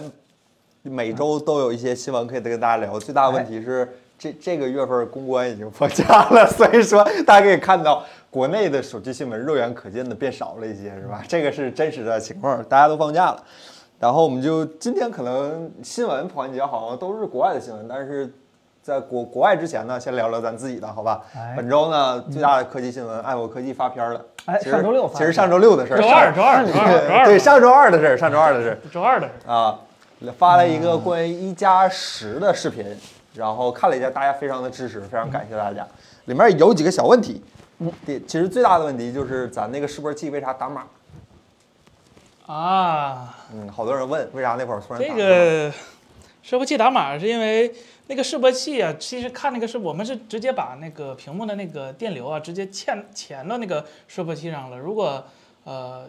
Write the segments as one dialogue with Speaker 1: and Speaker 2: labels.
Speaker 1: 们每周都有一些新闻可以跟大家聊。最大的问题是，这这个月份公关已经放假了，所以说大家可以看到国内的手机新闻肉眼可见的变少了一些，是吧？这个是真实的情况，大家都放假了。然后我们就今天可能新闻环节好像都是国外的新闻，但是在国国外之前呢，先聊聊咱自己的，好吧？
Speaker 2: 哎
Speaker 1: 本周呢最大的科技新闻，爱我科技发片了。
Speaker 2: 哎
Speaker 1: 其实
Speaker 2: 上周六发
Speaker 1: 其实上周六的事儿，
Speaker 3: 周
Speaker 1: 上
Speaker 3: 二，周二，周二，周二，
Speaker 1: 对，上周二的事儿，上周二的事儿
Speaker 3: 周二的人，
Speaker 1: 啊，发了一个关于一加十的视频，然后看了一下，大家非常的支持，非常感谢大家。里面有几个小问题，
Speaker 2: 嗯
Speaker 1: 第其实最大的问题就是咱那个示波器为啥打码？
Speaker 3: 啊，
Speaker 1: 嗯，好多人问为啥那会儿突然打
Speaker 3: 这
Speaker 1: 码
Speaker 3: 个示波器打码是因为那个示波器啊，其实看那个是我们是直接把那个屏幕的那个电流啊，直接嵌嵌到那个示波器上了。如果呃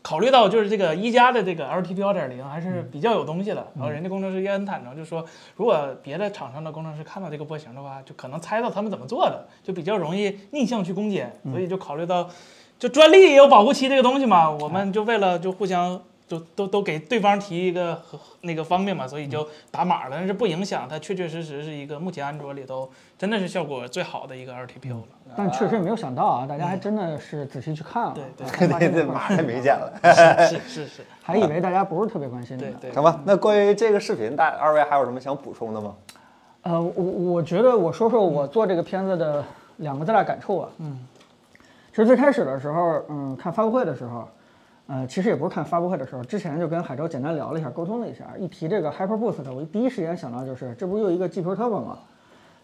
Speaker 3: 考虑到就是这个一加的这个 LTP 2.0还是比较有东西的，然后人家工程师也很坦诚，就说如果别的厂商的工程师看到这个波形的话，就可能猜到他们怎么做的，就比较容易逆向去攻坚，所以就考虑到。就专利也有保护期这个东西嘛，我们就为了就互相就都都给对方提一个和那个方便嘛，所以就打码了，但是不影响它确确实实是一个目前安卓里头真的是效果最好的一个 RTPO 了。
Speaker 2: 但确实没有想到啊，大家还真的是仔细去看了，
Speaker 3: 对对
Speaker 2: 啊
Speaker 1: 对
Speaker 2: 发
Speaker 1: 对
Speaker 2: 现
Speaker 1: 对，
Speaker 2: 这块儿
Speaker 1: 码太明显了。
Speaker 3: 是是是，
Speaker 2: 还以为大家不是特别关心的
Speaker 3: 对。对
Speaker 1: 行吧，那关于这个视频，大二位还有什么想补充的吗？
Speaker 2: 呃，我我觉得我说说我做这个片子的两个最大感触吧。嗯，其实最开始的时候，嗯，看发布会的时候，呃，其实也不是看发布会的时候，之前就跟海舟简单聊了一下，沟通了一下。一提这个 HyperBoost，我第一时间想到就是，这不又一个 GPU Turbo 吗？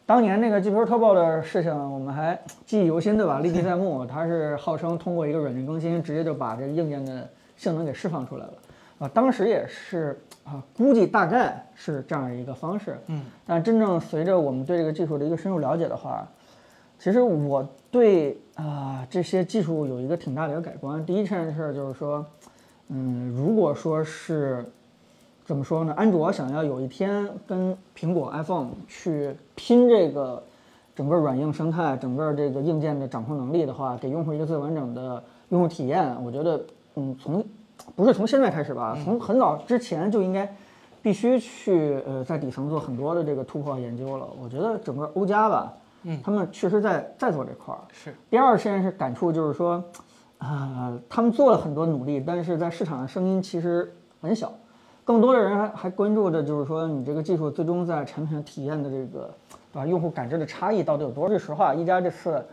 Speaker 2: 当年那个 GPU Turbo 的事情，我们还记忆犹新，对吧？历历在目。它是号称通过一个软件更新，直接就把这个硬件的性能给释放出来了。啊，当时也是啊，估计大概是这样一个方式。嗯，但真正随着我们对这个技术的一个深入了解的话，其实我对啊、这些技术有一个挺大的一个改观。第一件事就是说，嗯，如果说是怎么说呢？安卓想要有一天跟苹果 iPhone 去拼这个整个软硬生态、整个这个硬件的掌控能力的话，给用户一个最完整的用户体验，我觉得，嗯，从不是从现在开始吧，从很早之前就应该必须去呃在底层做很多的这个突破和研究了。我觉得整个欧家吧，嗯，他们确实在在做这块儿。
Speaker 3: 是
Speaker 2: 第二件是感触就是说，啊、他们做了很多努力，但是在市场上声音其实很小。更多的人还还关注的就是说，你这个技术最终在产品上体验的这个，对吧？用户感知的差异到底有多？说实话，一加这次，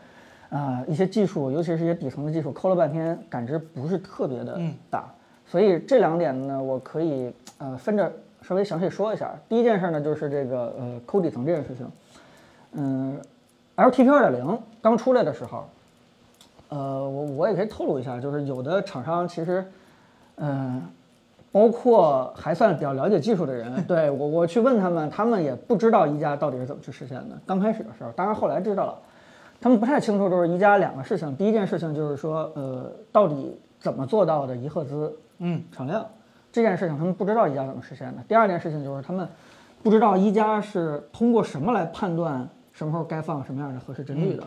Speaker 2: 啊、一些技术，尤其是一些底层的技术，抠了半天，感知不是特别的大。所以这两点呢，我可以呃分着稍微详细说一下。第一件事呢，就是这个呃抠底层这件事情。嗯，LTP 二点零刚出来的时候，呃，我我也可以透露一下，就是有的厂商其实，嗯、包括还算比较了解技术的人，对我我去问他们，他们也不知道一加到底是怎么去实现的。刚开始的时候，当然后来知道了，他们不太清楚就是一加两个事情。第一件事情就是说，呃，到底怎么做到的一赫兹嗯产量这件事情，他们不知道一加怎么实现的。第二件事情就是他们不知道一加是通过什么来判断什么时候该放什么样的合适帧率的。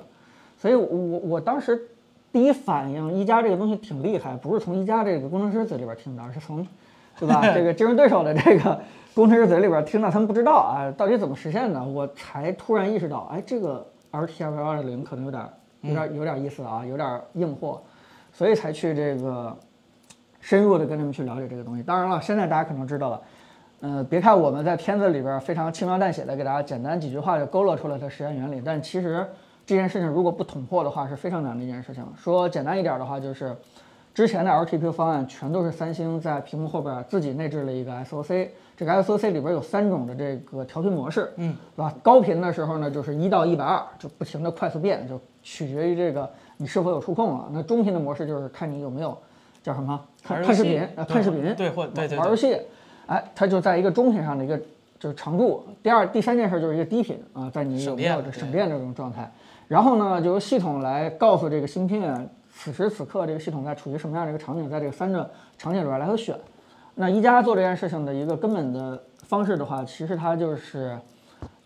Speaker 2: 所以我我我当时第一反应，一加这个东西挺厉害，不是从一加这个工程师嘴里边听的，而是从，对吧？这个竞争对手的这个工程师嘴里边听到，他们不知道啊，到底怎么实现的，我才突然意识到，哎，这个 RT 二二零可能有点有点有点意思啊，有点硬货，所以才去这个深入的跟他们去了解这个东西。当然了，现在大家可能知道了。呃，别看我们在片子里边非常轻描淡写的给大家简单几句话就勾勒出来它实验原理，但其实这件事情如果不捅破的话是非常难的一件事情。说简单一点的话，就是之前的 LTP 方案全都是三星在屏幕后边自己内置了一个 SOC，这个 SOC 里边有三种的这个调频模式，嗯，对吧？高频的时候呢，就是一到一百二，就不停的快速变，就取决于这个你是否有触控了。那中频的模式就是看你有没有叫什么看
Speaker 3: 玩游
Speaker 2: 看视
Speaker 3: 戏
Speaker 2: 频，呃，看视频，
Speaker 3: 对或对对
Speaker 2: 玩
Speaker 3: 对
Speaker 2: 游戏，哎，它就在一个中频上的一个就是常驻。第二、第三件事就是一个低频啊，在你有没有
Speaker 3: 省电
Speaker 2: 这省
Speaker 3: 对
Speaker 2: 电这种状态。然后呢，就由系统来告诉这个芯片，此时此刻这个系统在处于什么样的一个场景，在这个三个场景里边来回选。那一加做这件事情的一个根本的方式的话，其实它就是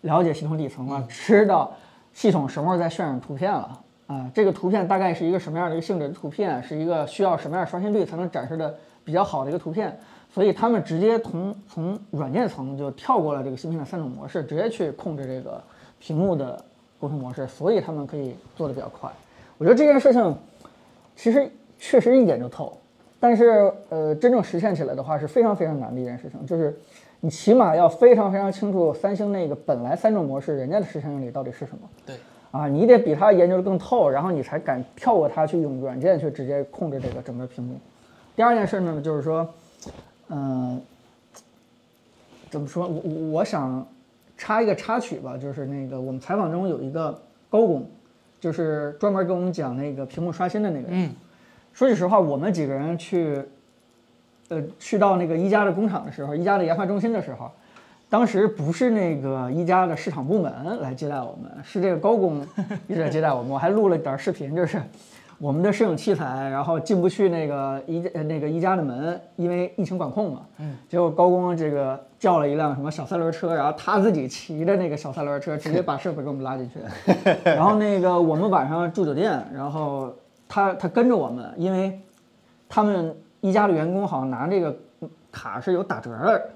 Speaker 2: 了解系统底层了，知道系统什么时候在渲染图片了啊，这个图片大概是一个什么样的一个性质的图片，是一个需要什么样的刷新率才能展示的比较好的一个图片。所以他们直接从从软件层就跳过了这个芯片的三种模式，直接去控制这个屏幕的沟通模式，所以他们可以做的比较快。我觉得这件事情其实确实一点就透，但是呃，真正实现起来的话是非常非常难的一件事情，就是你起码要非常非常清楚三星那个本来三种模式人家的实现原理到底是什么
Speaker 3: 对，
Speaker 2: 啊，你得比他研究的更透，然后你才敢跳过它去用软件去直接控制这个整个屏幕。第二件事呢，就是说，嗯、怎么说？我我我想插一个插曲吧，就是那个我们采访中有一个高工，就是专门给我们讲那个屏幕刷新的那个人。
Speaker 3: 嗯，
Speaker 2: 说句实话，我们几个人去，呃，去到那个一加的工厂的时候，一加的研发中心的时候，当时不是那个一加的市场部门来接待我们，是这个高工一直在接待我们。我还录了点儿视频，就是我们的摄影器材，然后进不去那个一呃那个一加的门，因为疫情管控嘛。嗯。结果高工这个叫了一辆什么小三轮车，然后他自己骑着那个小三轮车，直接把设备给我们拉进去。然后那个我们晚上住酒店，然后他他跟着我们，因为他们一加的员工好像拿这个卡是有打折的，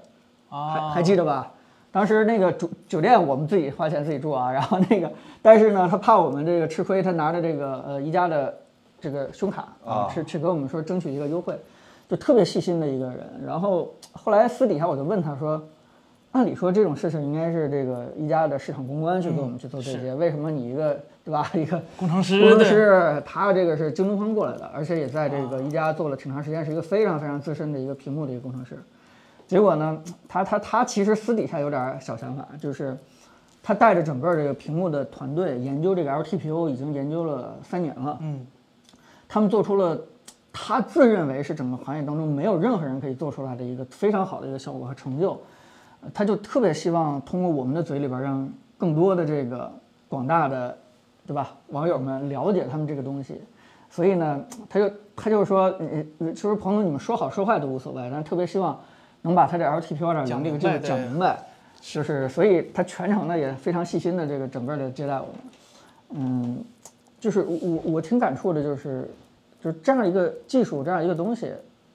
Speaker 2: 还
Speaker 3: 啊，
Speaker 2: 还记得吧？当时那个住酒店我们自己花钱自己住啊，然后那个但是呢，他怕我们这个吃亏，他拿着这个呃宜家的这个胸卡
Speaker 1: 啊
Speaker 2: 去去给我们说争取一个优惠，就特别细心的一个人。然后后来私底下我就问他说，按理说这种事情应该是这个宜家的市场公关去给我们去做对接，为什么你一个对吧一个
Speaker 3: 工程师
Speaker 2: 工程
Speaker 3: 对，
Speaker 2: 师，他这个是京东方过来的，而且也在这个一加做了挺长时间，是一个非常非常资深的一个屏幕的一个工程师。结果呢，他他他其实私底下有点小想法，就是他带着整个这个屏幕的团队研究这个 LTPO 已经研究了三年了，
Speaker 3: 嗯，
Speaker 2: 他们做出了他自认为是整个行业当中没有任何人可以做出来的一个非常好的一个效果和成就，呃他就特别希望通过我们的嘴里边儿让更多的这个广大的，对吧，网友们了解他们这个东西，所以呢，他就他就说，你你其实朋友你们说好说坏都无所谓，但是特别希望能把他这 LTP 二点
Speaker 3: 讲明
Speaker 2: 零这个技
Speaker 3: 白
Speaker 2: 术讲
Speaker 3: 对
Speaker 2: 明白，就是所以他全程呢也非常细心的这个整个的接待我们，嗯，就是我我我挺感触的，就是就是这样一个技术，这样一个东西，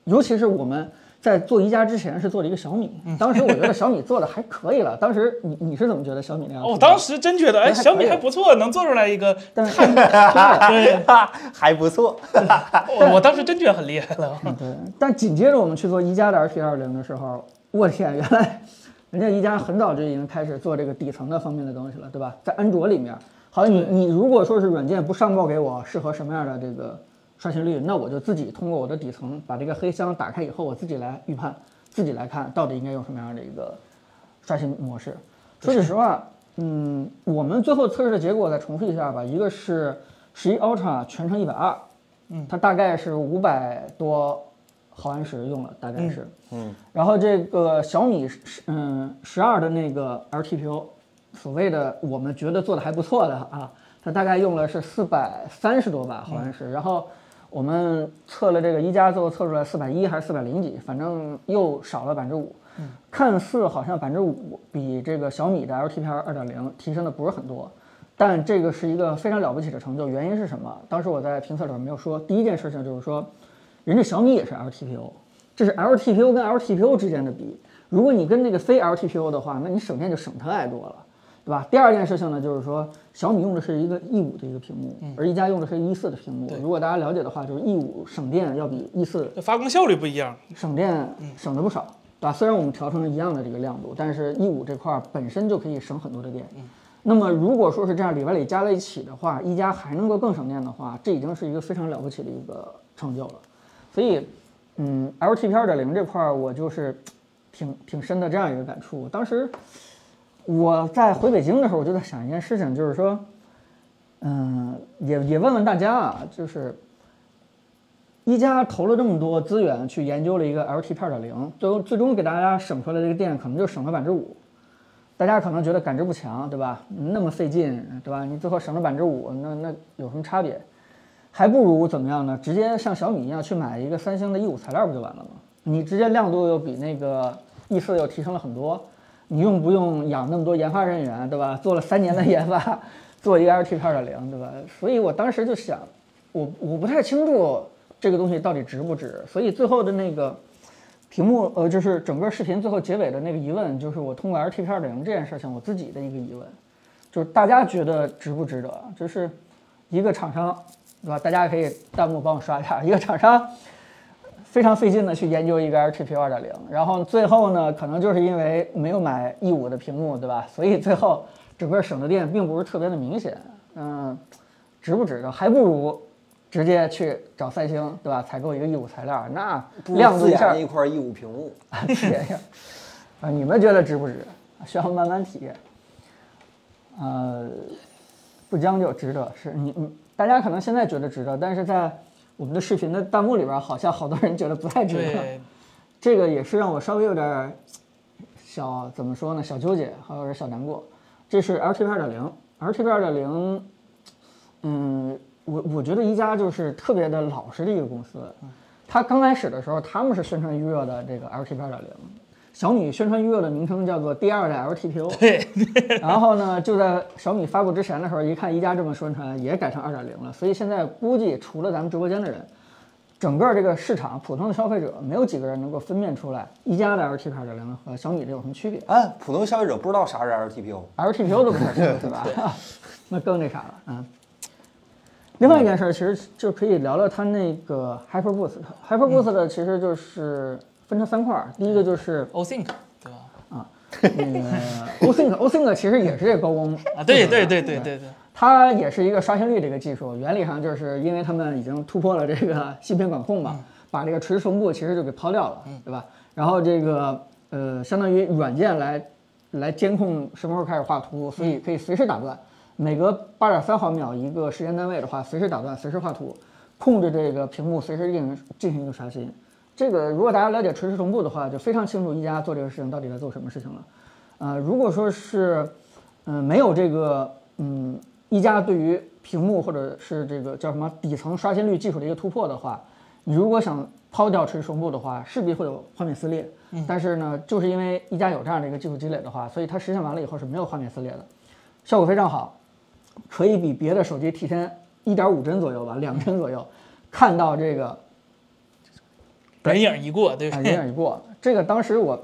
Speaker 2: 尤其是我们在做宜家之前是做了一个小米，
Speaker 3: 嗯
Speaker 2: 当时我觉得小米做的还可以了。当时你你是怎么觉得小米那样做的？
Speaker 3: 我当时真觉得，哎，
Speaker 2: 还
Speaker 3: 小
Speaker 2: 可
Speaker 3: 米
Speaker 2: 以
Speaker 3: 还不错，能做出来一个，
Speaker 2: 但是 对
Speaker 1: 还不错。
Speaker 3: 我我当时真觉得很厉害了。
Speaker 2: 嗯对，但紧接着我们去做宜家的 LP 二零的时候，我天，原来人家宜家很早就已经开始做这个底层的方面的东西了，对吧？在安卓里面，好像你你如果说是软件不上报给我适合什么样的这个刷新率，那我就自己通过我的底层把这个黑箱打开以后，我自己来预判，自己来看到底应该用什么样的一个刷新模式。说句实话，嗯，我们最后测试的结果再重复一下吧，一个是十一 Ultra 全程一百二，嗯，它大概是五百多毫安时用了，大概是，嗯，然后这个小米十嗯十二的那个 LTPO，所谓的我们觉得做的还不错的啊，它大概用了是四百三十多瓦毫安时，然后。我们测了这个一加，最后测出来四百一还是四百零几，反正又少了百分之五。看似好像百分之五比这个小米的 LTP 二点零提升的不是很多，但这个是一个非常了不起的成就。原因是什么？当时我在评测里面没有说。第一件事情就是说，人家小米也是 LTPO，这是 LTPO 跟 LTPO 之间的比。如果你跟那个非 LTPO 的话，那你省电就省它爱多了，对吧？第二件事情呢，就是说小米用的是一个 E 五的一个屏幕，而一加用的是 E 四的屏幕。如果大家了解的话，就是 E 五省电要比 E 四
Speaker 3: 发光效率不一样，
Speaker 2: 省电省了不少，对吧？虽然我们调成了一样的这个亮度，但是 E 五这块儿本身就可以省很多的电。那么如果说是这样里外里加在一起的话，一加还能够更省电的话，这已经是一个非常了不起的一个成就了。所以，嗯，LTP 二点零这块儿我就是挺挺深的这样一个感触。当时我在回北京的时候，我就在想一件事情，就是说，嗯，也也问问大家啊，就是一加投了这么多资源去研究了一个 LTP 二点零，最后最终给大家省出来的这个电可能就省了百分之五。大家可能觉得感知不强，对吧？那么费劲，对吧？你最后省了百分之五，那那有什么差别？还不如怎么样呢？直接像小米一样去买一个三星的 E 五材料不就完了吗？你直接亮度又比那个 E 四又提升了很多，你用不用养那么多研发人员，对吧？做了三年的 研发，做一个 LTP 二点零，对吧？所以我当时就想，我我不太清楚这个东西到底值不值，所以最后的那个屏幕呃，就是整个视频最后结尾的那个疑问，就是我通过 LTP 二点零这件事情我自己的一个疑问，就是大家觉得值不值得？啊就是一个厂商，对吧？大家可以弹幕帮我刷一下，一个厂商非常费劲的去研究一个 LTP 二点零，然后最后呢，可能就是因为没有买 E 五的屏幕，对吧？所以最后整个省的电并不是特别的明显，嗯，值不值得？还不如。直接去找赛星，对吧？采购一个义五材料，那
Speaker 1: 不
Speaker 2: 量
Speaker 1: 如
Speaker 2: 子
Speaker 1: 自
Speaker 2: 一下
Speaker 1: 研一块义五屏幕。
Speaker 2: 便宜啊！你们觉得值不值？需要慢慢体验。呃，不将就，值得。是你你大家可能现在觉得值得，但是在我们的视频的弹幕里边儿，好像好多人觉得不太值得。
Speaker 3: 对，
Speaker 2: 这个也是让我稍微有点儿小怎么说呢，小纠结，还有点小难过。这是 LTP 二点零，LTP 二点零，嗯，我我觉得一加就是特别的老实的一个公司。它刚开始的时候，他们是宣传预热的这个 LTP 二点零，小米宣传预热的名称叫做第二代 LTPO。
Speaker 3: 对，
Speaker 2: 然后呢，就在小米发布之前的时候，一看一加这么宣传，也改成二点零了。所以现在估计除了咱们直播间的人，整个这个市场普通的消费者没有几个人能够分辨出来一加的 LTP 二点零和小米的有什么区别。
Speaker 1: 啊，普通消费者不知道啥是 LTPO。
Speaker 2: LTPO 都不太清楚，对吧？ 那更那啥了，嗯。另外一件事儿，其实就可以聊聊它那个 HyperBoost。HyperBoost 的其实就是分成三块儿，第一个就是
Speaker 3: ，O Think，对吧？
Speaker 2: 那个 OSync，OSync 其实也是这个高工
Speaker 3: 啊，对对对对对对，
Speaker 2: 它也是一个刷新率的一个技术，原理上就是因为他们已经突破了这个芯片管控嘛，把这个垂直同步其实就给抛掉了，对吧？然后这个呃，相当于软件来来监控什么时候开始画图，所以可以随时打断，每隔八点三毫秒一个时间单位的话，随时打断，随时画图，控制这个屏幕随时进行进行一个刷新。这个如果大家了解垂直同步的话，就非常清楚一加做这个事情到底在做什么事情了。呃，如果说是，嗯、没有这个，嗯，一加对于屏幕或者是这个叫什么底层刷新率技术的一个突破的话，你如果想抛掉垂直同步的话，势必会有画面撕裂。但是呢，就是因为一加有这样的一个技术积累的话，所以它实现完了以后是没有画面撕裂的，效果非常好，可以比别的手机提前一点五帧左右吧，两帧左右看到这个
Speaker 3: 人影一过，对
Speaker 2: 啊，
Speaker 3: 吧
Speaker 2: 一？点一过。这个当时我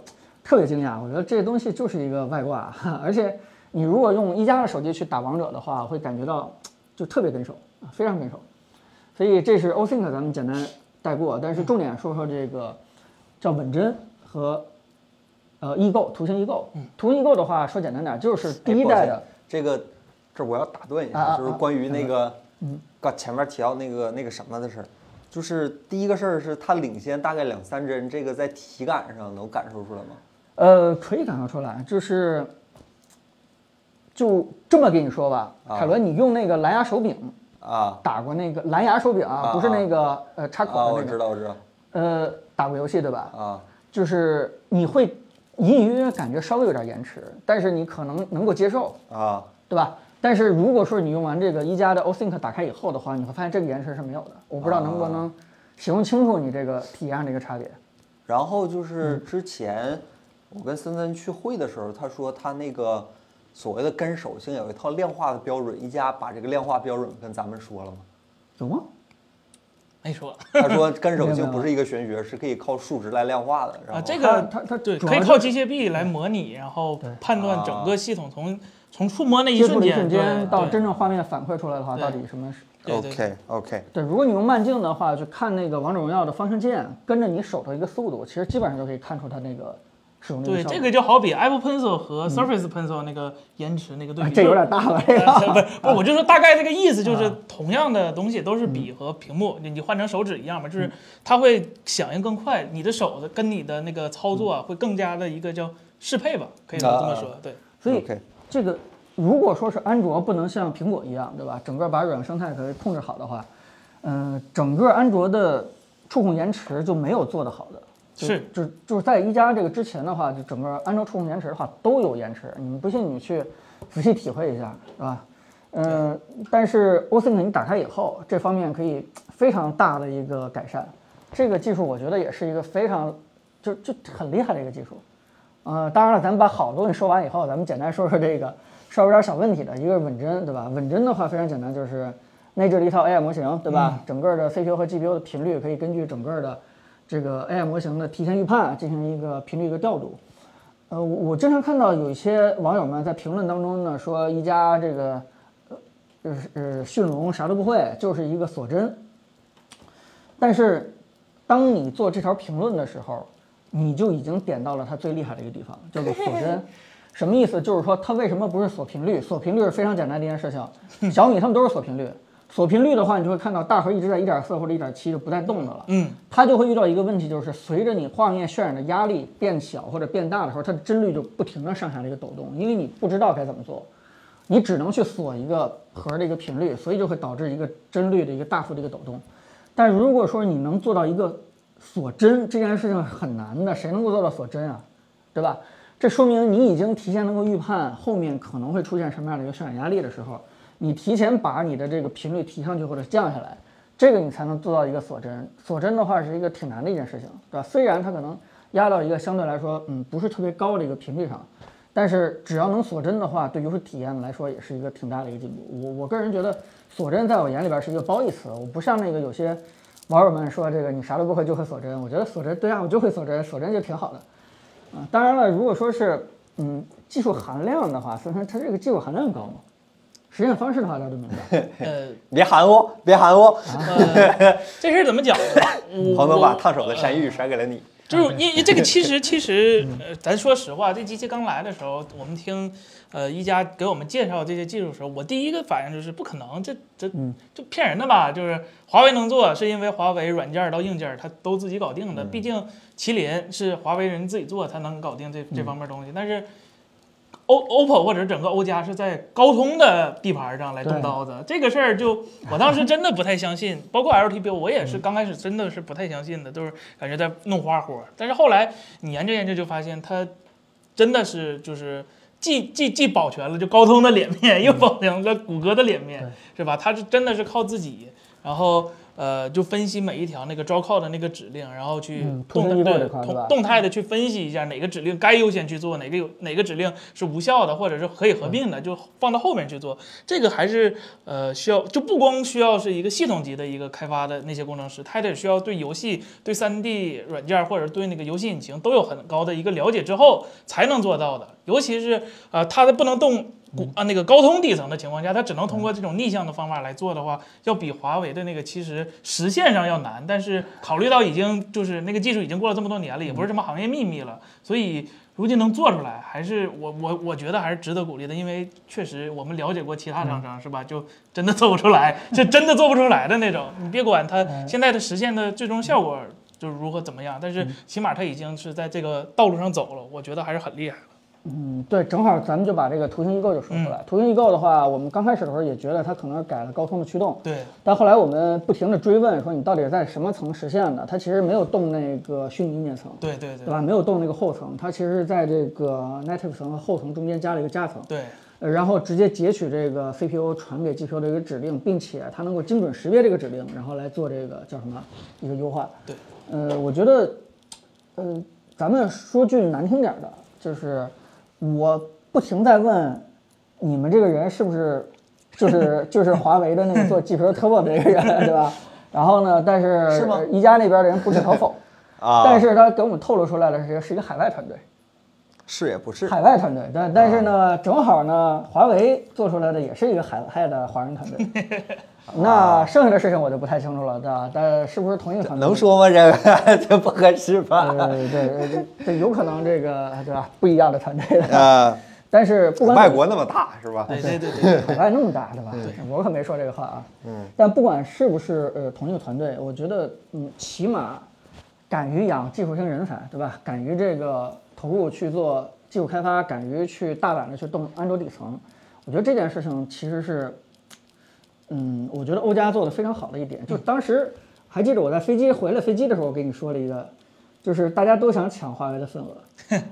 Speaker 2: 特别惊讶，我觉得这东西就是一个外挂， 而且你如果用一加的手机去打王者的话，会感觉到就特别跟手，啊非常跟手。所以这是 OSync，咱们简单带过，但是重点说说这个叫稳帧和呃异构图形异构。图形异构 E 的话，说简单点，就是第一代的
Speaker 1: 嗯哎这个，这我要打断一
Speaker 2: 啊啊
Speaker 1: 下，
Speaker 2: 啊
Speaker 1: 就是关于那个，刚前面提到那个那个什么的事儿，就是第一个事儿是它领先大概两三帧，这个在体感上能感受出来吗？
Speaker 2: 呃，可以感受出来，就是就这么跟你说吧，
Speaker 1: 啊
Speaker 2: 凯伦，你用那个蓝牙手柄，
Speaker 1: 啊
Speaker 2: 打过那个蓝牙手柄啊，
Speaker 1: 啊
Speaker 2: 不是那个、呃插
Speaker 1: 啊，
Speaker 2: 口
Speaker 1: 我
Speaker 2: 的那
Speaker 1: 知
Speaker 2: 个，
Speaker 1: 道，我知道
Speaker 2: 呃，打过游戏对吧？
Speaker 1: 啊，
Speaker 2: 就是你会隐隐约约感觉稍微有点延迟，但是你可能能够接受，
Speaker 1: 啊
Speaker 2: 对吧？但是如果说你用完这个一加的 OSync 打开以后的话，你会发现这个延迟是没有的。我不知道能不能形容清楚你这个体验上的一个差别。
Speaker 1: 然后就是之前我跟森森去会的时候，他说他那个所谓的跟手性有一套量化的标准，一加把这个量化标准跟咱们说了 吗？
Speaker 2: 有吗？
Speaker 3: 没说
Speaker 1: 他说跟手
Speaker 2: 没有
Speaker 1: 性
Speaker 2: 没有
Speaker 1: 不是一个玄学，是可以靠数值来量化的。然
Speaker 3: 啊，
Speaker 1: 后
Speaker 3: 这
Speaker 2: 它
Speaker 3: 个
Speaker 2: 它它
Speaker 3: 对，
Speaker 2: 主
Speaker 3: 可以
Speaker 2: 要
Speaker 3: 靠
Speaker 2: 是
Speaker 3: 机械臂来模拟，然后判
Speaker 1: 啊
Speaker 3: 断整个系统从从触摸那一
Speaker 2: 接触
Speaker 3: 瞬
Speaker 2: 的一
Speaker 3: 间，
Speaker 2: 瞬间
Speaker 3: 对
Speaker 2: 到
Speaker 3: 对
Speaker 2: 真正画面反馈出来的话，
Speaker 3: 对
Speaker 2: 到底什么是？
Speaker 3: 对对对
Speaker 1: OK OK，
Speaker 2: 对，如果你用慢镜的话，就看那个王者荣耀的方向键，跟着你手头一个速度，其实基本上就可以看出它那个使用的一
Speaker 3: 对，
Speaker 2: 效
Speaker 3: 这
Speaker 2: 果嗯
Speaker 3: 个就好比 Apple Pencil 和 Surface Pencil 那个延迟那个对比，
Speaker 2: 啊这有点大了，这
Speaker 3: 呃。不
Speaker 2: 个
Speaker 3: 是不是，我就说大概这个意思，
Speaker 2: 啊
Speaker 3: 就是同样的东西都
Speaker 2: 嗯
Speaker 3: 是笔和屏幕，你你换成手指一样嘛，就是它会响应更快，你的手的跟你的那个操作
Speaker 2: 嗯
Speaker 3: 啊会更加的一个叫适配吧，可以这么说
Speaker 1: 啊，
Speaker 3: 对，
Speaker 2: 所以
Speaker 1: OK
Speaker 2: 这个如果说是安卓不能像苹果一样，对吧？整个把软件生态给控制好的话，嗯、整个安卓的触控延迟就没有做得好的。就是就就是在一加这个之前的话，就整个安卓触控延迟的话都有延迟。你们不信，你去仔细体会一下，是吧？嗯，但是 OSync 你打开以后，这方面可以非常大的一个改善。这个技术我觉得也是一个非常就就很厉害的一个技术。呃，当然了，咱们把好东西说完以后，咱们简单说说这个稍微有点小问题的，一个是稳帧，对吧？稳帧的话非常简单，就是内置了一套 AI 模型，对吧？整个的 CPU 和 GPU 的频率可以根据整个的这个 AI 模型的提前预判啊进行一个频率的调度。呃，我我经常看到有一些网友们在评论当中呢说，一加这个呃呃驯龙啥都不会，就是一个锁针。但是，当你做这条评论的时候，你就已经点到了它最厉害的一个地方，叫做锁针。什么意思？就是说它为什么不是锁频率？锁频率是非常简单的一件事情，小米他们都是锁频率。锁频率的话，你就会看到大核一直在一点四或者一点七就不带动的了。
Speaker 3: 嗯，
Speaker 2: 它就会遇到一个问题，就是随着你画面渲染的压力变小或者变大的时候，它的帧率就不停的上下的一个抖动，因为你不知道该怎么做，你只能去锁一个核的一个频率，所以就会导致一个帧率的一个大幅的一个抖动。但如果说你能做到一个锁帧这件事情很难的，谁能够做到锁帧啊？对吧？这说明你已经提前能够预判后面可能会出现什么样的一个渲染压力的时候，你提前把你的这个频率提上去或者降下来，这个你才能做到一个锁帧。锁帧的话是一个挺难的一件事情，对吧？虽然它可能压到一个相对来说嗯不是特别高的一个频率上，但是只要能锁帧的话，对游戏体验来说也是一个挺大的一个进步。我我个人觉得锁帧在我眼里边是一个褒义词，我不像那个有些网友们说这个你啥都不会就会锁帧，我觉得锁帧对啊，我就会锁帧，锁帧就挺好的。啊，当然了，如果说是嗯技术含量的话，虽然它这个技术含量高嘛，实现方式的话大家都明白。
Speaker 3: 呃，
Speaker 1: 别喊我，别喊我，
Speaker 3: 呃这事儿怎么讲呢？我
Speaker 1: 彭总把
Speaker 3: 我
Speaker 1: 烫手的山芋甩给了你。
Speaker 3: 就是因为这个，其实其实，呃，咱说实话，这机器刚来的时候，我们听，呃，一加给我们介绍这些技术的时候，我第一个反应就是不可能，这这这骗人的吧？就是华为能做，是因为华为软件儿到硬件儿它都自己搞定的，毕竟麒麟是华为人自己做，它能搞定这这方面东西。但是，O OPPO 或者整个欧家是在高通的地盘上来动
Speaker 2: 对
Speaker 3: 刀子，这个事儿就我当时真的不太相信，包括 LTPO 我也是刚开始真的是不太相信的，都是感觉在弄花活儿。但是后来你研究研究就发现，它真的是就是既既既保全了就高通的脸
Speaker 2: 嗯
Speaker 3: 面， 又保全了谷歌的脸面，是吧？它是真的是靠自己，然后呃就分析每一条那个 j o call 的那个指令，然后去
Speaker 2: 嗯
Speaker 3: 动
Speaker 2: 图形
Speaker 3: 态
Speaker 2: 机构
Speaker 3: 对
Speaker 2: 这块儿对
Speaker 3: 动
Speaker 2: 吧
Speaker 3: 动态的去分析一下哪个指令该优先去做，哪个有哪个指令是无效的，或者是可以合
Speaker 2: 嗯
Speaker 3: 并的，就放到后面去做。这个还是呃需要，就不光需要是一个系统级的一个开发的那些工程师，他得需要对游戏、对 3D 软件或者对那个游戏引擎都有很高的一个了解之后才能做到的。尤其是呃，它的不能动谷啊那个高通底层的情况下，它只能通过这种逆向的方法来做的话，要比华为的那个其实实现上要难。但是考虑到已经就是那个技术已经过了这么多年了，也不是什么行业秘密了，所以如今能做出来，还是我我我觉得还是值得鼓励的，因为确实我们了解过其他厂商是吧，就真的做不出来，就真的做不出来的那种。你别管它现在的实现的最终效果就是如何怎么样，但是起码它已经是在这个道路上走了，我觉得还是很厉害了。
Speaker 2: 嗯，对，正好咱们就把这个图形异构就说出来。图形异构的话，我们刚开始的时候也觉得它可能是改了高通的驱动，
Speaker 3: 对，
Speaker 2: 但后来我们不停的追问说你到底在什么层实现的？它其实没有动那个虚拟硬件层，
Speaker 3: 对对对
Speaker 2: 对吧？没有动那个后层，它其实是在这个 native 层和后层中间加了一个夹层。
Speaker 3: 对，
Speaker 2: 呃然后直接截取这个 CPU 传给 GPU 的一个指令，并且它能够精准识别这个指令，然后来做这个叫什么一个优化。
Speaker 3: 对，
Speaker 2: 呃，我觉得，呃，咱们说句难听点儿的，就是我不停在问你们这个人是不是就是就是 华为的那个做 GPU Turbo 的那个人，对吧？然后呢，但是
Speaker 1: 是吗
Speaker 2: 呃宜家那边的人不置可否
Speaker 1: 啊
Speaker 2: 但是他给我们透露出来的是是一个海外团队。
Speaker 1: 是也不是，
Speaker 2: 海外团队，
Speaker 1: 啊
Speaker 2: 但但是呢，正好呢，华为做出来的也是一个海外的华人团队。 那剩下的事情我就不太清楚了，对吧？但是不是同一个团队？
Speaker 1: 啊能说吗？这个这不合适吧？
Speaker 2: 呃？对对对，这有可能这个对吧？不一样的团队 的，
Speaker 1: 啊，
Speaker 2: 但是不管怎么
Speaker 1: 外
Speaker 2: 样
Speaker 1: 国那么大是吧？
Speaker 3: 对对对 对，
Speaker 2: 海外那么大，对吧？我可没说这个话啊。嗯。但不管是不是呃同一个团队，我觉得嗯，起码敢于养技术型人才，对吧？敢于这个投入去做技术开发，敢于去大胆的去动安卓底层，我觉得这件事情其实是，嗯，我觉得欧家做的非常好的一点，就当时还记得我在飞机回来飞机的时候，我跟你说了一个。就是大家都想抢华为的份额，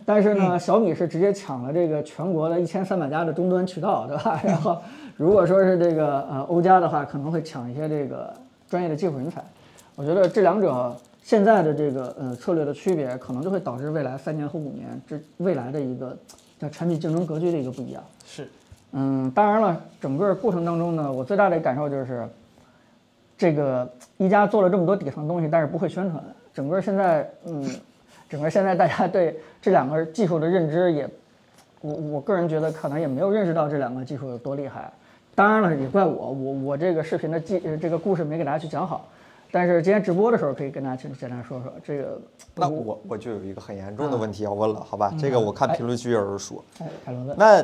Speaker 2: 但是呢，小米是直接抢了这个全国的一千三百家的终端渠道，对吧？ 然后如果说是这个呃欧家的话，可能会抢一些这个专业的技术人才。我觉得这两者现在的这个呃策略的区别，可能就会导致未来三年和五年这未来的一个叫产品竞争格局的一个不一样。
Speaker 3: 是，
Speaker 2: 嗯，当然了，整个过程当中呢，我最大的感受就是，这个一加做了这么多底层东西，但是不会宣传，整个现在，嗯，整个现在大家对这两个技术的认知也，我我个人觉得可能也没有认识到这两个技术有多厉害。当然了，也怪我，我我这个视频的技呃这个故事没给大家去讲好，但是今天直播的时候可以跟大家去简单说说这个。
Speaker 1: 那我我就有一个很严重的问题要问了，好吧？这个我看评论区有人说，
Speaker 2: 哎，凯伦问，
Speaker 1: 那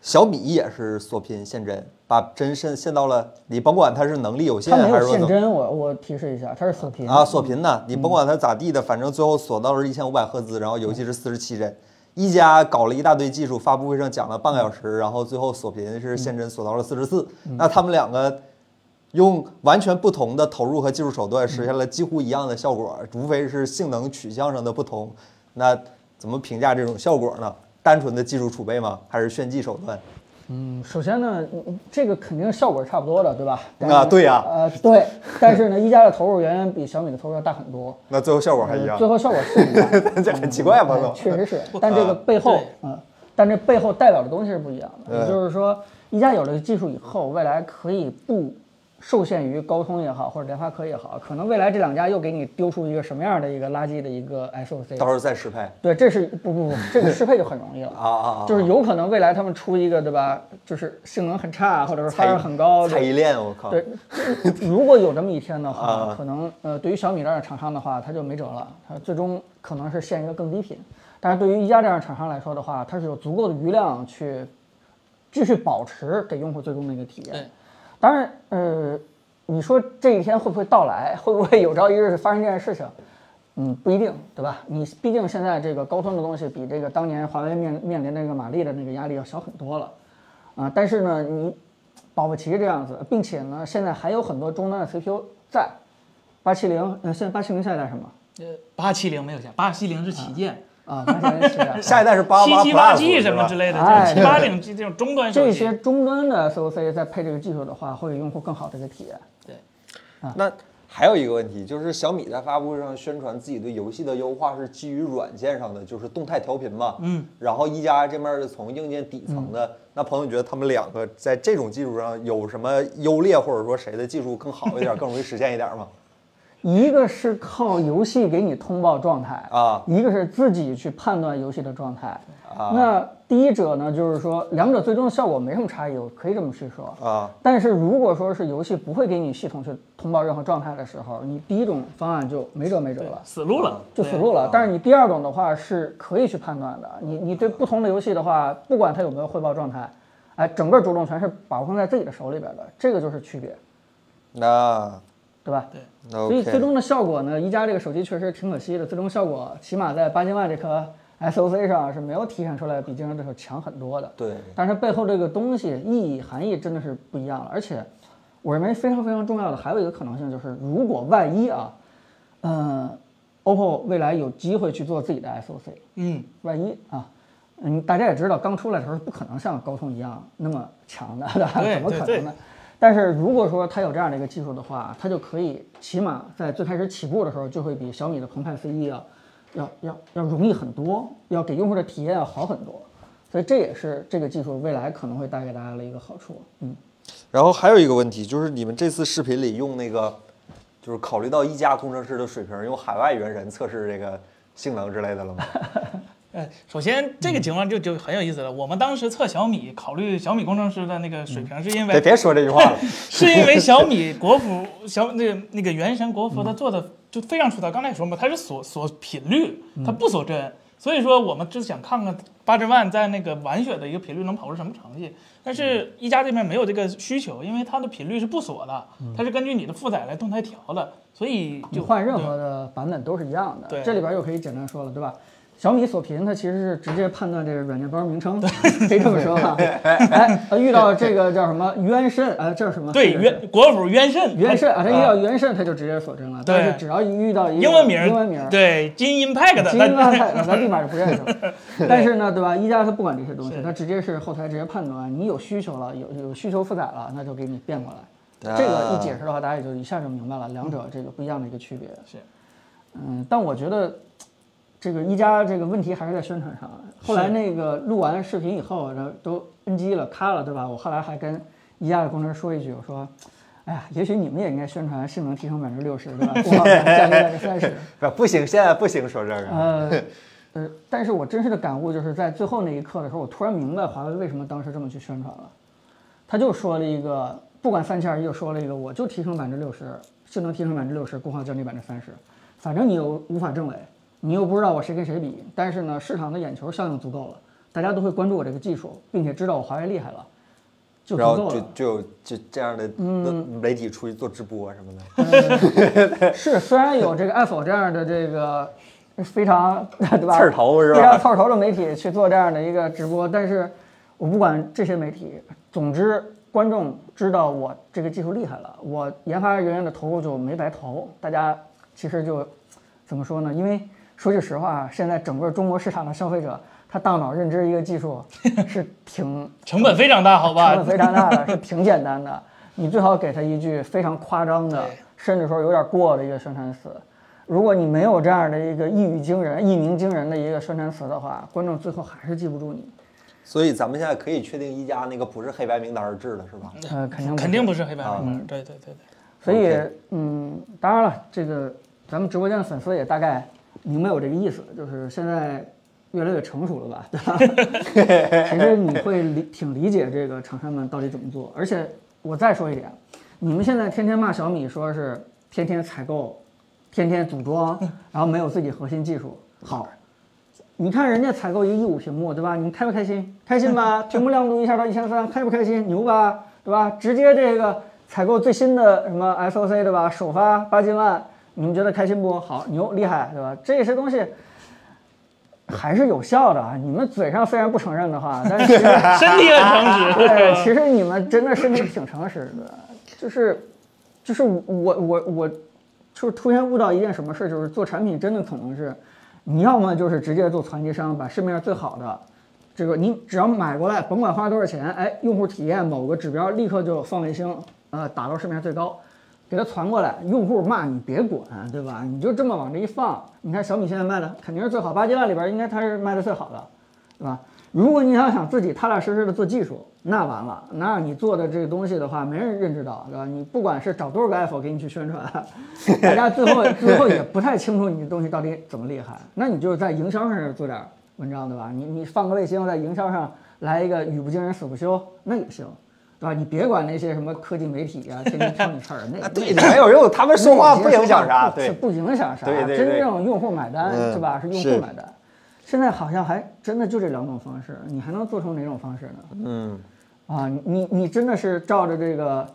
Speaker 1: 小米也是锁屏限帧，把帧限限到了，你甭管它是能力有限
Speaker 2: 它没
Speaker 1: 还
Speaker 2: 有
Speaker 1: 是说
Speaker 2: 现
Speaker 1: 怎么
Speaker 2: 真，我我提示一下，它是锁屏
Speaker 1: 啊，锁屏呢，
Speaker 2: 嗯
Speaker 1: 你甭管它咋地的，反正最后锁到了一千五百赫兹，然后尤其是四十七帧。一加搞了一大堆技术，发布会上讲了半个小时，然后最后锁屏是
Speaker 2: 嗯
Speaker 1: 现帧锁到了四十四。那他们两个用完全不同的投入和技术手段，
Speaker 2: 嗯
Speaker 1: 实现了几乎一样的效果，无非是性能取向上的不同。那怎么评价这种效果呢？单纯的技术储备吗？还是炫技手段？
Speaker 2: 嗯，首先呢，嗯这个肯定效果差不多的，对吧？但
Speaker 1: 啊
Speaker 2: 是
Speaker 1: 对呀
Speaker 2: 呃，对，但是呢，一加的投入远远比小米的投入要大很多，
Speaker 1: 那最后效果还一
Speaker 2: 呃
Speaker 1: 样，
Speaker 2: 最？后效果是一样的
Speaker 1: 哎 这很奇怪啊吧
Speaker 2: 嗯
Speaker 1: 都
Speaker 2: 确实是，但这个背后
Speaker 3: 对，
Speaker 2: 嗯，但这背后代表的东西是不一样的。也
Speaker 1: 嗯
Speaker 2: 就是说，一加有了技术以后，未来可以不受限于高通也好，或者联发科也好，可能未来这两家又给你丢出一个什么样的一个垃圾的一个 SOC
Speaker 1: 到。时候再实拍
Speaker 2: 对，这是不不不，这个适配就很容易了
Speaker 1: 啊啊啊！
Speaker 2: 就是有可能未来他们出一个，对吧？就是性能很差，或者是发热很高
Speaker 1: 蔡
Speaker 2: 的。
Speaker 1: 依恋，我靠！
Speaker 2: 对，如果有这么一天的话
Speaker 1: 啊，
Speaker 2: 可能呃，对于小米这样的厂商的话，它就没辙了，它最终可能是限一个更低频。但是对于一加这样的厂商来说的话，它是有足够的余量去继续保持给用户最终的一个体验
Speaker 3: 对。
Speaker 2: 当然，呃，你说这一天会不会到来？会不会有朝一日发生这件事情？嗯，不一定，对吧？你毕竟现在这个高通的东西比这个当年华为面面临那个马力的那个压力要小很多了，啊、但是呢，你保不齐这样子，并且呢，现在还有很多终端的 CPU 在，八七零，呃，现在八七零下一代什么？
Speaker 3: 呃，八七零没有下，八七零是旗舰，
Speaker 2: 啊，八七零下一 代
Speaker 1: 下一代是嗯八
Speaker 3: 七
Speaker 1: 八
Speaker 3: 七八
Speaker 1: Plus，
Speaker 3: G 什
Speaker 1: 是吧
Speaker 3: 么之类的，
Speaker 2: 哎
Speaker 3: 这七八零这种终端手
Speaker 2: 这
Speaker 3: 机
Speaker 2: 些终端的 SOC 在配这个技术的话，会给用户更好的一个体验。
Speaker 1: 那还有一个问题就是，小米在发布会上宣传自己对游戏的优化是基于软件上的，就是动态调频嘛。嗯。然后一加这面是从硬件底层
Speaker 3: 嗯
Speaker 1: 的。那朋友，你觉得他们两个在这种技术上有什么优劣，或者说谁的技术更好一点，更容易实现一点 吗？
Speaker 2: 一个是靠游戏给你通报状态
Speaker 1: 啊
Speaker 2: 一个是自己去判断游戏的状态那第一者呢，就是说两者最终的效果没什么差异，我可以这么去说
Speaker 1: 啊。
Speaker 2: 但是如果说是游戏不会给你系统去通报任何状态的时候，你第一种方案就没辙没辙了。
Speaker 3: 死路了，
Speaker 2: 嗯就
Speaker 3: 对
Speaker 2: 死路了。但是你第二种的话是可以去判断的，你你对不同的游戏的话，不管它有没有汇报状态，哎，整个主动权是把控在自己的手里边的，这个就是区别，
Speaker 1: 那
Speaker 2: 对吧？
Speaker 3: 对
Speaker 1: 那
Speaker 2: 所以
Speaker 1: OK。
Speaker 2: 最终的效果呢，一加这个手机确实挺可惜的，最终效果起码在八千万这颗 SOC 上是没有体现出来比竞争对手强很多的。
Speaker 1: 对
Speaker 2: 但是背后这个东西意义含义真的是不一样了。而且，我认为非常非常重要的还有一个可能性就是，如果万一啊，嗯、o p p o 未来有机会去做自己的 SOC，
Speaker 3: 嗯，
Speaker 2: 万一啊，嗯，大家也知道，刚出来的时候是不可能像高通一样那么强的，对吧？
Speaker 3: 对
Speaker 2: 怎么可
Speaker 3: 对
Speaker 2: 能呢？但是如果说它有这样的一个技术的话，它就可以起码在最开始起步的时候，就会比小米的澎湃 C E 要要要要容易很多，要给用户的体验要好很多。所以这也是这个技术未来可能会带给大家的一个好处。嗯，
Speaker 1: 然后还有一个问题就是，你们这次视频里用那个，就是考虑到一加工程师的水平，用海外猿人测试这个性能之类的了吗？
Speaker 3: 呃，首先这个情况就就很有意思了。我们当时测小米，考虑小米工程师的那个水平，是因
Speaker 1: 别
Speaker 3: 为
Speaker 1: 别说这句话了。
Speaker 3: 是因为小米国 服小那个那个原神国服
Speaker 2: 嗯
Speaker 3: 它做的就非常出彩。刚才也说嘛，它是锁锁频率，
Speaker 2: 嗯
Speaker 3: 它不锁帧，所以说我们就是想看看八十万在那个玩雪的一个频率能跑出什么成绩。但
Speaker 2: 嗯
Speaker 3: 是一加这边没有这个需求，因为它的频率是不锁的，它是根据你的负载来动态调的，所以
Speaker 2: 你
Speaker 3: 就
Speaker 2: 嗯换任何的版本都是一样的。
Speaker 3: 对
Speaker 2: 这里边又可以简单说了，对吧？小米锁屏，它其实是直接判断这个软件包名称，可以这么说哈。哎，呃遇到这个叫什么冤肾，哎，这是什么？
Speaker 3: 对
Speaker 2: 这个是
Speaker 3: 原国服原神
Speaker 2: 冤肾啊，它遇到冤肾，它就直接锁帧了。
Speaker 3: 对
Speaker 2: 但是只要一遇到一个
Speaker 3: 英文名儿
Speaker 2: 嗯英文名儿，
Speaker 3: 对金 Impact 的
Speaker 2: 金
Speaker 3: 它
Speaker 2: 万泰，咱立马就不认 识了。但是呢，对吧？一加它不管这些东西，
Speaker 3: 是
Speaker 2: 它直接是后台直接判断你有需求了，有有需求负载了，那就给你变过来。这个一解释的话，大家也就一下就明白了，两者这个不一样的一个区别。
Speaker 3: 是，
Speaker 2: 嗯，但我觉得这个一加这个问题还是在宣传上。后来那个录完视频以后，然后都 NG 了，卡了，对吧？我后来还跟一加的工程师说一句，我说，哎呀，也许你们也应该宣传性能提升百分之六十，对吧？功耗降低百分之三十。
Speaker 1: 不啊不行，现在不行说这个。
Speaker 2: 呃，呃，但是我真实的感悟就是在最后那一刻的时候，我突然明白华为为什么当时这么去宣传了。他就说了一个，不管三七二十一，就说了一个，我就提升百分之六十，性能提升百分之六十，功耗降低百分之三十，反正你又无法证伪，你又不知道我谁跟谁比，但是呢，市场的眼球效应足够了，大家都会关注我这个技术，并且知道我华为厉害了，就足
Speaker 1: 然
Speaker 2: 够
Speaker 1: 后
Speaker 2: 了嗯
Speaker 1: 就。就有就这样的媒体出去做直播什么的，
Speaker 2: 是，虽然有这个 Apple 这样的这个非常 对吧，
Speaker 1: 刺儿头是吧
Speaker 2: 非常刺儿头的媒体去做这样的一个直播，但是我不管这些媒体，总之观众知道我这个技术厉害了，我研发人员的投入就没白投，大家其实就怎么说呢？因为说句实话，现在整个中国市场的消费者，他大脑认知一个技术是挺
Speaker 3: 成本非常大，好吧？
Speaker 2: 成本非常大的，是挺简单的。你最好给他一句非常夸张的，甚至说有点过的一个宣传词。如果你没有这样的一个一语惊人、一鸣惊人的一个宣传词的话，观众最后还是记不住你。
Speaker 1: 所以咱们现在可以确定一加那个不是黑白名单儿制的是吧？
Speaker 2: 呃，肯定
Speaker 3: 肯
Speaker 2: 不是。
Speaker 3: 定不是黑白黑
Speaker 2: 嗯
Speaker 3: 白，对对对对。
Speaker 2: 所以
Speaker 1: OK，
Speaker 2: 嗯，当然了，这个咱们直播间的粉丝也大概明白我这个意思，就是现在越来越成熟了吧，对吧？ 其实你会理挺理解这个厂商们到底怎么做，而且我再说一点，你们现在天天骂小米说是天天采购，天天组装，然后没有自己核心技术，好。你看人家采购一个一五屏幕，对吧？你开不开心？开心吧？ 屏幕亮度一下到一千三，开不开心？牛吧？对吧？直接这个采购最新的什么 SOC，对吧？首发八千万，你们觉得开心不？好，牛，厉害，对吧？这些东西还是有效的啊。你们嘴上虽然不承认的话，但是
Speaker 3: 身体 很诚
Speaker 2: 啊对，
Speaker 3: 实，
Speaker 2: 哎其实你们真的身体挺诚实的，就是，就是我我我，就是突然悟到一件什么事儿，就是做产品真的可能是，你要么就是直接做团结商，把市面上最好的，这个你只要买过来，甭管花多少钱，哎，用户体验某个指标立刻就放卫星，呃，打到市面上最高，给它传过来，用户骂你别管，对吧？你就这么往这一放，你看小米现在卖的肯定是最好，八千万里边应该它是卖的最好的。对吧？如果你要想自己踏踏实实的做技术，那完了，那你做的这个东西的话，没人认知到，对吧？你不管是找多少个 Apple 给你去宣传，大家最后最后也不太清楚你的东西到底怎么厉害。那你就是在营销上做点文章，对吧？你你放个卫星在营销上来一个语不惊人死不休，那也行，对吧？你别管那些什么科技媒体啊，天天挑你刺儿，那
Speaker 1: 对，没有用，他们说话不影响啥，
Speaker 2: 不 是
Speaker 1: 对，
Speaker 2: 不影响啥，
Speaker 1: 对对对
Speaker 2: 真正用户买单
Speaker 1: 嗯
Speaker 2: 是吧？是用
Speaker 1: 是
Speaker 2: 户买单。现在好像还真的就这两种方式，你还能做成哪种方式呢？
Speaker 1: 嗯，
Speaker 2: 啊，你你真的是照着这个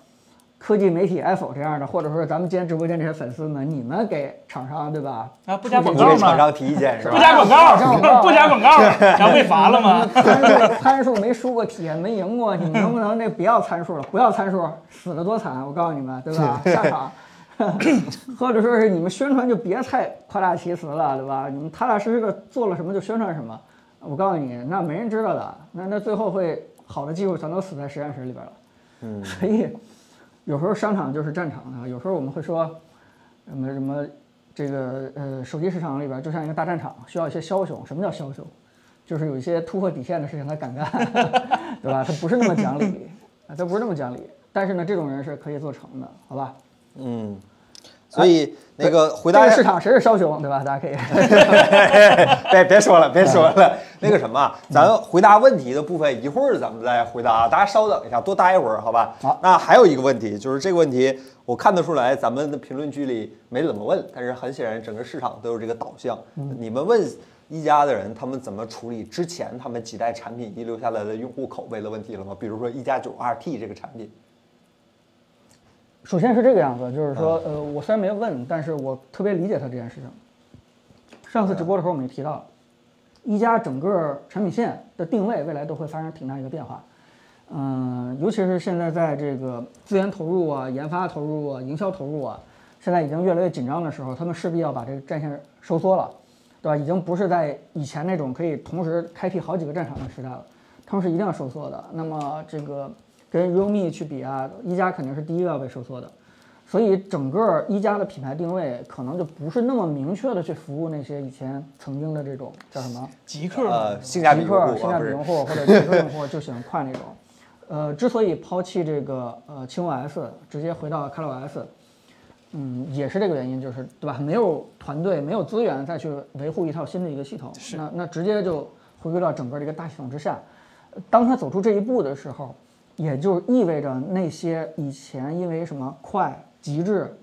Speaker 2: 科技媒体 Apple 这样的，或者说咱们今天直播间这些粉丝们，你们给厂商对吧？
Speaker 3: 啊，不加广
Speaker 1: 你
Speaker 3: 告
Speaker 1: 给厂
Speaker 3: 吗？
Speaker 1: 商提意见是
Speaker 3: 不
Speaker 1: 吧？嗯
Speaker 3: 加广告，不加广告，然后被罚了吗？
Speaker 2: 参数参数没输过，体验没赢过，你们能不能那不要参数了？不要参数，死的多惨！啊我告诉你们，对吧？下场，或者说是你们宣传就别太夸大其词了，对吧？你们踏踏实实的做了什么就宣传什么。我告诉你，那没人知道的，那那最后会好的技术全都死在实验室里边了。嗯，所以有时候商场就是战场啊，有时候我们会说什么什么。这个呃，手机市场里边就像一个大战场，需要一些枭雄。什么叫枭雄？就是有一些突破底线的事情他敢干， 对吧？他不是那么讲理，啊，他不是那么讲理。但是呢，这种人是可以做成的，好吧？
Speaker 1: 嗯，所以那个回
Speaker 2: 这
Speaker 1: 答
Speaker 2: 个市场谁是枭雄，对吧？大家 可以
Speaker 1: 别别说了，别说了。那个什么，啊咱回答问题的部分一会儿咱们再回答，大家稍等一下，多待一会儿，好吧？
Speaker 2: 好
Speaker 1: 那还有一个问题，就是这个问题，我看得出来咱们的评论区里没怎么问，但是很显然整个市场都有这个导向。
Speaker 2: 嗯
Speaker 1: 你们问一加的人，他们怎么处理之前他们几代产品遗留下来的用户口碑的问题了吗？比如说一加九 RT 这个产品，
Speaker 2: 首先是这个样子，就是说，
Speaker 1: 嗯
Speaker 2: 呃，我虽然没问，但是我特别理解他这件事情。上次直播的时候我们也提到了，一加整个产品线的定位未来都会发生挺大一个变化。嗯，尤其是现在在这个资源投入啊、研发投入啊、营销投入啊，现在已经越来越紧张的时候，他们势必要把这个战线收缩了，对吧？已经不是在以前那种可以同时开辟好几个战场的时代了，他们是一定要收缩的。那么这个跟 realme 去比啊，一加肯定是第一个要被收缩的，所以整个一加的品牌定位可能就不是那么明确的去服务那些以前曾经的这种叫什么？
Speaker 3: 极客嘛
Speaker 2: 嗯
Speaker 1: 呃，性价比
Speaker 2: 极
Speaker 1: 用
Speaker 2: 客、
Speaker 1: 户
Speaker 2: 性
Speaker 1: 啊，
Speaker 2: 价
Speaker 1: 不
Speaker 2: 比
Speaker 1: 是
Speaker 2: 用户或者极客用户就喜欢快那种。呃，之所以抛弃这个呃轻 OS，直接回到 ColorOS，嗯，也是这个原因，就是对吧？没有团队，没有资源再去维护一套新的一个系统，
Speaker 3: 是
Speaker 2: 那那直接就回归到整个这个大系统之下。呃当他走出这一步的时候，也就意味着那些以前因为什么快、极致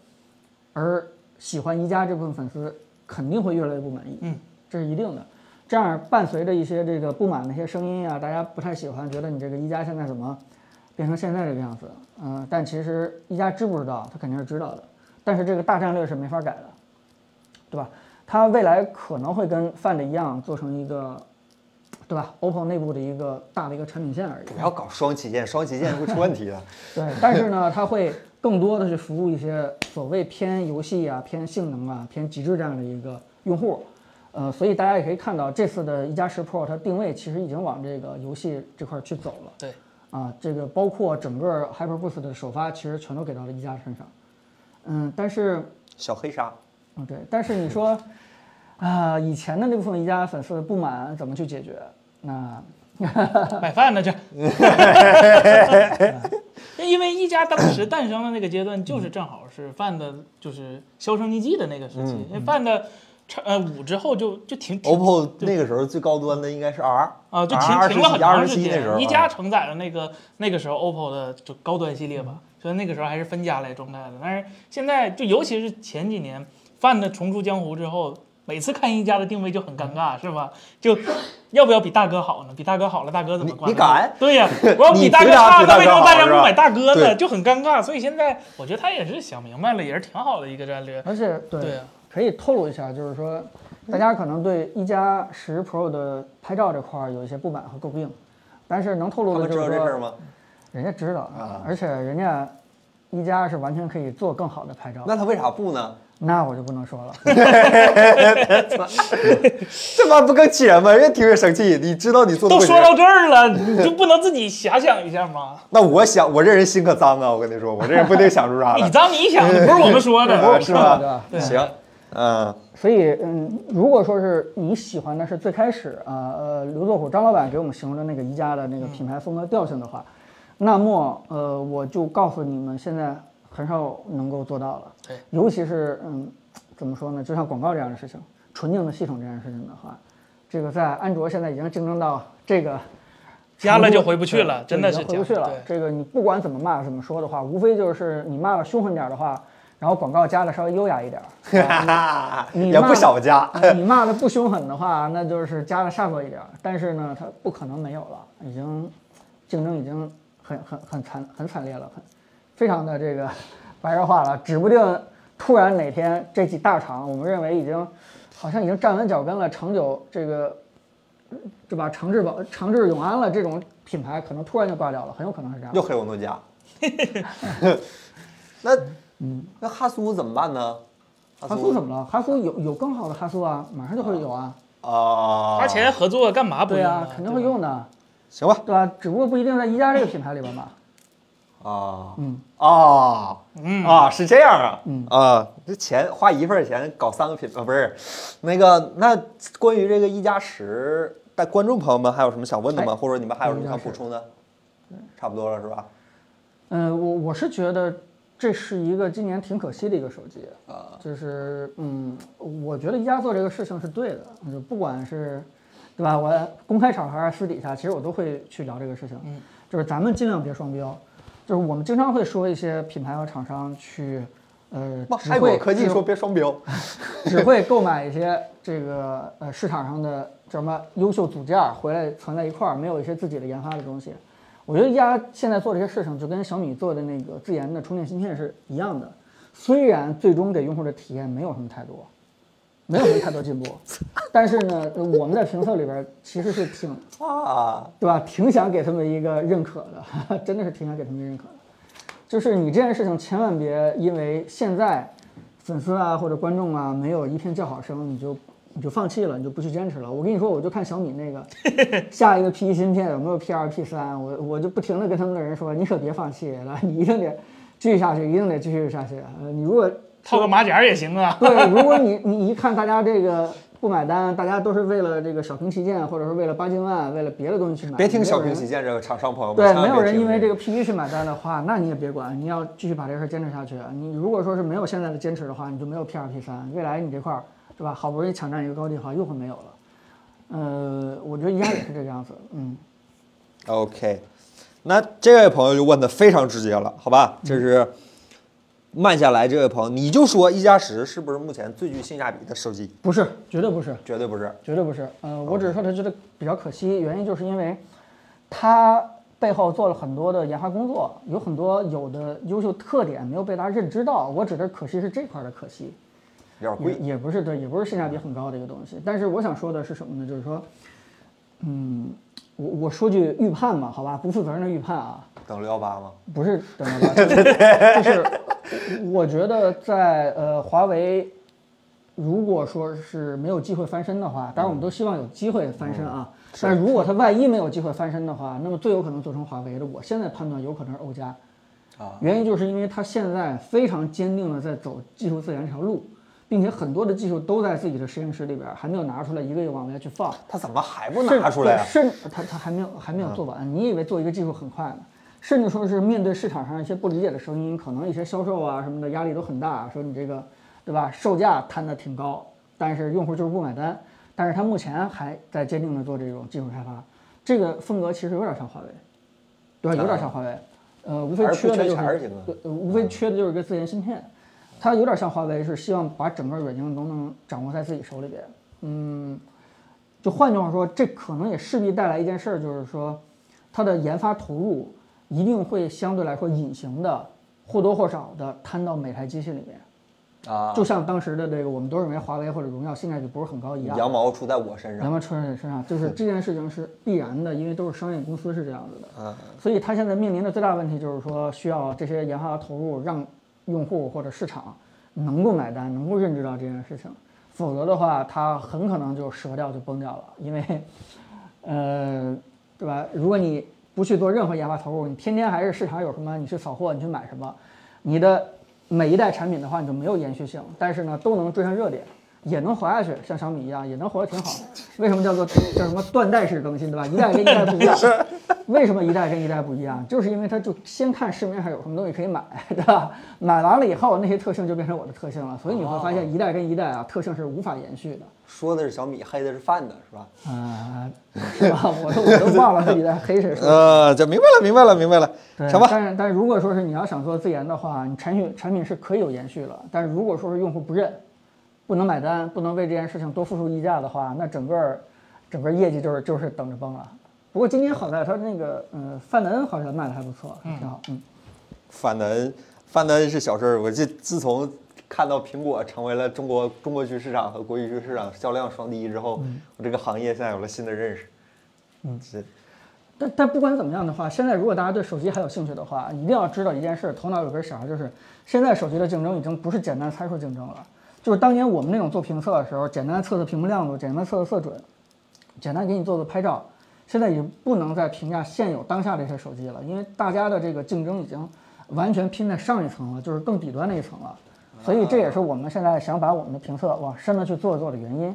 Speaker 2: 而喜欢宜家这部分粉丝，肯定会越来越不满意。
Speaker 3: 嗯，
Speaker 2: 这是一定的。这样伴随着一些这个不满的一些声音啊，大家不太喜欢，觉得你这个宜家现在怎么变成现在这个样子？嗯、但其实宜家知不知道，他肯定是知道的。但是这个大战略是没法改的，对吧？它未来可能会跟 Find 一样，做成一个，对吧？OPPO 内部的一个大的一个产品线而已。
Speaker 1: 不要搞双旗舰，双旗舰会出问题 的。
Speaker 2: 对，但是呢，它会更多的去服务一些所谓偏游戏啊、偏性能啊、偏极致这样的一个用户。呃，所以大家也可以看到，这次的一加十 Pro 它定位其实已经往这个游戏这块儿去走了。
Speaker 3: 对，
Speaker 2: 啊，这个包括整个 HyperBoost 的首发，其实全都给到了一加身上。嗯，但是
Speaker 1: 小黑鲨，
Speaker 2: 嗯，对，但是你说，啊、以前的那部分宜家粉丝的不满怎么去解决？那
Speaker 3: 买饭 呢这。因为一加当时诞生的那个阶段，就是正好是饭的，就是销声匿迹的那个时期。
Speaker 1: 嗯
Speaker 3: 因为饭的叉呃五之后就就停停
Speaker 1: OPPO 那个时候最高端的应该是 R
Speaker 3: 啊，就停
Speaker 1: ，R
Speaker 3: 停了很长
Speaker 1: 二
Speaker 3: 时
Speaker 1: 十七那时候，啊
Speaker 3: 间。一加承载了那个那个时候 OPPO 的就高端系列吧，所以那个时候还是分家来状态的。但是现在就尤其是前几年 Find 重出江湖之后，每次看一加的定位就很尴尬，是吧？就要不要比大哥好呢？比大哥好了，大哥怎么
Speaker 1: 你
Speaker 3: 管呢？
Speaker 1: 你敢
Speaker 3: 对 呀、我要
Speaker 1: 你
Speaker 3: 比大哥
Speaker 1: 凭啥
Speaker 3: 差，
Speaker 1: 比
Speaker 3: 那
Speaker 1: 大哥
Speaker 3: 为什么大家
Speaker 1: 好
Speaker 3: 不
Speaker 1: 是吧
Speaker 3: 买大哥呢？
Speaker 1: 对
Speaker 3: 就很尴尬。所以现在我觉得他也是想明白了，也是挺好的一个战略。
Speaker 2: 而且对，
Speaker 3: 对啊
Speaker 2: 可以透露一下，就是说，
Speaker 1: 嗯
Speaker 2: 大家可能对一加十 Pro 的拍照这块儿有一些不满和诟病，但是能透
Speaker 1: 他
Speaker 2: 露的
Speaker 1: 们
Speaker 2: 就
Speaker 1: 知
Speaker 2: 是
Speaker 1: 道
Speaker 2: 说，
Speaker 1: 这事儿吗？
Speaker 2: 人家知道
Speaker 1: 啊
Speaker 2: 而且人家一加是完全可以做更好的拍照。
Speaker 1: 那他为啥不呢？
Speaker 2: 那我就不能说了，
Speaker 1: 这玩意儿不更气吗？越听越生气。你知道你做的
Speaker 3: 都
Speaker 1: 不
Speaker 3: 说到
Speaker 1: 行，
Speaker 3: 这儿了，你就不能自己遐想一下吗？
Speaker 1: 那我想我这人心可脏啊！我跟你说，我这人不定想出啥
Speaker 3: 你
Speaker 1: 来，
Speaker 3: 当你想的，不是我们说的，
Speaker 1: 是
Speaker 2: 对
Speaker 1: 吧
Speaker 2: 吧？
Speaker 1: 行，嗯，
Speaker 2: 所以，嗯，如果说是你喜欢的是最开始啊，呃，刘作虎张老板给我们形容的那个宜家的那个品牌风格调性的话，那么，呃，我就告诉你们，现在很少能够做到了。
Speaker 3: 对，
Speaker 2: 尤其是嗯，怎么说呢？就像广告这样的事情，纯净的系统这样的事情的话，这个在安卓现在已经竞争到这个
Speaker 3: 加了就回不去了，
Speaker 2: 对
Speaker 3: 真的
Speaker 2: 已
Speaker 3: 是
Speaker 2: 经回
Speaker 3: 这
Speaker 2: 不
Speaker 3: 样。
Speaker 2: 去了
Speaker 3: 对。
Speaker 2: 这个你不管怎么骂怎么说的话，无非就是你骂的凶狠点儿的话，然后广告加的稍微优雅一点儿。
Speaker 1: 哈哈，
Speaker 2: 你
Speaker 1: 也
Speaker 2: 骂
Speaker 1: 不少加。
Speaker 2: 啊你骂的不凶狠的话，那就是加的下作一点儿。但是呢，它不可能没有了，已经竞争已经很很很惨很惨烈了，很非常的这个 白热化了。指不定突然哪天这几大厂，我们认为已经好像已经站稳脚跟了，长久这个对吧？长治保长治永安了这种品牌，可能突然就挂掉了，很有可能是这样
Speaker 1: 又。黑我诺基 亚。那那哈苏怎么办呢？
Speaker 2: 哈苏怎么了？哈苏有有更好的哈苏啊，马上就会有啊。
Speaker 1: 啊？
Speaker 3: 花钱合作干嘛不
Speaker 2: 对
Speaker 3: 用
Speaker 2: 啊，肯定会
Speaker 3: 对吧
Speaker 2: 用的，
Speaker 1: 行吧
Speaker 2: 对吧？只不过不一定在宜家这个品牌里边吧。
Speaker 1: 啊，
Speaker 2: 嗯
Speaker 1: 啊，
Speaker 3: 嗯
Speaker 1: 啊，是这样啊，
Speaker 2: 嗯
Speaker 1: 啊，这钱花一份儿钱搞三个品啊，不是那个那关于这个一加十，但观众朋友们还有什么想问的吗？
Speaker 2: 哎
Speaker 1: 或者你们还有什么
Speaker 2: 一加
Speaker 1: 想
Speaker 2: 十
Speaker 1: 补充的？差不多了是吧？
Speaker 2: 嗯，我我是觉得这是一个今年挺可惜的一个手机，
Speaker 1: 啊，
Speaker 2: 就是嗯，我觉得一加做这个事情是对的，就不管是对吧，我公开场合还是私底下，其实我都会去聊这个事情。
Speaker 3: 嗯，
Speaker 2: 就是咱们尽量别双标，就是我们经常会说一些品牌和厂商去。呃，
Speaker 1: 哇，
Speaker 2: 只
Speaker 1: 爱
Speaker 2: 会
Speaker 1: 果科技
Speaker 2: 只
Speaker 1: 说别双 标，
Speaker 2: 只会购买一些这个呃市场上的什么优秀组件儿回来存在一块儿，没有一些自己的研发的东西。我觉得一加现在做这些事情，就跟小米做的那个自研的充电芯片是一样的，虽然最终给用户的体验没有什么太多，没有什么太多进步，但是呢，我们在评测里边儿其实是挺
Speaker 1: 啊，
Speaker 2: 对吧？挺想给他们一个认可的， 真的是挺想给他们一个认可的。就是你这件事情千万别因为现在粉丝啊或者观众啊没有一片叫好声，你就你就放弃了，你就不去坚持了。我跟你说，我就看小米 那个下一个 P 一芯片有没有 P 二 P 三，我我就不停的跟他们的人说，你可别放弃了，你一定得继续下去，一定得继续下去。呃，你如果
Speaker 3: 套个马甲也行啊。
Speaker 2: 对，如果你你一看大家这个不买单，大家都是为了这个小屏旗舰，或者是为了八千万，为了别的东西去买。
Speaker 1: 别听
Speaker 2: 没有
Speaker 1: 小
Speaker 2: 人
Speaker 1: 屏旗舰这个厂商朋友们，
Speaker 2: 对，
Speaker 1: 千
Speaker 2: 没
Speaker 1: 万
Speaker 2: 有
Speaker 1: 别
Speaker 2: 人
Speaker 1: 听
Speaker 2: 因为
Speaker 1: 这
Speaker 2: 这个 PV 去买单的话，那你也别管，你要继续把这个事儿坚持下去。啊你如果说是没有现在的坚持的话，你就没有 P 二 P 三，未来你这块儿是吧？好不容易抢占一个高地的话，又会没有了。呃，我觉得一加也是这个样子，嗯，
Speaker 1: OK，那这位朋友就问的非常直接了，好吧？
Speaker 2: 嗯
Speaker 1: 这是慢下来，这位朋友你就说一加十是不是目前最具性价比的手机？
Speaker 2: 不是，绝对不是，
Speaker 1: 绝对不是。
Speaker 2: 绝对不是。呃，我只是说他觉得比较可惜，原因就是因为他背后做了很多的研发工作，有很多有的优秀特点没有被大家认知到。我指的可惜是这块儿的可惜。
Speaker 1: 有点
Speaker 2: 也
Speaker 1: 贵，
Speaker 2: 也不是对，也不是性价比很高的一个东西。但是我想说的是什么呢？就是说，嗯，我我说句预判吧，好吧，不负责任的预判啊，
Speaker 1: 等六幺八吗？
Speaker 2: 不是等等等，就是我觉得在呃华为，如果说是没有机会翻身的话，当然我们都希望有机会翻身啊。但如果它万一没有机会翻身的话，那么最有可能做成华为的，我现在判断有可能是欧家。
Speaker 1: 啊，
Speaker 2: 原因就是因为它现在非常坚定的在走技术自研这条路，并且很多的技术都在自己的实验室里边儿，还没有拿出来一个一个往外去放。
Speaker 1: 他怎么还不拿出来啊？嗯
Speaker 2: 甚甚他他还没有还没有做完。你以为做一个技术很快呢？甚至说是面对市场上一些不理解的声音，可能一些销售啊什么的压力都很大，说你这个对吧，售价摊的挺高，但是用户就是不买单。但是他目前还在坚定的做这种技术开发，这个风格其实有点像华为，对吧？有点像华为，呃，无非
Speaker 1: 啊还是不
Speaker 2: 缺的
Speaker 1: 缺
Speaker 2: 就是
Speaker 1: 钱儿行啊
Speaker 2: 对呃无非缺的就是一个自研芯片，它有点像华为，是希望把整个软件都能掌握在自己手里边。嗯，就换句话说，这可能也势必带来一件事儿，就是说，它的研发投入一定会相对来说隐形的或多或少的摊到每台机器里面，
Speaker 1: 啊，
Speaker 2: 就像当时的这个我们都认为华为或者荣耀性价比不是很高一样。
Speaker 1: 羊毛出在我身上
Speaker 2: 咱。们车人身上，就是这件事情是必然的，因为都是商业公司是这样子的。
Speaker 1: 嗯，
Speaker 2: 所以它现在面临的最大问题就是说，需要这些研发投入让用户或者市场能够买单，能够认知到这件事情，否则的话，它很可能就折掉就崩掉了，因为，呃，对吧？如果你不去做任何研发投入，你天天还是市场有什么你去扫货，你去买什么，你的每一代产品的话，你就没有延续性，但是呢，都能追上热点。也能活下去，像小米一样也能活得挺好。为什么叫做叫什么断代式更新，对吧？一代跟一代不一样。为什么一代跟一代不一样？就是因为它就先看市面上有什么东西可以买，对吧？买完了以后，那些特性就变成我的特性了。所以你会发现，一代跟一代啊，特性是无法延续的。
Speaker 1: 说的是小米，黑的是饭的，是吧？
Speaker 2: 啊、是吧？我都我都忘了一代黑谁说。
Speaker 1: 呃，这明白了，明白了，明白了。
Speaker 2: 对
Speaker 1: 行吧，
Speaker 2: 但是但是如果说是你要想做自研的话，你产品产品是可以有延续了。但是如果说是用户不认，不能买单，不能为这件事情多付出溢价的话，那整个整个业绩就是就是等着崩了。不过今年好在它那个呃范德恩好像卖的还不错，挺好。嗯，
Speaker 1: 范德恩，范德恩是小事儿。我这自从看到苹果成为了中国中国区市场和国际区市场销量双第一之后，
Speaker 2: 嗯
Speaker 1: 我这个行业现在有了新的认识。嗯，这
Speaker 2: 但但不管怎么样的话，现在如果大家对手机还有兴趣的话，一定要知道一件事，头脑有根弦儿，就是现在手机的竞争已经不是简单参数竞争了，就是当年我们那种做评测的时候，简单测测屏幕亮度，简单测测色准，简单给你做做拍照，现在已经不能再评价现有当下这些手机了，因为大家的这个竞争已经完全拼在上一层了，就是更底端那一层了。所以这也是我们现在想把我们的评测往深的去做一做的原因。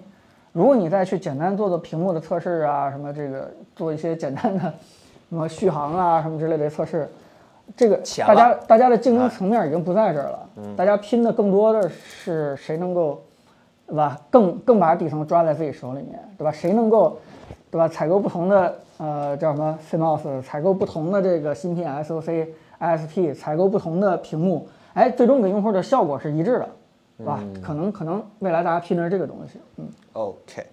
Speaker 2: 如果你再去简单做做屏幕的测试啊，什么这个做一些简单的什么续航啊什么之类的测试，这个
Speaker 1: 浅
Speaker 2: 大家
Speaker 1: 了
Speaker 2: 大家的竞争层面已经不在这儿了，大家拼的更多的是谁能够，对吧？更更把底层抓在自己手里面，对吧？谁能够，对吧？采购不同的呃叫什么 CMOS，采购不同的这个芯片 SOC、ISP，采购不同的屏幕，哎，最终给用户的效果是一致的，对吧？可能可能未来大家拼的是这个东西，嗯。
Speaker 1: OK，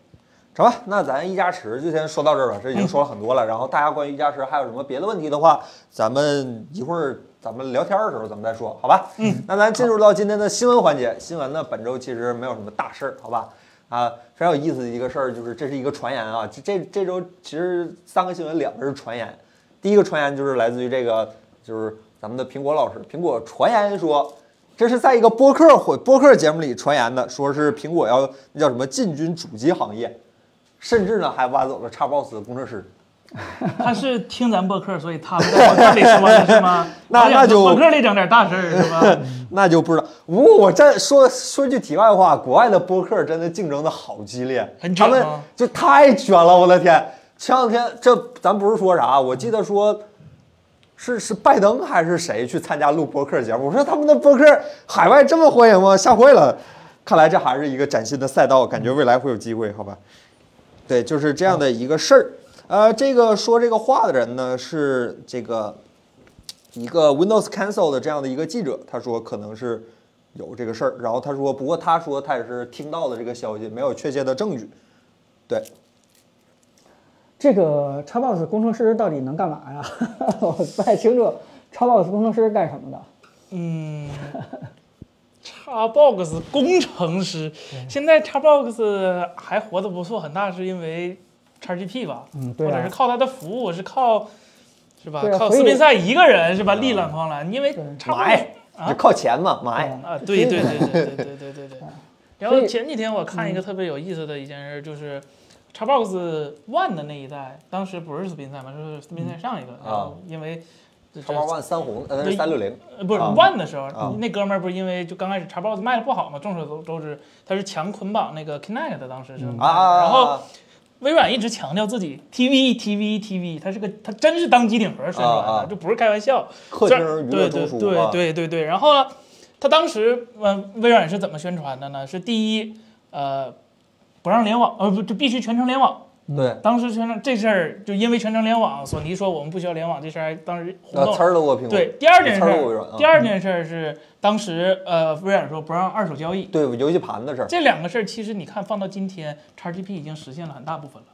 Speaker 1: 成吧，那咱一加十就先说到这儿吧，这已经说了很多了。然后大家关于一加十还有什么别的问题的话，咱们一会儿咱们聊天的时候咱们再说，好吧？嗯，那咱进入到今天的新闻环节。新闻呢，本周其实没有什么大事儿，好吧？啊，非常有意思的一个事儿就是这是一个传言啊，这这这周其实三个新闻两个是传言，第一个传言就是来自于这个就是咱们的苹果老师，苹果传言说这是在一个播客会播客节目里传言的，说是苹果要那叫什么进军主机行业，甚至呢还挖走了 Xbox 的工程师。
Speaker 3: 他是听咱播客，所以他们在播客里说的是吗？
Speaker 1: 那
Speaker 3: 他想
Speaker 1: 那就
Speaker 3: 播客里整点大事儿是 吧？
Speaker 1: 那就不知道。不过我这说说句题外话，国外的播客真的竞争的好激烈，
Speaker 3: 很卷
Speaker 1: 他
Speaker 3: 吗
Speaker 1: 们就太卷了，我的天！前两天这咱不是说啥，我记得说。是是拜登还是谁去参加录播客节目？我说他们的播客海外这么欢迎吗？吓坏了！看来这还是一个崭新的赛道，感觉未来会有机会，好吧？对，就是这样的一个事儿。呃，这个说这个话的人呢是呃这个一个 Windows Cancel 的这样的一个记者，他说可能是有这个事儿，然后他说，不过他说他也是听到了这个消息，没有确切的证据。对，
Speaker 2: 这个 Xbox 工程师到底能干嘛呀？ 我不太清楚 Xbox 工程师干什么的。
Speaker 3: 嗯，Xbox 工程师，现在 Xbox 还活得不错，很大是因为 XGP 吧？
Speaker 2: 嗯对啊
Speaker 3: 或者是靠它的服务，是靠是吧？
Speaker 2: 对啊
Speaker 3: 靠
Speaker 2: 所以
Speaker 3: 斯宾塞一个人是吧？力挽狂澜，因为
Speaker 2: 对
Speaker 3: Xbox
Speaker 1: 买就靠钱嘛，买。
Speaker 3: 啊，对对对对对对对对对。然
Speaker 2: 嗯所
Speaker 3: 后
Speaker 2: 以嗯
Speaker 3: 前几天我看一个特别有意思的一件事，就是 Xbox One 的那一代，当时不是斯宾塞嘛，是斯宾
Speaker 2: 嗯
Speaker 3: 塞上一个，然后因为这
Speaker 1: 叉八啊 one 三红，呃，
Speaker 3: 对
Speaker 1: 三六零，
Speaker 3: 呃，不是
Speaker 1: 啊
Speaker 3: One 的时候，
Speaker 1: 啊
Speaker 3: 那哥们儿不是因为就刚开始 Xbox 卖的不好嘛，众所周周知，他是强捆绑那个 Kinect 的，当时是
Speaker 2: 嗯
Speaker 3: 吧、
Speaker 1: 啊啊啊啊
Speaker 3: 然后微软一直强调自己 TV TV TV，它是个它真是当机顶盒宣传的，
Speaker 1: 啊啊
Speaker 3: 就不是开玩笑。
Speaker 1: 客厅娱乐中枢
Speaker 3: 对对
Speaker 1: 啊，
Speaker 3: 对对对。然后呢，他当时呃微软是怎么宣传的呢？是第一，呃，不让联网，呃不就必须全程联网。
Speaker 1: 对，
Speaker 3: 当时全程这事儿就因为全程联网，索尼说我们不需要联网这事儿，还当时轰
Speaker 1: 呃，
Speaker 3: 动
Speaker 1: 呲。儿的我苹果，
Speaker 3: 对，第二件事
Speaker 1: 呲儿我微软啊
Speaker 3: 儿，第二件事儿是当时呃微软说不让二手交易，
Speaker 1: 对，游戏盘的事儿
Speaker 3: 这两个事儿其实你看放到今天，XGP 已经实现了很大部分了。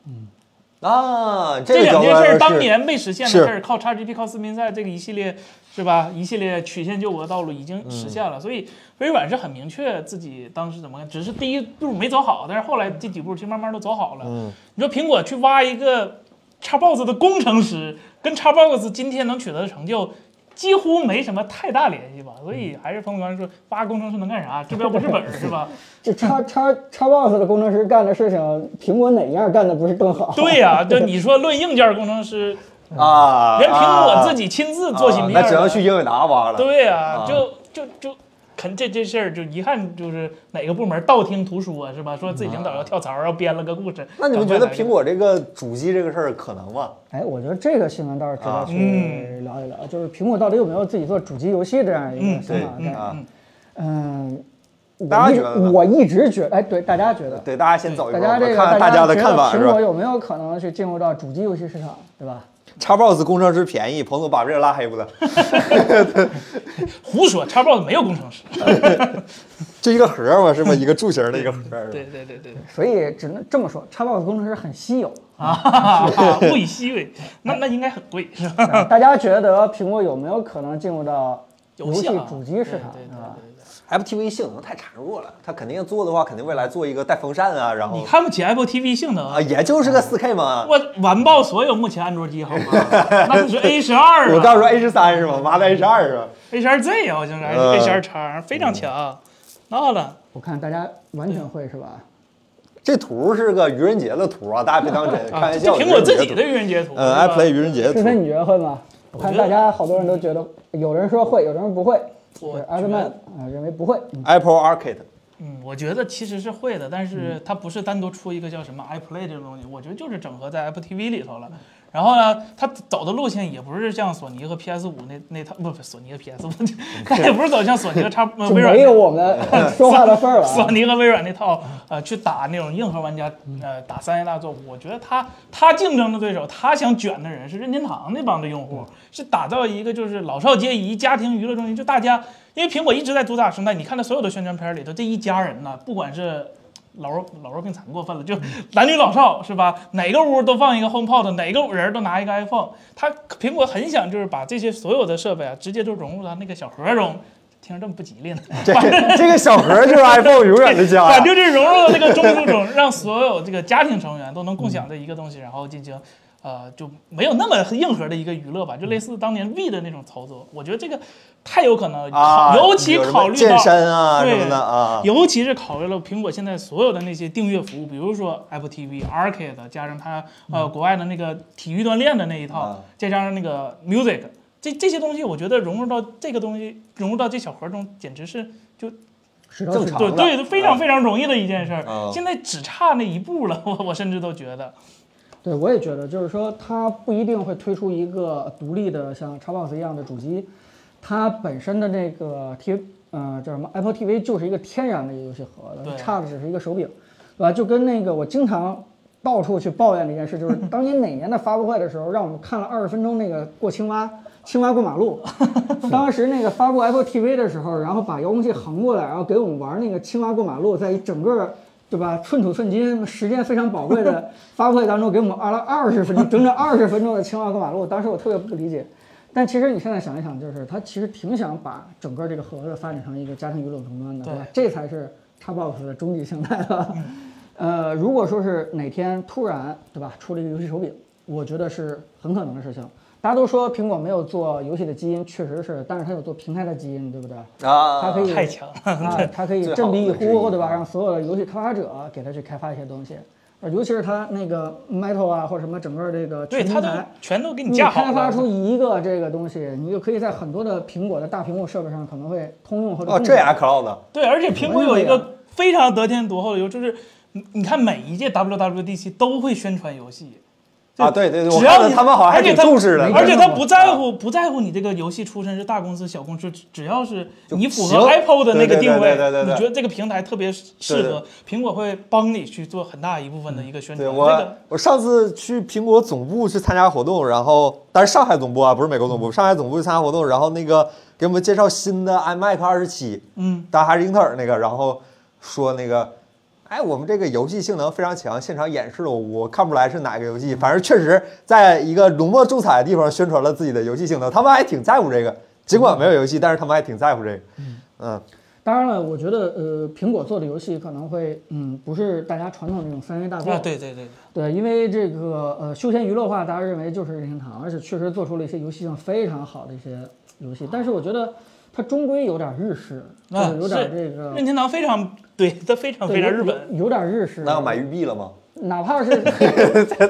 Speaker 1: 啊，
Speaker 3: 这
Speaker 1: 个
Speaker 3: 两件
Speaker 1: 小
Speaker 3: 事
Speaker 1: 玩意
Speaker 3: 儿
Speaker 1: 儿
Speaker 3: 当
Speaker 1: 是
Speaker 3: 年没实现的
Speaker 1: 是
Speaker 3: 事儿，靠 XGP 靠斯宾塞这个一系列是吧？一系列曲线救国的道路已
Speaker 1: 嗯
Speaker 3: 经实现了，所以微软是很明确自己当时怎么干，只是第一步没走好，但是后来这几步其实慢慢都走好了。
Speaker 1: 嗯
Speaker 3: 你说苹果去挖一个 Xbox 的工程师，跟 Xbox 今天能取得的成就。几乎没什么太大联系吧，所以还是朋友刚才说，挖工程师能干啥？治标不治本儿是 吧？
Speaker 2: 这叉叉叉 box 的工程师干的事情，苹果哪样干的不是更好？
Speaker 3: 对呀、就你说论硬件工程师，
Speaker 1: 啊，
Speaker 3: 连苹果自
Speaker 1: 己
Speaker 3: 己亲自做芯片、
Speaker 1: 啊那只能去英伟达挖了。
Speaker 3: 对呀、
Speaker 1: 啊
Speaker 3: 就就就肯这这事儿就一看就是哪个部门道听途说是吧？说自己领导要跳槽，然后编了个故事。
Speaker 1: 嗯那你们觉得
Speaker 3: 赶快来
Speaker 1: 苹果这个主机这个事儿可能吗？
Speaker 2: 哎，我觉得这个新闻倒是值
Speaker 1: 啊
Speaker 2: 得去
Speaker 3: 嗯
Speaker 2: 聊一聊，就是苹果到底有没有自己做主机游戏这样一个
Speaker 3: 嗯
Speaker 2: 想法？
Speaker 1: 对
Speaker 2: 对
Speaker 1: 啊
Speaker 3: 嗯
Speaker 2: 嗯，
Speaker 1: 大
Speaker 2: 我
Speaker 1: 家
Speaker 2: 一
Speaker 1: 觉得呢
Speaker 2: 我一直觉哎，对，大家觉得，
Speaker 1: 对，大家先走一
Speaker 2: 大
Speaker 1: 步，
Speaker 2: 家
Speaker 1: 我
Speaker 2: 这
Speaker 1: 看
Speaker 2: 个
Speaker 1: 看大
Speaker 2: 家
Speaker 1: 家的
Speaker 2: 觉
Speaker 1: 看
Speaker 2: 得
Speaker 1: 法是
Speaker 2: 苹
Speaker 1: 吧
Speaker 2: 果？有没有可能去进入到主机游戏市场，对吧？
Speaker 1: Xbox 工程师便宜，彭总把这个拉黑不得，
Speaker 3: 胡说，Xbox 没有工程师。
Speaker 1: 就一个盒儿嘛，是吧？一个柱形的一个盒儿。
Speaker 3: 对对 对对，
Speaker 2: 所以只能这么说，Xbox 工程师很稀有。
Speaker 3: 啊，物以稀为，那那应该很贵是吧？
Speaker 2: 大家觉得苹果有没有可能进入到游戏
Speaker 3: 啊
Speaker 2: 主机市场，啊
Speaker 3: 对对
Speaker 1: 啊
Speaker 2: 对吧？
Speaker 3: 对对对
Speaker 1: FTV 性能太孱弱了，它肯定做的话，肯定未来做一个带风扇啊，然
Speaker 3: 你
Speaker 1: 后
Speaker 3: 看不嗯起 Apple TV 性能
Speaker 1: 啊，？也就是个 4K 嘛。
Speaker 3: 我完爆所有目前安卓机好吗？那可是 A 十二
Speaker 1: 我刚
Speaker 3: 啊
Speaker 1: 说 A 十三是吧？妈的 A 十二是吧？
Speaker 3: ，A 十二 Z 好像是
Speaker 1: 呃
Speaker 3: A 十二叉，非常
Speaker 1: 嗯
Speaker 3: 强。闹了，
Speaker 2: 我看大家完全会是吧？
Speaker 1: 这图是个愚人节的图啊，大家别当真，开
Speaker 3: 啊，
Speaker 1: 玩
Speaker 3: 这
Speaker 1: 笑。
Speaker 3: 苹果自己
Speaker 1: 愚人节
Speaker 3: 的愚人节图，
Speaker 1: 图，呃
Speaker 3: 是吧
Speaker 1: ，iPlay 愚人节的
Speaker 2: 志飞，
Speaker 1: 图，
Speaker 2: 你觉得会吗？我看
Speaker 3: 觉得
Speaker 2: 大家好多人都觉得，有人说会，有人不会。
Speaker 3: 我
Speaker 2: 艾
Speaker 3: 觉得
Speaker 2: 德曼啊认为不会，嗯
Speaker 1: Apple Arcade，
Speaker 3: 嗯，我觉得其实是会的，但
Speaker 2: 嗯
Speaker 3: 是它不是单独出一个叫什么 iPlay 这种东西，我觉得就是整合在 Apple TV 里头了。
Speaker 2: 嗯
Speaker 3: 然后呢，它走的路线也不是像索尼和 PS 五那那套，不不，索尼和 PS 五， 它也不是走向索尼和叉呃
Speaker 2: 就
Speaker 3: 微软
Speaker 2: 没有我们 说话的份儿了
Speaker 3: 索
Speaker 2: 啊。
Speaker 3: 尼和微软那套，呃，去打那种硬核玩家，呃，打三 A 大作，我觉得他他竞争的对手，他想卷的人是任天堂那帮的用
Speaker 2: 嗯
Speaker 3: 户，是打造一个就是老少皆宜家庭娱乐中心，就大家，因为苹果一直在主打生态，你看它所有的宣传片里头，这一家人呢，不管是。老弱老弱病残过分了，
Speaker 2: 嗯
Speaker 3: 就男女老少是吧？哪个屋都放一个 HomePod，哪个人都拿一个 iPhone。它苹果很想就是把这些所有的设备啊，直接就融入到那个小盒中，听着这么不吉利呢。
Speaker 1: 这个这个小盒就是 iPhone 永远的家
Speaker 3: 反
Speaker 1: 呀。
Speaker 3: 正就是融入到那个中枢中，让所有这个家庭成员都能共享这一个东西，然后进行呃，就没有那么硬核的一个娱乐吧，就类似当年 V 的那种操作。我觉得这个太有可能，
Speaker 1: 啊，
Speaker 3: 尤其
Speaker 1: 有什么
Speaker 3: 考虑到
Speaker 1: 健身啊
Speaker 3: 对
Speaker 1: 什么的啊，
Speaker 3: 尤其是考虑了苹果现在所有的那些订阅服务，比如说 Apple TV、Arcade，加上它呃国外的那个体育锻炼的那一套，
Speaker 1: 啊
Speaker 3: 再加上那个 Music，这这些东西，我觉得融入到这个东西，融入到这小盒中，简直是就
Speaker 2: 使到
Speaker 1: 正
Speaker 2: 使
Speaker 1: 常
Speaker 3: 对
Speaker 1: 的嗯
Speaker 3: 对非常非常容易的一件事儿。
Speaker 1: 啊
Speaker 3: 现在只差那一步了，我我甚至都觉得，
Speaker 2: 对，我也觉得，就是说，它不一定会推出一个独立的像 Xbox 一样的主机，它本身的那个 T 呃叫什么 Apple TV 就是一个天然的一个游戏盒
Speaker 3: 对
Speaker 2: 了，差的只是一个手柄，对吧？就跟那个我经常到处去抱怨的一件事，就是当年哪年的发布会的时候，让我们看了二十分钟那个过青蛙。青蛙过马路，当时那个发布 Apple TV 的时候，然后把遥控器横过来，然后给我们玩那个青蛙过马路，在一整个对吧寸土寸金、时间非常宝贵的发布会当中，给我们玩了二十分钟，整整二十分钟的青蛙过马路，当时我特别不理解。但其实你现在想一想，就是他其实挺想把整个这个盒子发展成一个家庭娱乐终端的，对吧？这才是 Xbox 的终极形态吧。呃，如果说是哪天突然对吧出了一个游戏手柄，我觉得是很可能的事情。大家都说苹果没有做游戏的基因，确实是，但是它有做平台的基因，对不对？
Speaker 1: 啊，
Speaker 2: 它可以
Speaker 3: 太强了。
Speaker 2: 啊，它可以
Speaker 1: 最好
Speaker 2: 振臂一
Speaker 1: 的之一
Speaker 2: 呼，
Speaker 3: 啊
Speaker 2: 对吧？让所有的游戏开发者给它去开发一些东西，呃，尤其是它那个 Metal 啊，或者什么整个这个
Speaker 3: 对，
Speaker 2: 全
Speaker 3: 它
Speaker 2: 平
Speaker 3: 都
Speaker 2: 台，
Speaker 3: 全都给
Speaker 2: 你
Speaker 3: 架好
Speaker 2: 开发
Speaker 3: 了。
Speaker 2: 出一个这个东西，你就可以在很多的苹果的大屏幕设备上可能会通用或者
Speaker 1: 哦，
Speaker 2: 共
Speaker 1: 这
Speaker 2: 用
Speaker 1: 俩 cloud
Speaker 3: 对，而且苹果有一个非常得天独厚的优势，就是你你看每一届 WWDC 都会宣传游戏，
Speaker 1: 啊，对对对，我
Speaker 3: 只要
Speaker 1: 看
Speaker 3: 你
Speaker 1: 到他们好像还
Speaker 3: 而且
Speaker 1: 挺
Speaker 3: 他
Speaker 1: 重视的，
Speaker 3: 而且他
Speaker 2: 没
Speaker 3: 不在乎不在乎你这个游戏出身是大公司小公司，只只要是
Speaker 1: 就
Speaker 3: 你符
Speaker 1: 行
Speaker 3: 合 Apple 的那个
Speaker 1: 对对
Speaker 3: 定
Speaker 1: 对对
Speaker 3: 位，
Speaker 1: 对对对
Speaker 3: 你觉得这个平台特别适合，苹果会帮你去做很大一部分的一个宣传。
Speaker 1: 对
Speaker 3: 这个
Speaker 1: 我，我上次去苹果总部去参加活动，然后但是上海总部啊，不是美国总部，上海总部去参加活动，然后那个给我们介绍新的 iMac 二十七，
Speaker 3: 嗯，
Speaker 1: 但还是英特尔那个，然后说那个，哎，我们这个游戏性能非常强，现场演示了，我看不出来是哪个游戏，反正确实在一个浓墨重彩的地方宣传了自己的游戏性能，他们还挺在乎这个，尽管没有游戏，但是他们还挺在乎这个，嗯，
Speaker 2: 当然了，我觉得呃，苹果做的游戏可能会嗯，不是大家传统那种三 A 大作，
Speaker 3: 啊，对对对，
Speaker 2: 对，因为这个呃休闲娱乐化，大家认为就是任天堂，而且确实做出了一些游戏性非常好的一些游戏，但是我觉得它终归有点日式，就
Speaker 3: 啊
Speaker 2: 是有点这个。
Speaker 3: 任天堂非常对，它非常
Speaker 2: 对
Speaker 3: 非常
Speaker 2: 有
Speaker 3: 日本。
Speaker 2: 有有点日式，
Speaker 1: 那要买玉璧了吗？
Speaker 2: 哪 怕是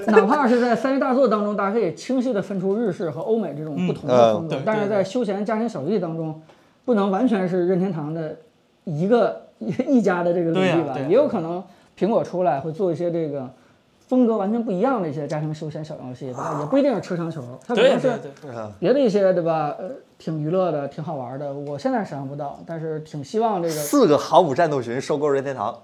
Speaker 2: 哪怕是在三 A 大作当中，大家可以清晰的分出日式和欧美这种不同的风格，
Speaker 3: 嗯呃对
Speaker 2: 但是在休闲家庭小游戏当中，不能完全是任天堂的一个一家的这个
Speaker 3: 对
Speaker 2: 领
Speaker 3: 呀
Speaker 2: 地吧，
Speaker 3: 对呀
Speaker 2: 也有可能苹果出来会做一些这个。风格完全不一样的一些家庭休闲小游戏，对吧？也不一定是车长球，它可
Speaker 3: 对
Speaker 2: 能
Speaker 3: 啊对
Speaker 2: 是
Speaker 3: 对，
Speaker 1: 嗯，
Speaker 2: 别的一些，对吧？呃，挺娱乐的，挺好玩的。我现在想象不到，但是挺希望这个
Speaker 1: 四个航母战斗群收购任天堂，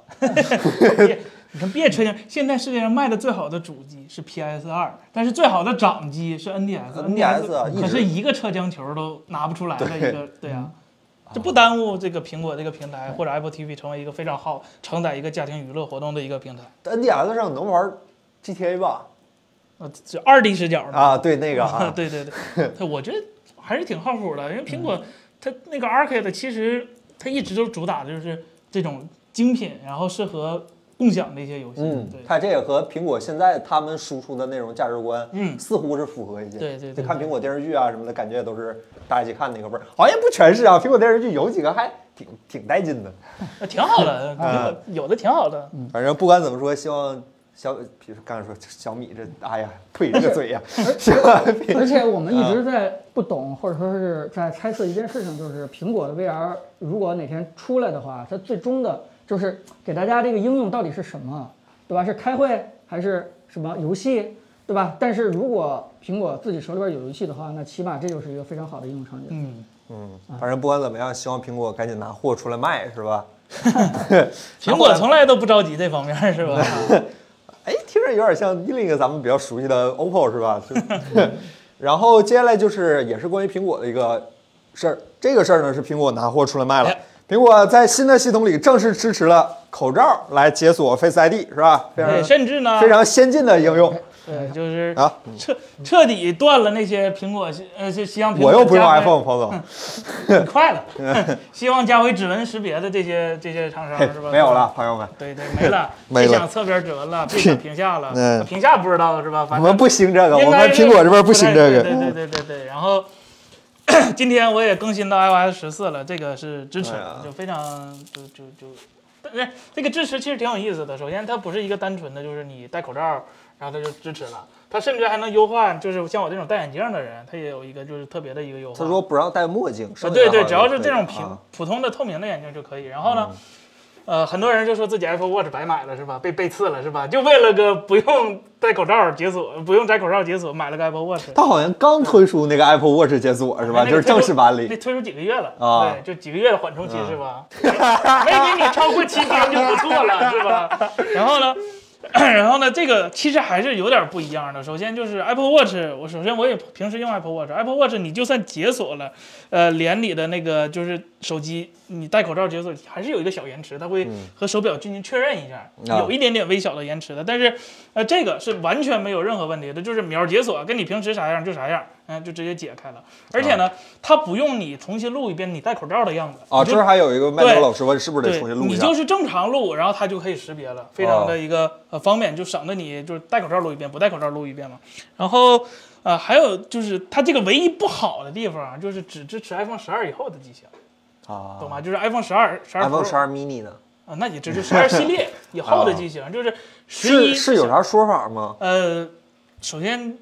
Speaker 3: 别你看别吹牛，现在世界上卖的最好的主机是 PS 二，但是最好的掌机是 NDS。
Speaker 1: NDS 啊一直
Speaker 3: 可是一个车厢球都拿不出来的一
Speaker 1: 对嗯
Speaker 3: 个，对啊。这不耽误这个苹果这个平台或者 Apple TV 成为一个非常好承载一个家庭娱乐活动的一个平台，
Speaker 1: NDS 上能玩 GTA 吧？
Speaker 3: 呃，是二 D 视角的。
Speaker 1: 啊，对那个啊，
Speaker 3: 对对对，对我觉得还是挺靠谱的，因为苹
Speaker 1: 嗯
Speaker 3: 果它那个 Arcade 其实它一直都主打的就是这种精品，然后适合共享的一些游戏。
Speaker 1: 嗯
Speaker 3: 对，
Speaker 1: 它这个和苹果现在他们输出的内容价值观，
Speaker 3: 嗯
Speaker 1: 似乎是符合一些。
Speaker 3: 对对
Speaker 1: 就
Speaker 3: 对
Speaker 1: 看苹果电视剧啊什么的，感觉也都是大家一起看那个味儿，好像也不全是啊。苹果电视剧有几个还挺挺带劲的。
Speaker 3: 呃，挺好的，
Speaker 1: 嗯
Speaker 3: 有有的挺好的。
Speaker 1: 反正不管怎么说，希望小，比如说刚才说小米这，哎呀，呸，这个嘴 呀， 希望
Speaker 3: 嗯
Speaker 2: 而且我们一直在不懂，或者说是在猜测一件事情，就是苹果的 VR 如果哪天出来的话，它最终的就是给大家这个应用到底是什么，对吧？是开会还是什么游戏，对吧？但是如果苹果自己手里边有游戏的话，那起码这就是一个非常好的应用场景。
Speaker 3: 嗯，
Speaker 1: 嗯，反正不管怎么样，希望苹果赶紧拿货出来卖，是吧？
Speaker 3: 苹果从来都不着急这方面儿，是吧？
Speaker 1: 哎，听着有点像另一个咱们比较熟悉的 OPPO 是吧？是 然后接下来就是也是关于苹果的一个事儿，这个事儿呢是苹果拿货出来卖了
Speaker 3: 哎。
Speaker 1: 苹果在新的系统里正式支持了口罩来解锁 Face ID，是吧？非
Speaker 3: 对，
Speaker 1: 常
Speaker 3: 甚至呢，
Speaker 1: 非常先进的应用。
Speaker 3: 对，就是
Speaker 1: 啊，
Speaker 3: 彻彻底断了那些苹果呃，这希望苹果嗯
Speaker 1: 我又不用
Speaker 3: 加回
Speaker 1: iPhone，彭总，
Speaker 3: 你 快了， 希望加回指纹识别的这些这些厂商
Speaker 1: 嘿
Speaker 3: 是吧？
Speaker 1: 哎没有了，朋友们，
Speaker 3: 对对，没了，
Speaker 1: 没了
Speaker 3: 别想侧边指纹 了，别想屏下了，
Speaker 1: 嗯
Speaker 3: 屏下不知道是吧？
Speaker 1: 我
Speaker 3: 反正
Speaker 1: 们不兴这个，
Speaker 3: 啊应
Speaker 1: 我
Speaker 3: 该
Speaker 1: 们
Speaker 3: 是
Speaker 1: 苹果这边不兴这
Speaker 3: 对
Speaker 1: 个。
Speaker 3: 对对对对。然后 今天我也更新到 iOS 十四了，这个是支持
Speaker 1: 哎呀
Speaker 3: 的，就非常就就就，但是这个支持其实挺有意思的。首先，它不是一个单纯的就是你戴口罩，然后它就支持了，它甚至还能优化，就是像我这种戴眼镜的人，它也有一个就是特别的一个优化。
Speaker 1: 他说不让戴墨镜，
Speaker 3: 啊
Speaker 1: 剩下
Speaker 3: 对对，
Speaker 1: 好像
Speaker 3: 只要是
Speaker 1: 可以
Speaker 3: 这种
Speaker 1: 啊嗯
Speaker 3: 平、普通的透明的眼镜就可以。然后呢，呃，很多人就说自己 Apple Watch 白买了是吧？被被刺了是吧？就为了个不用戴口罩解锁，不用摘口罩解锁，买了个 Apple Watch。
Speaker 1: 他好像刚推出那个 Apple Watch 解锁是吧？
Speaker 3: 哎那
Speaker 1: 就
Speaker 3: 个
Speaker 1: 是正式版
Speaker 3: 那
Speaker 1: 里，
Speaker 3: 推出几个月了
Speaker 1: 啊
Speaker 3: 对，就几个月的缓冲期是吧？没给你超过七天就不错了，是吧？然后呢，然后呢，这个其实还是有点不一样的。首先就是 Apple Watch，我首先我也平时用 Apple Watch，Apple Watch 你就算解锁了，呃，连你的那个就是手机，你戴口罩解锁还是有一个小延迟，它会和手表进行确认一下，
Speaker 1: 嗯啊
Speaker 3: 有一点点微小的延迟的。但是呃，这个是完全没有任何问题的，就是秒解锁，跟你平时啥样就啥样，嗯、就直接解开了。而且呢，它不用你重新录一遍你戴口罩的样子
Speaker 1: 啊，
Speaker 3: 你就
Speaker 1: 这儿还有一个麦当
Speaker 3: 对
Speaker 1: 老师问是不是得
Speaker 3: 对
Speaker 1: 重新录一
Speaker 3: 你
Speaker 1: 下啊
Speaker 3: 就？是正常录，然后它就可以识别了，非常的一个、呃方便，就省得你就是戴口罩录一遍，不戴口罩录一遍嘛。然后呃，还有就是它这个唯一不好的地方啊就是只支持 iPhone 十二以后的机型，
Speaker 1: 啊
Speaker 3: 懂吗？就是 iPhone 十二、十二
Speaker 1: iPhone
Speaker 3: Pro
Speaker 1: 十二 mini 呢？
Speaker 3: 啊，那也只是十二系列以后的机型，就是十一
Speaker 1: 是是有啥说法吗？
Speaker 3: 呃，首先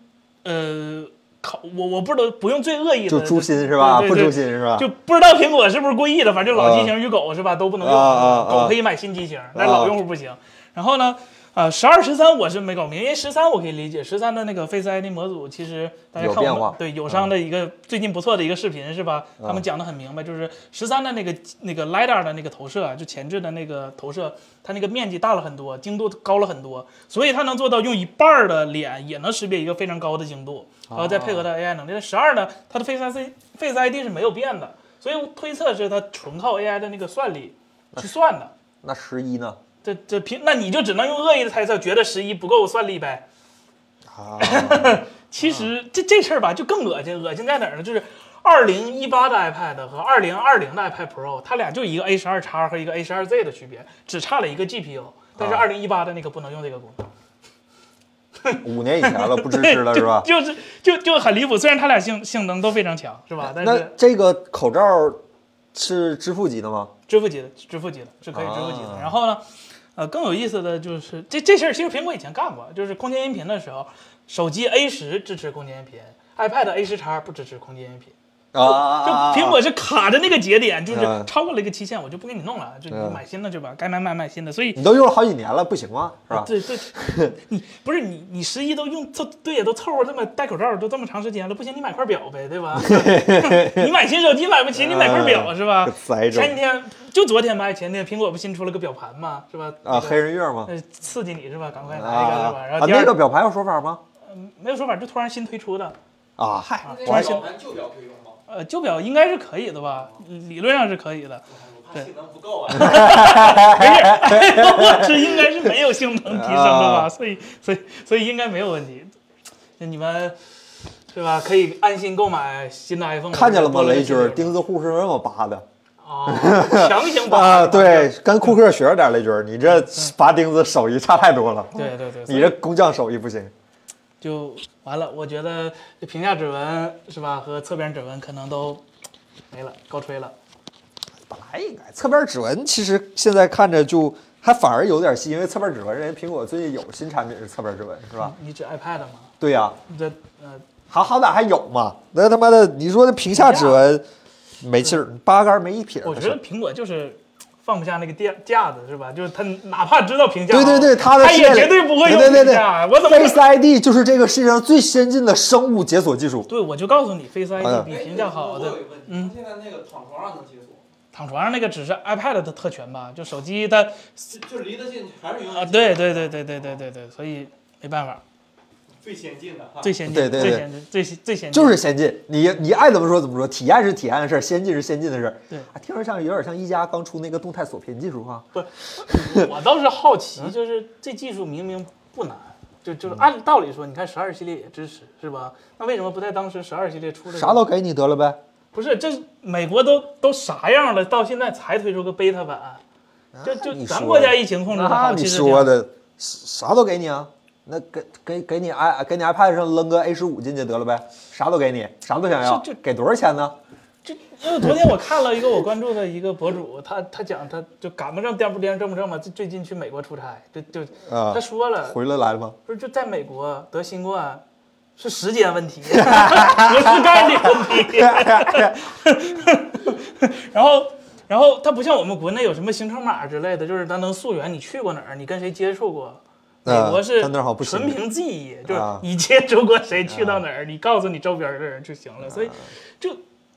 Speaker 3: 呃，考我我不知道不用最恶意的
Speaker 1: 就啊诛心是吧？
Speaker 3: 对
Speaker 1: 不
Speaker 3: 对
Speaker 1: 诛
Speaker 3: 对
Speaker 1: 心是吧？
Speaker 3: 就不知道苹果是不是故意的，反正老机型与狗是吧都不能用，
Speaker 1: 啊啊啊
Speaker 3: 狗可以买新机型，但是老用户不行。然后呢，呃，十二、十三我是没搞明，因为十三我可以理解，十三的那个 Face ID 模组其实大家
Speaker 1: 有
Speaker 3: 看
Speaker 1: 变
Speaker 3: 我
Speaker 1: 化嗯
Speaker 3: 们对友商的一个最近不错的一个视频是吧？他们讲的很明白，就是十三的那个那个 LiDAR 的那个投射啊，就前置的那个投射，它那个面积大了很多，精度高了很多，所以它能做到用一半儿的脸也能识别一个非常高的精度，
Speaker 1: 哦
Speaker 3: 然后再配合它 AI 能力。那十二呢，它的 Face ID Face ID 是没有变的，所以我推测是它纯靠 AI 的那个算力去算的。
Speaker 1: 那十一呢？
Speaker 3: 这这凭那你就只能用恶意的猜测，觉得十一不够算力呗。
Speaker 1: 啊，
Speaker 3: 其实这这事儿吧，就更恶心，恶心在哪儿呢？就是二零一八的 iPad 和二零二零的 iPad Pro，它俩就一个 A 十二 x 和一个 A 十二 Z 的区别，只差了一个 GPU。但是
Speaker 1: 啊
Speaker 3: 二零一八的那个不能用这个功能，
Speaker 1: 五年以前了，不支持了是吧？
Speaker 3: 就就是就就很离谱。虽然它俩性性能都非常强，是吧？但
Speaker 1: 那
Speaker 3: 是
Speaker 1: 这个口罩是支付级的吗？
Speaker 3: 支付级的，支付级的是可以支付级的。
Speaker 1: 啊
Speaker 3: 然后呢，呃，更有意思的就是这这事儿，其实苹果以前干过，就是空间音频的时候，手机 A 十支持空间音频，iPad A 十 x 不支持空间音频。
Speaker 1: 啊啊
Speaker 3: 就
Speaker 1: 啊啊！
Speaker 3: 苹果是卡着那个节点，就是
Speaker 1: 嗯
Speaker 3: 超过了一个期限，我就不给你弄了，就你买新的去吧，该买买买新的。所以，
Speaker 1: 你都用了好几年了，不行吗？嗯是吧？
Speaker 3: 对对，你不是你你十一都用凑对呀，都凑合这么戴口罩都这么长时间了，不行你买块表呗，对吧？ 你买新手机买不起，你买块表是 吧
Speaker 1: 这？栽种
Speaker 3: 前几天就昨天吧，还是前天苹果不新出了个表盘嘛，是吧？
Speaker 1: 啊，
Speaker 3: 这个
Speaker 1: 黑人月吗？
Speaker 3: 呃刺激你是吧？赶快
Speaker 1: 啊
Speaker 3: 来一个是吧？
Speaker 1: 啊
Speaker 3: 然
Speaker 1: 啊！
Speaker 3: 后第二
Speaker 1: 那
Speaker 3: 嗯
Speaker 1: 个表盘有说法吗？
Speaker 3: 没有说法，就突然新推出的，
Speaker 1: 啊，嗨，
Speaker 4: 那
Speaker 1: 我还
Speaker 4: 个
Speaker 1: 想
Speaker 4: 表盘旧表可以用吗？
Speaker 3: 呃，旧表应该是可以的吧？嗯理论上是可以的。
Speaker 4: 我怕
Speaker 3: 对
Speaker 4: 性能不够 啊。
Speaker 3: 我 是应该是没有性能提升的
Speaker 1: 啊
Speaker 3: 吧，所以所以所以应该没有问题。那你们是吧？可以安心购买新的 iPhone。
Speaker 1: 看见了吗？雷军儿
Speaker 3: 钉
Speaker 1: 钉子户是这么拔的
Speaker 3: 啊，强行拔
Speaker 1: 啊！对，跟库克学着点，雷军儿，你这拔钉子手艺差太多了，
Speaker 3: 对对对，
Speaker 1: 你这工匠手艺不行。
Speaker 3: 就完了。我觉得这屏下指纹是吧，和侧边指纹可能都没了，高吹了。
Speaker 1: 本来应该侧边指纹，其实现在看着就还反而有点细，因为侧边指纹人家苹果最近有新产品是侧边指纹，是吧？
Speaker 3: 你指 iPad 吗？
Speaker 1: 对呀、
Speaker 3: 这呃，
Speaker 1: 好好歹还有嘛。那他妈的，你说那屏下指纹没气儿，八竿没一撇儿
Speaker 3: 我
Speaker 1: 的
Speaker 3: 觉
Speaker 1: 事
Speaker 3: 得
Speaker 1: 儿。
Speaker 3: 苹果就是。放不下那个架架子是吧？就是他哪怕知道评价，
Speaker 1: 对对对，他的
Speaker 3: 他
Speaker 1: 系
Speaker 3: 也
Speaker 1: 列
Speaker 3: 绝对不会用
Speaker 1: 对对
Speaker 3: 评
Speaker 1: 对
Speaker 3: 价。我怎么
Speaker 1: ，Face ID 就是这个世界上最先进的生物解锁技术。
Speaker 3: 对，我就告诉你，Face
Speaker 1: 好的
Speaker 3: ID 比评价
Speaker 4: 哎
Speaker 3: 好
Speaker 4: 我
Speaker 3: 的
Speaker 4: 有一个问题，
Speaker 3: 嗯
Speaker 4: 他现在那个躺床上能解锁，
Speaker 3: 躺床上那个只是 iPad 的特权吧，就手机它
Speaker 4: 就就离得近还是永
Speaker 3: 啊，
Speaker 4: 远
Speaker 3: 对对对对对对对对，所以没办法，
Speaker 4: 最先进的哈。
Speaker 3: 最先进，
Speaker 1: 对对对
Speaker 3: 最先进，最先最先进
Speaker 1: 就是先进，你你爱怎么说怎么说，体验是体验的事儿，先进是先进的事儿。
Speaker 3: 对
Speaker 1: 啊，听着像有点像一加刚出那个动态锁屏技术哈。
Speaker 3: 我倒是好奇，就是这技术明明不难，就就是
Speaker 1: 嗯
Speaker 3: 按道理说，你看十二系列也支持是吧？那为什么不在当时十二系列出了？
Speaker 1: 啥都给你得了呗。
Speaker 3: 不是，这美国都都啥样了，到现在才推出个 beta 版，就就
Speaker 1: 你
Speaker 3: 咱
Speaker 1: 说
Speaker 3: 国家
Speaker 1: 的
Speaker 3: 疫情控制的
Speaker 1: 那
Speaker 3: 好，
Speaker 1: 你
Speaker 3: 其实这
Speaker 1: 说
Speaker 3: 样
Speaker 1: 的啥都给你啊？那给给给你 i 给你 iPad 上扔个 A 十五进去得了呗，啥都给你，啥都想要
Speaker 3: 是这，
Speaker 1: 给多少钱呢？
Speaker 3: 就因为昨天我看了一个我关注的一个博主，他他讲他就赶不上颠不颠正不正嘛，最最近去美国出差，就就
Speaker 1: 啊
Speaker 3: 他说了，
Speaker 1: 回来来了吗？
Speaker 3: 不是就在美国得新冠是时间问题，不 是概率问题。然后，然后它不像我们国内有什么行程码之类的，就是它能溯源你去过哪儿，你跟谁接触过。美
Speaker 1: 呃
Speaker 3: 国是
Speaker 1: 它那儿好不行
Speaker 3: 纯凭记忆，就是
Speaker 1: 啊
Speaker 3: 你接触过谁，去到哪儿，你告诉你周边的人就行
Speaker 1: 啊
Speaker 3: 了。所以就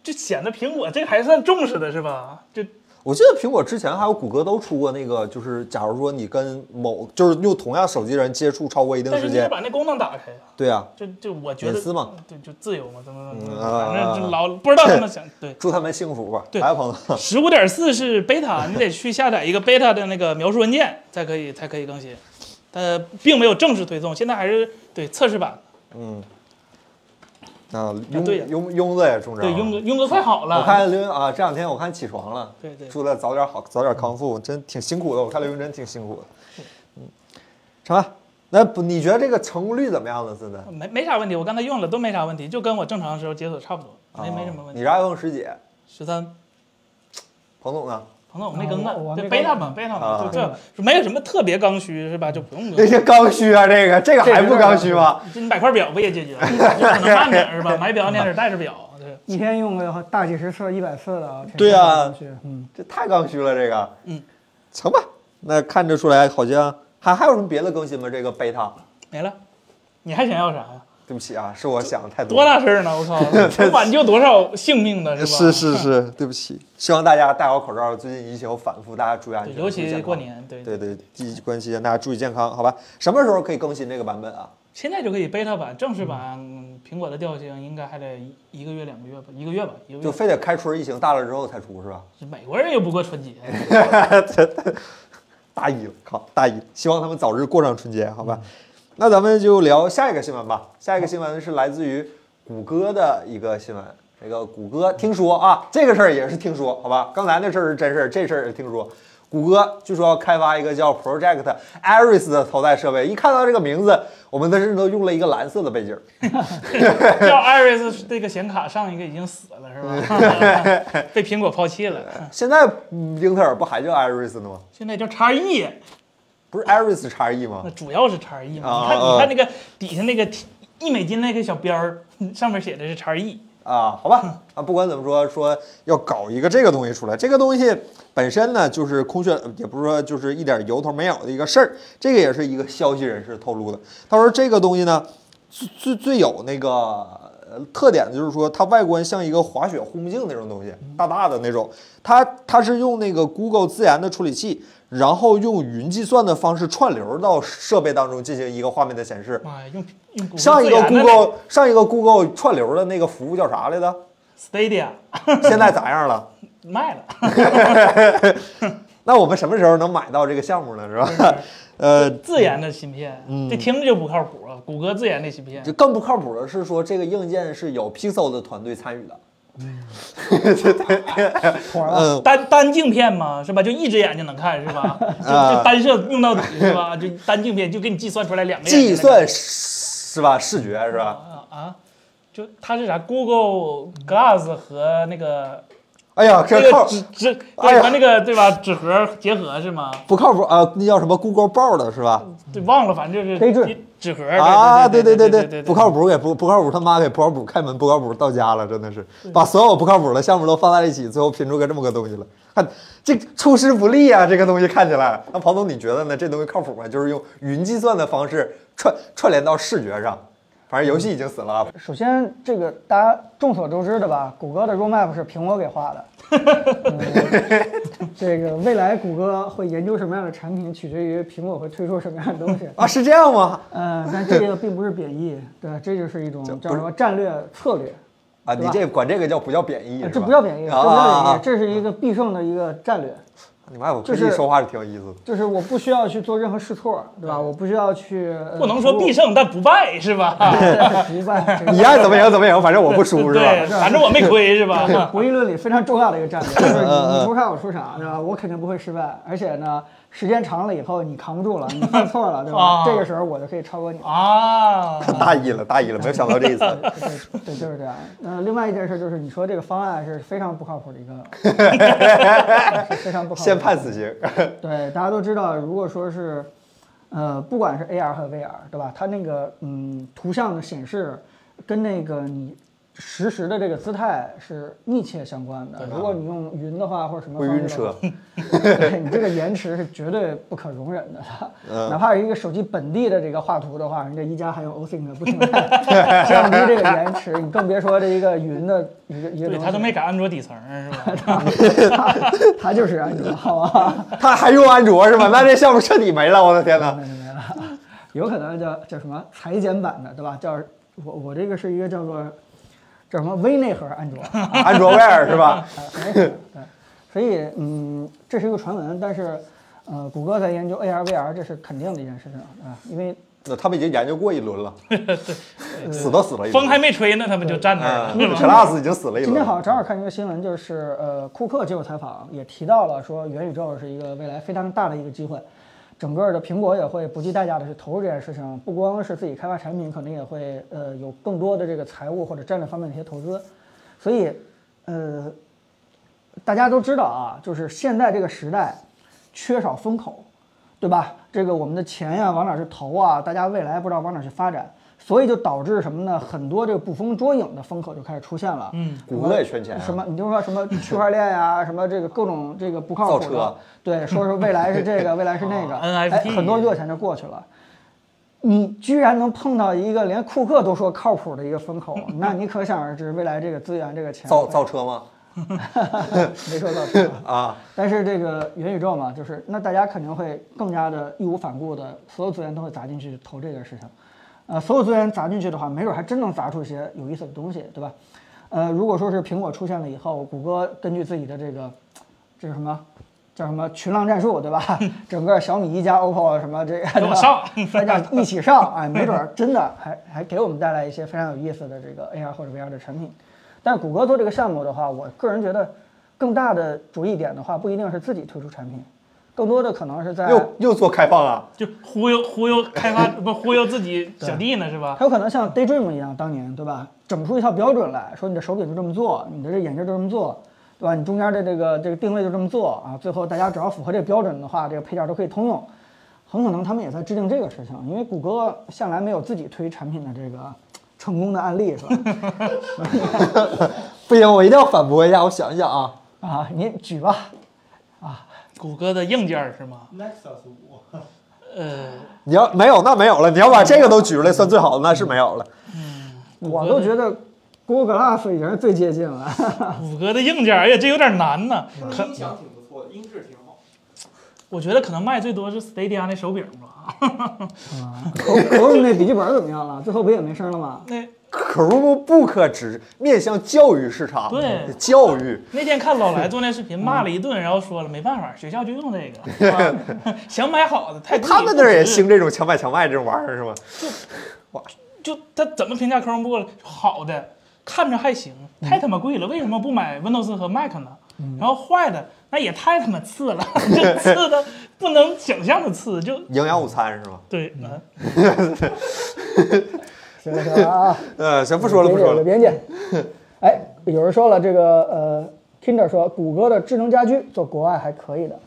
Speaker 3: 就显得苹果这个还算重视的是吧？就
Speaker 1: 我记得苹果之前还有谷歌都出过那个，就是假如说你跟某就是用同样手机人接触超过一定
Speaker 3: 但是
Speaker 1: 时
Speaker 3: 你得
Speaker 1: 间，
Speaker 3: 把那功能打开呀、
Speaker 1: 对啊，
Speaker 3: 就就我觉得嗯
Speaker 1: 隐私嘛，
Speaker 3: 对，就自由嘛，怎么怎么，
Speaker 1: 嗯啊
Speaker 3: 反正就老不知道他们想对。
Speaker 1: 祝他们幸福吧。
Speaker 3: 对
Speaker 1: 来， 朋友，
Speaker 3: 十五点四是 beta，你得去下载一个 beta 的那个描述文件，才可以才可以更新。它并没有正式推送，现在还是对测试版。
Speaker 1: 嗯啊，
Speaker 3: 对呀
Speaker 1: 庸庸庸子也中招
Speaker 3: 对，
Speaker 1: 了。
Speaker 3: 庸哥，庸哥快好了。
Speaker 1: 啊我看刘云啊，这两天我看起床了，
Speaker 3: 对对
Speaker 1: 祝他早点好，早点康复，真挺辛苦的。我看刘云真挺辛苦的。嗯，成吧，那不你觉得这个成功率怎么样呢？现在
Speaker 3: 没没啥问题，我刚才用了都没啥问题，就跟我正常的时候解锁差不多，没没什么问
Speaker 1: 哦啊你是。
Speaker 3: 题
Speaker 1: iPhone 十几？
Speaker 3: 十三，
Speaker 1: 彭总呢？
Speaker 3: 彭总我没更
Speaker 2: 啊
Speaker 3: 呢，
Speaker 2: 我我
Speaker 3: 对
Speaker 2: 没
Speaker 3: beta
Speaker 2: 更
Speaker 3: 版 beta
Speaker 1: 啊
Speaker 3: 版，就这没有什么特别刚需是吧？就 不 用
Speaker 1: 这
Speaker 3: 更。
Speaker 1: 些刚需啊，这个这个还不刚需吗？
Speaker 3: 就你买块表不也解决了？你可能慢点儿是吧？买表你还得带着表，对。
Speaker 2: 一天用个大几十次、一百次的啊。这
Speaker 1: 对啊
Speaker 2: 看上去嗯，
Speaker 1: 这太刚需了，这个。
Speaker 3: 嗯，
Speaker 1: 成吧。那看着出来好像还还有什么别的更新吗？这个 beta，
Speaker 3: 没了。你还想要啥呀？
Speaker 1: 对不起啊，是我想的太
Speaker 3: 多
Speaker 1: 了。
Speaker 3: 大事儿呢！我靠， 能挽救多少性命呢？是吧？
Speaker 1: 是是是， 对不起。希望大家戴好口罩，最近疫情反复，大家注意安
Speaker 3: 对，
Speaker 1: 全，
Speaker 3: 尤
Speaker 1: 注意健
Speaker 3: 其
Speaker 1: 康
Speaker 3: 过。年，对
Speaker 1: 对对，第一关系大家注意健康，好吧？什么时候可以更新这个版本啊？
Speaker 3: 现在就可以 beta 版、正式版，嗯苹果的调性应该还得一个月、两个月吧，一个月吧，一个
Speaker 1: 就
Speaker 3: 月。
Speaker 1: 非得开春疫情大了之后才出是吧？
Speaker 3: 美国人又不过 春节，
Speaker 1: 大一了，靠，大一，希望他们早日过上春节，好吧？那咱们就聊下一个新闻吧。下一个新闻是来自于谷歌的一个新闻。这个谷歌听说啊，这个事儿也是听说，好吧？刚才那事儿是真事儿，这事儿也听说。谷歌据说要开发一个叫 Project Iris 的头戴设备，一看到这个名字，我们的人都用了一个蓝色的背景儿。
Speaker 3: 叫 Iris 这个显卡上一个已经死了 是吧？被苹果抛弃了，
Speaker 1: 现在嗯英特尔不还叫 Iris 呢吗？
Speaker 3: 现在叫 x E，
Speaker 1: 不是 Iris 叉 E 吗
Speaker 3: 那？主要是 x E 嘛。
Speaker 1: 啊
Speaker 3: 你看，
Speaker 1: 啊
Speaker 3: 你看那个底下那个一美金那个小边儿，上面写的是 x E。
Speaker 1: 啊，好吧，啊，不管怎么说，说要搞一个这个东西出来，这个东西本身呢，就是空穴，也不是说就是一点由头没有的一个事儿。这个也是一个消息人士透露的。他说这个东西呢，最最最有那个呃特点的就是说，它外观像一个滑雪护目镜那种东西，大大的那种。它它是用那个 Google 自研的处理器，然后用云计算的方式串流到设备当中进行一个画面的显示。
Speaker 3: 妈呀，用用谷歌
Speaker 1: 上一
Speaker 3: 嗯自
Speaker 1: 个
Speaker 3: 研的
Speaker 1: Google 上一个 Google 串流的那个服务叫啥来着？
Speaker 3: Stadia
Speaker 1: 现在咋样了？
Speaker 3: 卖 了。
Speaker 1: 那我们什么时候能买到这个项目呢？是吧？ 呃，
Speaker 3: 自研的芯片，
Speaker 1: 嗯
Speaker 3: 这听着就不靠谱啊！谷歌自研的芯片
Speaker 1: 就，更不靠谱的是说，这个硬件是有 Pixel 的团队参与的。对对对，嗯，
Speaker 3: 单单镜片嘛，是吧？就一只眼睛能看，是 吧？就
Speaker 1: 啊
Speaker 3: 就单摄用到底，是吧？就单镜片就给你计算出来两个眼睛
Speaker 1: 计
Speaker 3: 的
Speaker 1: 算是是吧？视觉是吧？
Speaker 3: 啊啊！就它是啥？Google Glass 和那个
Speaker 1: 哎呀，
Speaker 3: 那
Speaker 1: 这
Speaker 3: 个
Speaker 1: 靠
Speaker 3: 纸纸，
Speaker 1: 哎
Speaker 3: 对
Speaker 1: 呀
Speaker 3: 和那个对吧？纸盒结合是吗？
Speaker 1: 不靠谱啊？那叫什么 Google 报的是吧？
Speaker 3: 对，忘了，反正就是
Speaker 2: 黑质
Speaker 3: 纸盒
Speaker 1: 啊，
Speaker 3: 对
Speaker 1: 对
Speaker 3: 对
Speaker 1: 对，
Speaker 3: 对，
Speaker 1: 不靠谱给不不靠谱他妈给不靠谱开门不靠谱到家了，真的是
Speaker 2: 嗯
Speaker 1: 把所有不靠谱的项目都放在一起，最后拼出个这么个东西了。看这出师不利啊，这个东西看起来。那庞总你觉得呢？这东西靠谱吗？就是用云计算的方式串串联到视觉上，反正游戏已经死了啊。
Speaker 2: 首先这个大家众所周知的吧，谷歌的 roadmap 是苹果给画的。嗯这个未来谷歌会研究什么样的产品，取决于苹果会推出什么样的 东西。
Speaker 1: 啊，是这样吗？
Speaker 2: 呃，但这个并不是贬义，对，这就是一种
Speaker 1: 这不
Speaker 2: 叫
Speaker 1: 是
Speaker 2: 什么战略策略，
Speaker 1: 啊，你这管这个叫不叫贬义？
Speaker 2: 呃
Speaker 1: 是
Speaker 2: 这
Speaker 1: 吧
Speaker 2: 不叫贬义，这不
Speaker 1: 啊啊
Speaker 2: 叫贬
Speaker 1: 啊
Speaker 2: 义，这是一个必胜的一个战略。
Speaker 1: 你妈，我
Speaker 2: 就
Speaker 1: 估
Speaker 2: 是
Speaker 1: 计说话是挺有意思的。
Speaker 2: 就是我不需要去做任何试错，对吧？我不需要去呃
Speaker 3: 不能说 必胜但不败是吧？
Speaker 2: 对不败这个
Speaker 1: 你爱怎么赢怎么赢，反正我 不输是
Speaker 3: 对，
Speaker 1: 吧？
Speaker 3: 反正我没亏是 吧？
Speaker 2: 博弈论里非常重要的一个战略，就是
Speaker 1: 啊嗯
Speaker 2: 你
Speaker 1: 嗯
Speaker 2: 你说啥我说啥，对吧？我肯定不会失败，而且呢，时间长了以后你扛不住了，你犯错了，对吧
Speaker 3: 啊？
Speaker 2: 这个时候我就可以超过你。
Speaker 3: 啊，
Speaker 1: 大意了，大意了，没有想到这一层。
Speaker 2: 对对，就是这样。那另外一件事就是，你说这个方案是非常不靠谱的一 个，是非常不靠谱的一个。
Speaker 1: 先判死刑，
Speaker 2: 对，大家都知道，如果说是，呃，不管是 AR 和 VR，对吧？它那个嗯，图像的显示跟那个你实时的这个姿态是密切相关的。如果你用云的话，或者什
Speaker 1: 啊
Speaker 2: 么
Speaker 1: 会
Speaker 2: 方式
Speaker 1: 晕
Speaker 2: 的话
Speaker 1: 车。
Speaker 2: 对你这个延迟是绝对不可容忍
Speaker 1: 嗯
Speaker 2: 的，哪怕是一个手机本地的这个画图的话，人家一加还用 OSync 不停地 降低这个延迟，你更别说这一个云的一个一个
Speaker 3: 对
Speaker 2: 东西，
Speaker 3: 他都没敢安卓底层是吧？
Speaker 2: 它就是啊安卓，好吧？
Speaker 1: 他还用安卓是吧？那这项目彻底没了，我的天哪！
Speaker 2: 没了没了， 有可能叫叫什么裁剪版的，对吧？叫我我这个是一个叫做叫什么微内核安卓，哎
Speaker 1: 安卓 Wear 是吧？
Speaker 2: 啊很有可能对，所以嗯，这是一个传闻，但是呃，谷歌在研究 AR VR，这是肯定的一件事情啊，因为
Speaker 1: 那他们已经研究过一轮 了，死都死了一轮。
Speaker 3: 风还没吹呢，他们就站那儿了
Speaker 1: 嗯。，Class 已经死了一轮。
Speaker 2: 今天好像正好看一个新闻，就是呃，库克接受采访也提到了说，元宇宙是一个未来非常大的一个机会，整个的苹果也会不计代价的去投入这件事情，不光是自己开发产品，可能也会呃有更多的这个财务或者战略方面的一些投资，所以呃，大家都知道啊，就是现在这个时代缺少风口，对吧？这个我们的钱呀、往哪儿去投啊？大家未来不知道往哪儿去发展，所以就导致什么呢？很多这个捕风捉影的风口就开始出现了。嗯，
Speaker 1: 谷歌也圈钱啊
Speaker 2: 什么？你就说什么区块链 呀、什么这个各种这个不靠
Speaker 1: 造
Speaker 2: 谱的
Speaker 1: 车，
Speaker 2: 对，说是未来是 这个，未来是那个，
Speaker 3: 啊
Speaker 2: 哎
Speaker 3: NFT
Speaker 2: 很多热钱就过去了。你居然能碰到一个连库克都说靠谱的一个 风口，那你可想而知未来这个资源、这个钱
Speaker 1: 造造车吗？
Speaker 2: 没说到这个
Speaker 1: 啊，
Speaker 2: 但是这个元宇宙嘛，就是那大家肯定会更加的义无反顾的，所有资源都会砸进去投这个事情，呃，所有资源砸进去的话，没准还真能砸出一些有意思的东西，对吧？呃，如果说是苹果出现了以后，谷歌根据自己的这个这是什么叫什么群浪战术，对吧？整个小米一加 OPPO 什么这个
Speaker 3: 跟我上
Speaker 2: 三家一起 上，哎，没准儿真的还还给我们带来一些非常有意思的这个 AR 或者 VR 的产品。但是谷歌做这个项目的话，我个人觉得更大的主意点的话，不一定是自己推出产品，更多的可能是在
Speaker 1: 又又做开放啊？
Speaker 3: 就忽悠忽悠 开发不忽悠自己小弟呢是吧？
Speaker 2: 它有可能像 Daydream 一样，当年对吧，整出一套标准来说，你的手柄就这么做，你的这眼镜就这么做，对吧？你中间的这个这个定位就这么做啊，最后大家只要符合这个标准的话，这个配件都可以通用。很可能他们也在制定这个事情，因为谷歌向来没有自己推产品的这个成功的案例，是 吧？
Speaker 1: 不行，我一定要反驳一下，我想一想啊。
Speaker 2: 啊，你举吧，
Speaker 3: 谷歌的硬件儿是吗？
Speaker 4: Nexus 五，
Speaker 3: 呃，
Speaker 1: 你要没有那没有了，你要把这个都举出来算最好的，那是没有了。
Speaker 2: 我都觉得 Google Glass 已经是最接近 了。
Speaker 3: 谷歌的硬件儿，哎呀，这有点难呢。
Speaker 1: 嗯
Speaker 3: 可
Speaker 4: 音响挺不错的，音质挺好。
Speaker 3: 我觉得可能卖最多是 Stadia 那手柄吧。
Speaker 2: Chrome 啊那笔记本怎么样了？最后不也没声了吗？
Speaker 3: 那
Speaker 1: Chromebook 只面向教育市场，
Speaker 3: 对
Speaker 1: 教育
Speaker 3: 那天看老来做那视
Speaker 1: 嗯
Speaker 3: 频，骂了一顿，然后说了没办法，学校就用这个， 啊 想买好的太贵
Speaker 1: 他们那儿也
Speaker 3: 不值
Speaker 1: 兴这种强买强卖这种玩意儿是吗？
Speaker 3: 就他怎么评价 Chromebook 了好的，看着还行，
Speaker 1: 嗯
Speaker 3: 太他妈贵了，为什么不买 Windows 和 Mac 呢？然后坏的那也太他妈次 了，这次的不能想象的次，就
Speaker 1: 营养午餐是吗？
Speaker 3: 对，嗯
Speaker 2: 行了行了啊。
Speaker 1: 呃，行，不说了，不说了。
Speaker 2: 别介。哎，有人说了，这个呃，Kinder 说谷歌的智能家居做国外还可以的，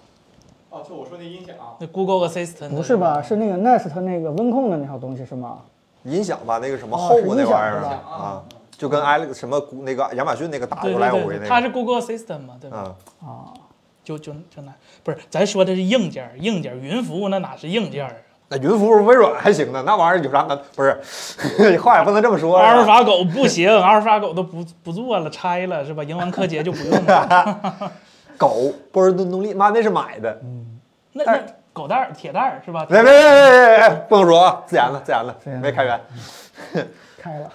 Speaker 4: 哦，就我说那音响啊，
Speaker 3: 那 Google Assistant
Speaker 2: 不是？吧？是那个 Nest 那个温控的那套东西是吗？
Speaker 1: 音响吧，那个什么
Speaker 2: 哦
Speaker 1: 后
Speaker 2: 是
Speaker 1: 那
Speaker 2: 音
Speaker 1: 玩
Speaker 2: 响
Speaker 1: 意儿
Speaker 2: 是吧
Speaker 1: 啊，就跟 Alex 什么古那个亚马逊那个打
Speaker 3: 对
Speaker 1: 过
Speaker 3: 对
Speaker 1: 来我
Speaker 3: 对
Speaker 1: 回那
Speaker 3: 对，它
Speaker 1: 个，
Speaker 3: 是 Google Assistant 嘛，对吧？
Speaker 1: 嗯，
Speaker 2: 啊，
Speaker 3: 就就就那不是，咱说的是硬件儿，硬件儿云服务那哪是硬件儿啊
Speaker 1: 那云服务微软还行呢，那玩意儿有啥难？不是， 话也不能这么说
Speaker 3: 啊？阿尔
Speaker 1: 呀。
Speaker 3: 法狗不行， 阿尔法狗都不不做了，拆了是吧？赢完柯洁就不用 了。
Speaker 1: 狗波士顿动力，妈那是买的，
Speaker 3: 那那狗蛋儿、铁蛋儿是吧？
Speaker 1: 别别别别别别，不能说啊，自然了自然了
Speaker 2: 自然，了
Speaker 1: 没开源。
Speaker 2: 开了。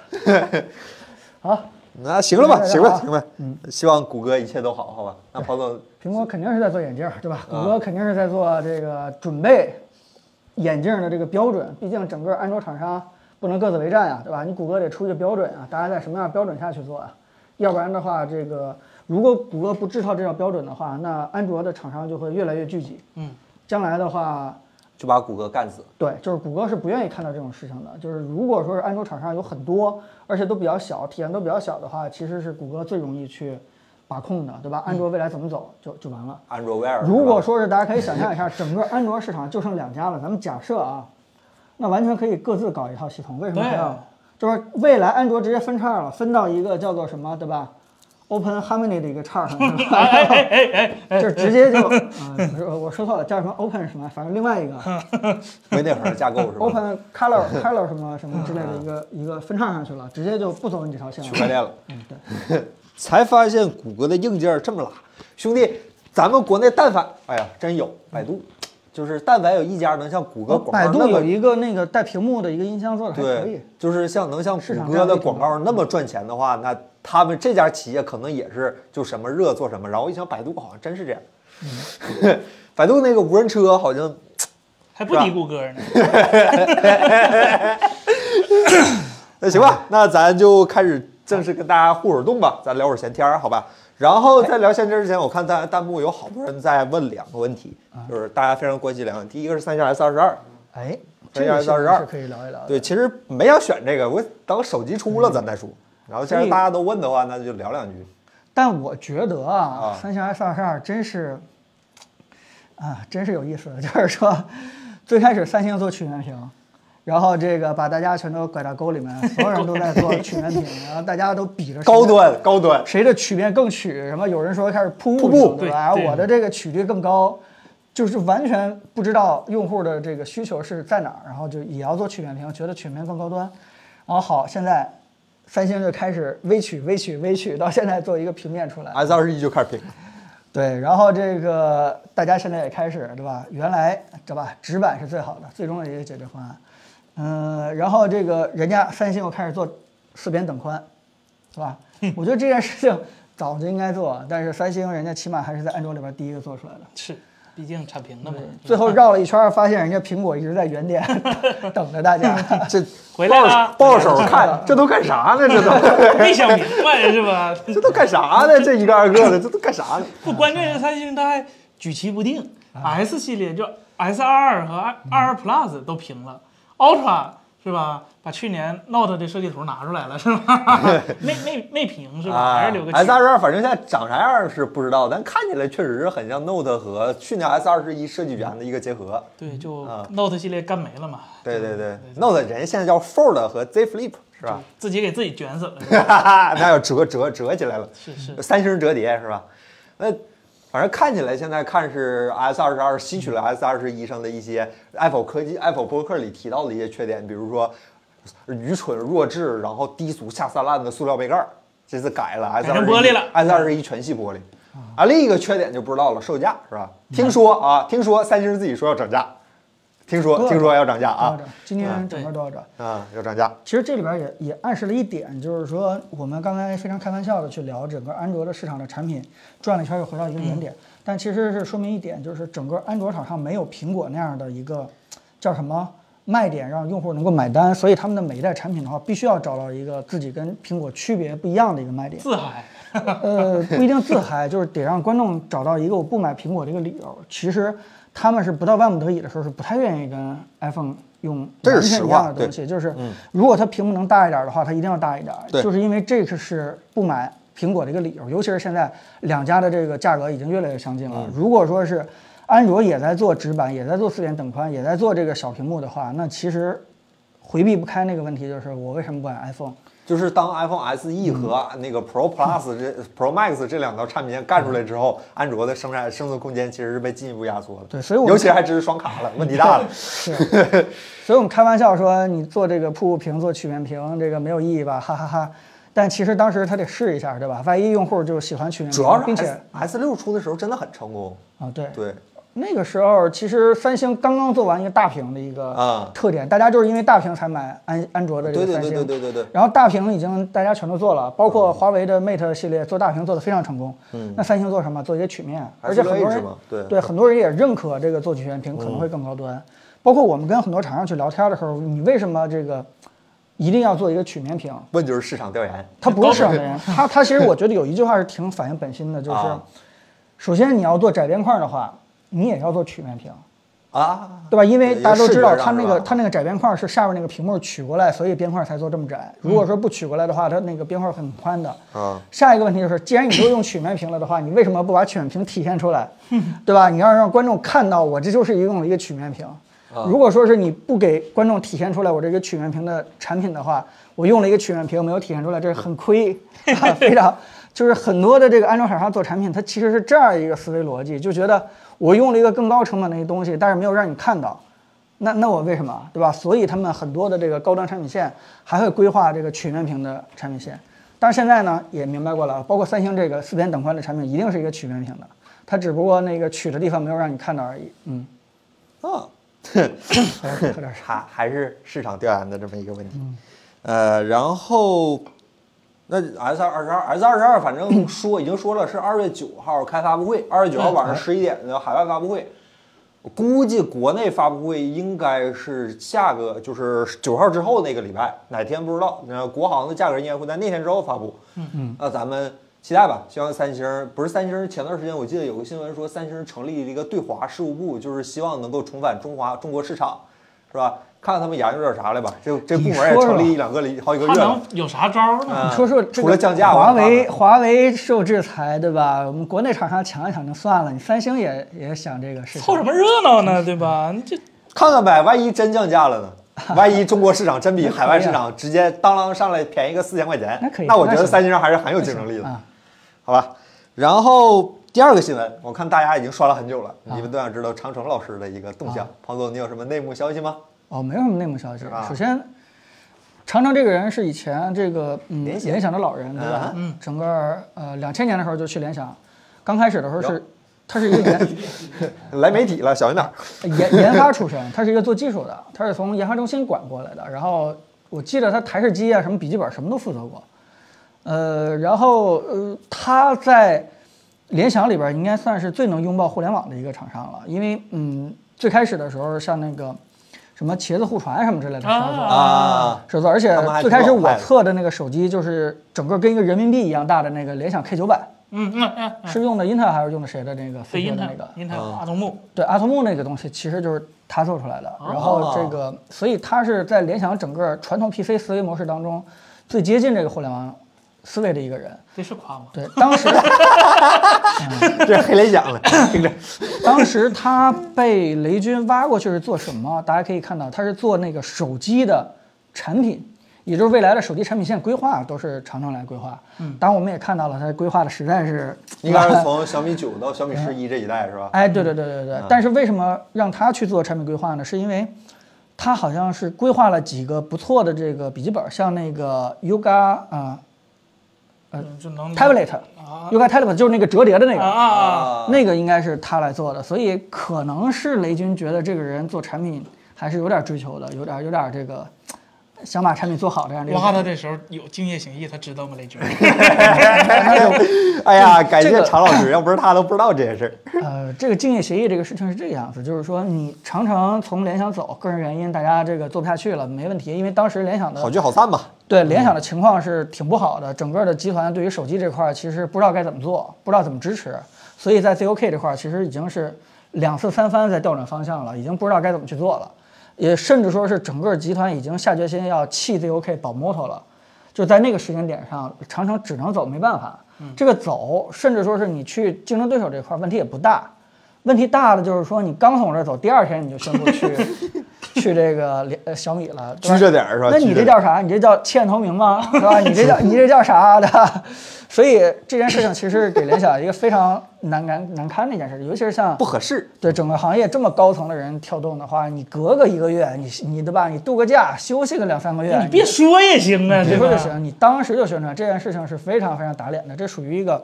Speaker 2: 好，
Speaker 1: 那行了吧，行吧，行吧，
Speaker 2: 嗯
Speaker 1: 希望谷歌一切都好，好吧？那彭总，
Speaker 2: 苹果肯定是在做眼镜儿，对吧？
Speaker 1: 啊
Speaker 2: 谷歌肯定是在做这个准备眼镜儿的这个标准，毕竟整个安卓厂商不能各自为战呀、对吧？你谷歌得出一个标准啊，大家在什么样的标准下去做啊？要不然的话，这个如果谷歌不制造这套标准的话，那安卓的厂商就会越来越聚集。
Speaker 3: 嗯，
Speaker 2: 将来的话，
Speaker 1: 就把谷歌干死。
Speaker 2: 对，就是谷歌是不愿意看到这种事情的。就是如果说是安卓厂商有很多，而且都比较小，体验都比较小的话，其实是谷歌最容易去把控的，对吧？安卓未来怎么走就就完了。
Speaker 1: 安卓 Wear，
Speaker 2: 如果
Speaker 1: 是吧
Speaker 2: 说是大家可以想象一下，整个安卓市场就剩两家了，咱们假设啊，那完全可以各自搞一套系统，为什么还要
Speaker 3: 对？
Speaker 2: 就是未来安卓直接分叉了，分到一个叫做什么，对吧？Open Harmony 的一个叉上，是
Speaker 3: 哎
Speaker 2: 吧就直接就，啊、不是我说错了，叫什么 Open 什么，反正另外一个，
Speaker 1: 没那会儿架构是吧
Speaker 2: Open Color Color 什么什么之类的一个一个分叉上去了，直接就不走你这条线
Speaker 1: 区块
Speaker 2: 了。嗯
Speaker 1: 链了。才发现谷歌的硬件这么拉，兄弟，咱们国内但凡，哎呀，真有百度，就是但凡有一家能像谷歌广告
Speaker 2: 嗯哦百度
Speaker 1: 那么
Speaker 2: 有一个那个带屏幕的一个音箱做的还可以
Speaker 1: 对，，就是像能像
Speaker 2: 市
Speaker 1: 谷
Speaker 2: 场
Speaker 1: 歌
Speaker 2: 占有
Speaker 1: 的
Speaker 2: 率挺
Speaker 1: 广告那么赚钱的话，那他们这家企业可能也是就什么热做什么。然后一想，百度好像真是这样，
Speaker 2: 嗯
Speaker 1: 百度那个无人车好像
Speaker 3: 还不敌谷歌呢。
Speaker 1: 那行吧，那咱就开始正式跟大家互会儿动吧，咱聊会儿闲天儿，好吧？然后
Speaker 3: 哎
Speaker 1: 在聊闲天儿之前，我看大家弹幕有好多人在问两个问题，
Speaker 3: 啊
Speaker 1: 就是大家非常关心两个问题，第一个是三星 S 二十二，
Speaker 2: 哎，
Speaker 1: 这
Speaker 2: 这
Speaker 1: 样
Speaker 2: 个
Speaker 1: 倒是二
Speaker 2: 是可以聊一聊的。
Speaker 1: 对，其实没想选这个，我等手机出
Speaker 3: 嗯
Speaker 1: 了咱再说。然后既
Speaker 2: 所
Speaker 1: 然
Speaker 2: 以
Speaker 1: 大家都问的话，那就聊两句。
Speaker 2: 但我觉得啊
Speaker 1: 啊，
Speaker 2: 三星 S 二十二真是，啊，真是有意思的。就是说， 最开始三星做曲面屏，然后这个把大家全都拐到沟里面，所有人都在做曲 面屏，然后大家都比着谁
Speaker 1: 高
Speaker 2: 的
Speaker 1: 端，高端，
Speaker 2: 谁的曲面更曲，什么有人说开始瀑
Speaker 1: 瀑布
Speaker 2: 对吧？
Speaker 3: 对对
Speaker 2: 我的这个曲率更高，就是完全不知道用户的这个需求是在哪儿，然后就也要做曲面屏，觉得曲面更高端。然后好，现在三星就开始微曲、微曲、微曲，到现在做一个平面出来。
Speaker 1: S 二十一就开始拼。
Speaker 2: 对，然后这个大家现在也开始对吧？原来对吧，直板是最好的，最终的一个解决方案。嗯，然后这个人家三星又开始做四边等宽，是吧？我觉得这件事情早就应该做，但是三星人家起码还是在安卓里边第一个做出来的。
Speaker 3: 是，毕竟铲平了嘛。
Speaker 2: 最后绕了一圈儿，发现人家苹果一直在原点 等着大家。
Speaker 1: 这
Speaker 3: 回来了
Speaker 1: 抱着 手看，这都干啥呢？这都
Speaker 3: 没想明白是吧？
Speaker 1: 这都干啥呢？这一个二个的，这都干啥呢？
Speaker 3: 不，关键是三星它还举棋不定。S
Speaker 1: 啊
Speaker 3: 系列就 S 二二和二
Speaker 1: 嗯
Speaker 3: 二 Plus 都平了，Ultra 是吧？把去年 Note 的设计图拿出来了是吧？ 没没没平是吧？还是留个
Speaker 1: 啊 S
Speaker 3: 气
Speaker 1: 二十二，反正现在长啥样是不知道，但看起来确实很像 Note 和去年 S 二十一设计语言的一个结合。
Speaker 3: 对，就
Speaker 1: 啊
Speaker 3: Note 系列干没了嘛，
Speaker 1: 对对对，Note
Speaker 3: 嗯
Speaker 1: 人家现在叫 Fold 和 Z Flip 是吧？
Speaker 3: 自己给自己卷死了。
Speaker 1: 哈哈，那要折折折起来了，
Speaker 3: 是是，
Speaker 1: 三星折叠是吧？那反正看起来现在看是 S 二十二吸取了 S 二十一上的一些 Apple 科技 Apple 博客里提到的一些缺点，比如说愚蠢弱智，然后低俗下三滥的塑料杯盖儿，这次改了 S
Speaker 3: 改
Speaker 1: 二
Speaker 3: 成玻璃了
Speaker 1: S 二十一全系玻璃。啊，另一个缺点就不知道了，售价是吧？听说啊，听说三星自己说要涨价，听说听说要涨价
Speaker 2: 多少
Speaker 1: 啊
Speaker 2: 折？今年整个多少折？
Speaker 1: 啊，要涨价。
Speaker 2: 其实这里边也也暗示了一点，就是说我们刚才非常开玩笑的去聊整个安卓的市场的产品转了一圈又回到一个原点，但其实是说明一点，就是整个安卓厂商没有苹果那样的一个叫什么卖点，让用户能够买单，所以他们的每一代产品的话，必须要找到一个自己跟苹果区别不一样的一个卖点。
Speaker 3: 自嗨。
Speaker 2: 呃，不一定自嗨，就是得让观众找到一个我不买苹果这个理由。其实他们是不到万不得已的时候是不太愿意跟 iPhone 用
Speaker 1: 这是
Speaker 2: 完全
Speaker 1: 实
Speaker 2: 一
Speaker 1: 话嗯
Speaker 2: 样的东西，就是如果它屏幕能大一点的话，它一定要大一点，
Speaker 1: 对
Speaker 2: 就是因为这个是不买苹果的一个理由。尤其是现在两家的这个价格已经越来越相近了，
Speaker 1: 嗯
Speaker 2: 如果说是。安卓也在做直板，也在做四点等宽，也在做这个小屏幕的话，那其实回避不开那个问题，就是我为什么不买 iPhone？
Speaker 1: 就是当 iPhone SE
Speaker 2: 嗯
Speaker 1: 和那个 Pro Plus 这、Pro Max 这两条产品线干出来之后，安卓的生产生存空间其实是被进一步压缩的。
Speaker 2: 嗯对所以我
Speaker 1: 尤其还支持双卡了，问题大了。
Speaker 2: 是， 所以我们开玩笑说你做这个瀑布屏、做曲面屏，这个没有意义吧？哈哈哈但其实当时他得试一下，对吧？万一用户就喜欢曲面屏，
Speaker 1: 主要是
Speaker 2: 并
Speaker 1: S
Speaker 2: 且
Speaker 1: S 六出的时候真的很成功，
Speaker 2: 啊，对，
Speaker 1: 对，
Speaker 2: 那个时候其实三星刚刚做完一个大屏的一个
Speaker 1: 啊
Speaker 2: 特点，大家就是因为大屏才买安安卓的这
Speaker 1: 对
Speaker 2: 个
Speaker 1: 对
Speaker 2: 三
Speaker 1: 对
Speaker 2: 星。
Speaker 1: 对对对对，
Speaker 2: 然后大屏已经大家全都做了，包括华为的 Mate 系列做大屏做得非常成功。
Speaker 1: 嗯
Speaker 2: 那三星做什么？做一些曲面，
Speaker 1: 还
Speaker 2: 而
Speaker 1: 是
Speaker 2: 且很
Speaker 1: Edge
Speaker 2: 多人
Speaker 1: 嘛对嗯
Speaker 2: 很多人也认可这个做曲面屏可能会更高端。包括我们跟很多厂商去聊天的时候，你为什么这个一定要做一个曲面屏？
Speaker 1: 问就是市场调研，
Speaker 2: 他不是市场调研，他他其实我觉得有一句话是挺反映本心的，就是
Speaker 1: 啊
Speaker 2: 首先你要做窄边框的话，你也要做曲面屏。
Speaker 1: 啊，
Speaker 2: 对吧？因为
Speaker 1: 对
Speaker 2: 大家都知道，
Speaker 1: 视觉
Speaker 2: 它
Speaker 1: 上
Speaker 2: 那
Speaker 1: 是
Speaker 2: 个
Speaker 1: 吧
Speaker 2: 它那个窄边框是下边那个屏幕取过来，所以边框才做这么窄。如果说不取过来的话，它那个边框很宽的。
Speaker 1: 啊，
Speaker 2: 下一个问题就是，既然你都用曲面屏了的话，你为什么不把曲面屏体现出来，对吧？你要让观众看到我这就是用了一个曲面屏。如果说是你不给观众体现出来我这个曲面屏的产品的话，我用了一个曲面屏没有体现出来，这是很亏，啊、非常就是很多的这个安卓厂商做产品，它其实是这样一个思维逻辑，就觉得我用了一个更高成本的一个东西，但是没有让你看到，那那我为什么啊对吧？所以他们很多的这个高端产品线还会规划这个曲面屏的产品线，但是现在呢也明白过来了，包括三星这个四点等宽的产品一定是一个曲面屏的，它只不过那个取的地方没有让你看到而已。嗯，
Speaker 1: 啊，
Speaker 2: 喝点喝 点茶。
Speaker 1: 还还是市场调研的这么一个问题。
Speaker 2: 嗯
Speaker 1: 呃，然后那 S 二二十二 S 二十二，反 正说已经说了是二月九号开发布会，二月九号晚
Speaker 2: 嗯
Speaker 1: 上十一点的海外发布会。我估计国内发布会应该是下个，就是九号之后那个礼拜，哪天不知道。那国行的价格应该会在那天之后发布。嗯嗯，那咱们期待吧。希望三星儿不是三星儿，前段时间我记得有个新闻说，三星儿成立了一个对华事务部，就是希望能够重返中华中国市场，是吧？看看他们研究点啥来吧。这 这部门也
Speaker 2: 你说
Speaker 1: 成
Speaker 2: 说
Speaker 1: 立一两个礼好几个
Speaker 3: 他
Speaker 1: 月了
Speaker 3: 能。有啥招儿呢？
Speaker 1: 嗯
Speaker 2: 你说说这个
Speaker 1: 除了降价，
Speaker 2: 华
Speaker 1: 我看
Speaker 2: 为
Speaker 1: 看
Speaker 2: 华为受制裁，对吧？我们国内厂商抢一抢就算了，你三星也也想这个事情，
Speaker 3: 凑什么热闹呢？对吧？你这
Speaker 1: 看看呗，万一真降价 了呢？万一中国市场真比海外市场直接当啷上来便宜个四千块钱，
Speaker 2: 啊那可以
Speaker 1: 那我觉
Speaker 2: 那
Speaker 1: 得
Speaker 2: 行
Speaker 1: 三星上还是很有竞争力的，
Speaker 2: 啊？
Speaker 1: 好吧？然后第二个新闻，我看大家已经刷了很久了，你们都想知道长城老师的一个动向。庞总，你有什么内幕消息吗？
Speaker 2: 哦，没有什么内幕消息
Speaker 1: 是吧。
Speaker 2: 首先，长城这个人是以前这个嗯
Speaker 1: 联想
Speaker 2: 联想的老人，对吧？嗯，整个呃两千年的时候就去联想，刚开始的时候
Speaker 1: 有
Speaker 2: 是他是一个研
Speaker 1: 来媒体了，小心点儿。
Speaker 2: 研研发出身，他是一个做技术的，他是从研发中心管过来的。然后我记得他台式机啊、什么笔记本什么都负责过。呃，然后呃，他在联想里边应该算是最能拥抱互联网的一个厂商了，因为嗯，最开始的时候像那个什么茄子互传什么之类的合作，
Speaker 1: 啊
Speaker 2: 是的，而且
Speaker 1: 他们还
Speaker 2: 最开始
Speaker 1: 挺老
Speaker 2: 我
Speaker 1: 派的
Speaker 2: 测的那个手机就是整个跟一个人民币一样大的那个联想 K 九百，
Speaker 3: 嗯嗯嗯，
Speaker 2: 是用的英特尔还是用的谁的那个
Speaker 3: 对，
Speaker 2: 飞
Speaker 3: 因
Speaker 2: 天的
Speaker 3: 他
Speaker 2: 那个？
Speaker 3: 因他
Speaker 1: 嗯
Speaker 3: 阿童木，
Speaker 2: 对，阿童木那个东西其实就是他做出来的。
Speaker 1: 哦
Speaker 2: 然后这个，所以它是在联想整个传统 PC 思维模式当中最接近这个互联网思维的一个人。
Speaker 3: 这是夸吗？
Speaker 2: 对，当时
Speaker 1: 这黑联想了， 听着
Speaker 2: 当时他被雷军挖过去是做什么？大家可以看到，他是做那个手机的产品，也就是未来的手机产品线规划都是长城来规划。嗯，当然我们也看到了，他规划的实在是
Speaker 1: 应 该是从小米九到小米十一这一代是吧？
Speaker 2: 哎，对对对对对。但是为什么让他去做产品规划呢？是因为他好像是规划了几个不错的这个笔记本，像那个 Yoga 啊、
Speaker 3: 嗯，就能
Speaker 2: 呃 Tablet、
Speaker 3: 啊
Speaker 2: Yoga Tablet 就是那个折叠的那
Speaker 3: 啊
Speaker 2: 个，
Speaker 3: 啊！
Speaker 2: 那个应该是他来做的，所以可能是雷军觉得这个人做产品还是有点追求的，有点有点这个想把产品做好这样的一个。
Speaker 3: 挖他这时候有敬业行义，他知道吗？雷 军，
Speaker 1: 哎呀，感
Speaker 2: 这
Speaker 1: 谢
Speaker 2: 个
Speaker 1: 常老师，要不是他都不知道这件事儿。
Speaker 2: 呃，这个竞业协议这个事情是这个样子，就是说你常常从联想走，个人原因大家这个做不下去了，没问题，因为当时联想的
Speaker 1: 好聚好散吧。
Speaker 2: 对联想的情况是挺不好的，整个的集团对于手机这块儿其实不知道该怎么做，不知道怎么支持，所以在 ZOK 这块儿其实已经是两次三番在调转方向了，已经不知道该怎么去做了，也甚至说是整个集团已经下决心要弃 ZOK 保摩托了，就在那个时间点上，长城只能走，没办法。这个走，甚至说是你去竞争对手这块儿问题也不大，问题大的就是说你刚从我这儿走，第二天你就宣布去去这个联呃小米了，对吧
Speaker 1: 拘着点儿是吧
Speaker 2: 那你
Speaker 1: 拘
Speaker 2: 这
Speaker 1: 着点儿
Speaker 2: 叫。叫啥？你这叫弃暗投明 吗？是吧？你这叫你这叫啥的？所以这件事情其实给联想一个非常难难难堪的一件事，尤其是像
Speaker 1: 不合适，
Speaker 2: 对整个行业这么高层的人跳动的话，你隔个一个月，你你对吧？你度个假，休息个两三个月，
Speaker 3: 哎你别说也行啊，
Speaker 2: 你
Speaker 3: 对
Speaker 2: 说
Speaker 3: 吧
Speaker 2: 就？行，你当时就宣传这件事情是非常非常打脸的，这属于一个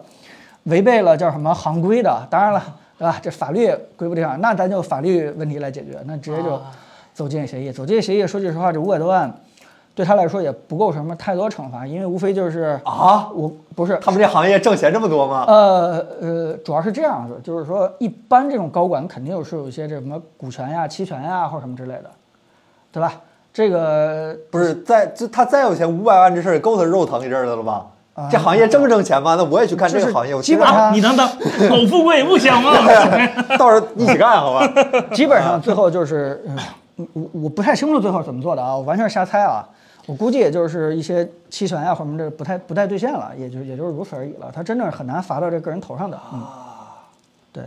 Speaker 2: 违背了叫什么行规的。当然了，对吧？这法律归不这样，那咱就法律问题来解决，那直接就
Speaker 3: 啊
Speaker 2: 走禁业协议。走禁业协议，说句实话，这五百多万对他来说也不构什么太多惩罚，因为无非就是
Speaker 1: 啊，
Speaker 2: 我不是
Speaker 1: 他们这行业挣钱这么多吗？
Speaker 2: 呃呃，主要是这样子，就是说，一般这种高管肯定是有一些这什么股权呀、期权呀或者什么之类的，对吧？这个
Speaker 1: 不是，再就他再有钱，五百万这事儿也够他肉疼一阵儿的了吧？
Speaker 2: 啊
Speaker 1: 这行业挣不挣钱吗？那我也去干这
Speaker 2: 就
Speaker 1: 个
Speaker 2: 是
Speaker 1: 行业，我
Speaker 2: 基
Speaker 1: 现在
Speaker 2: 本上
Speaker 3: 啊，你能当苟富贵勿相 忘。
Speaker 1: 到时候一起干，好吧？
Speaker 2: 基本上最后就是，嗯我我不太清楚最后怎么做的啊，我完全是瞎猜啊。我估计也就是一些期权呀啊或者什么这不太不太兑现了，也就也就是如此而已了。他真正很难罚到这个人头上的。嗯，对。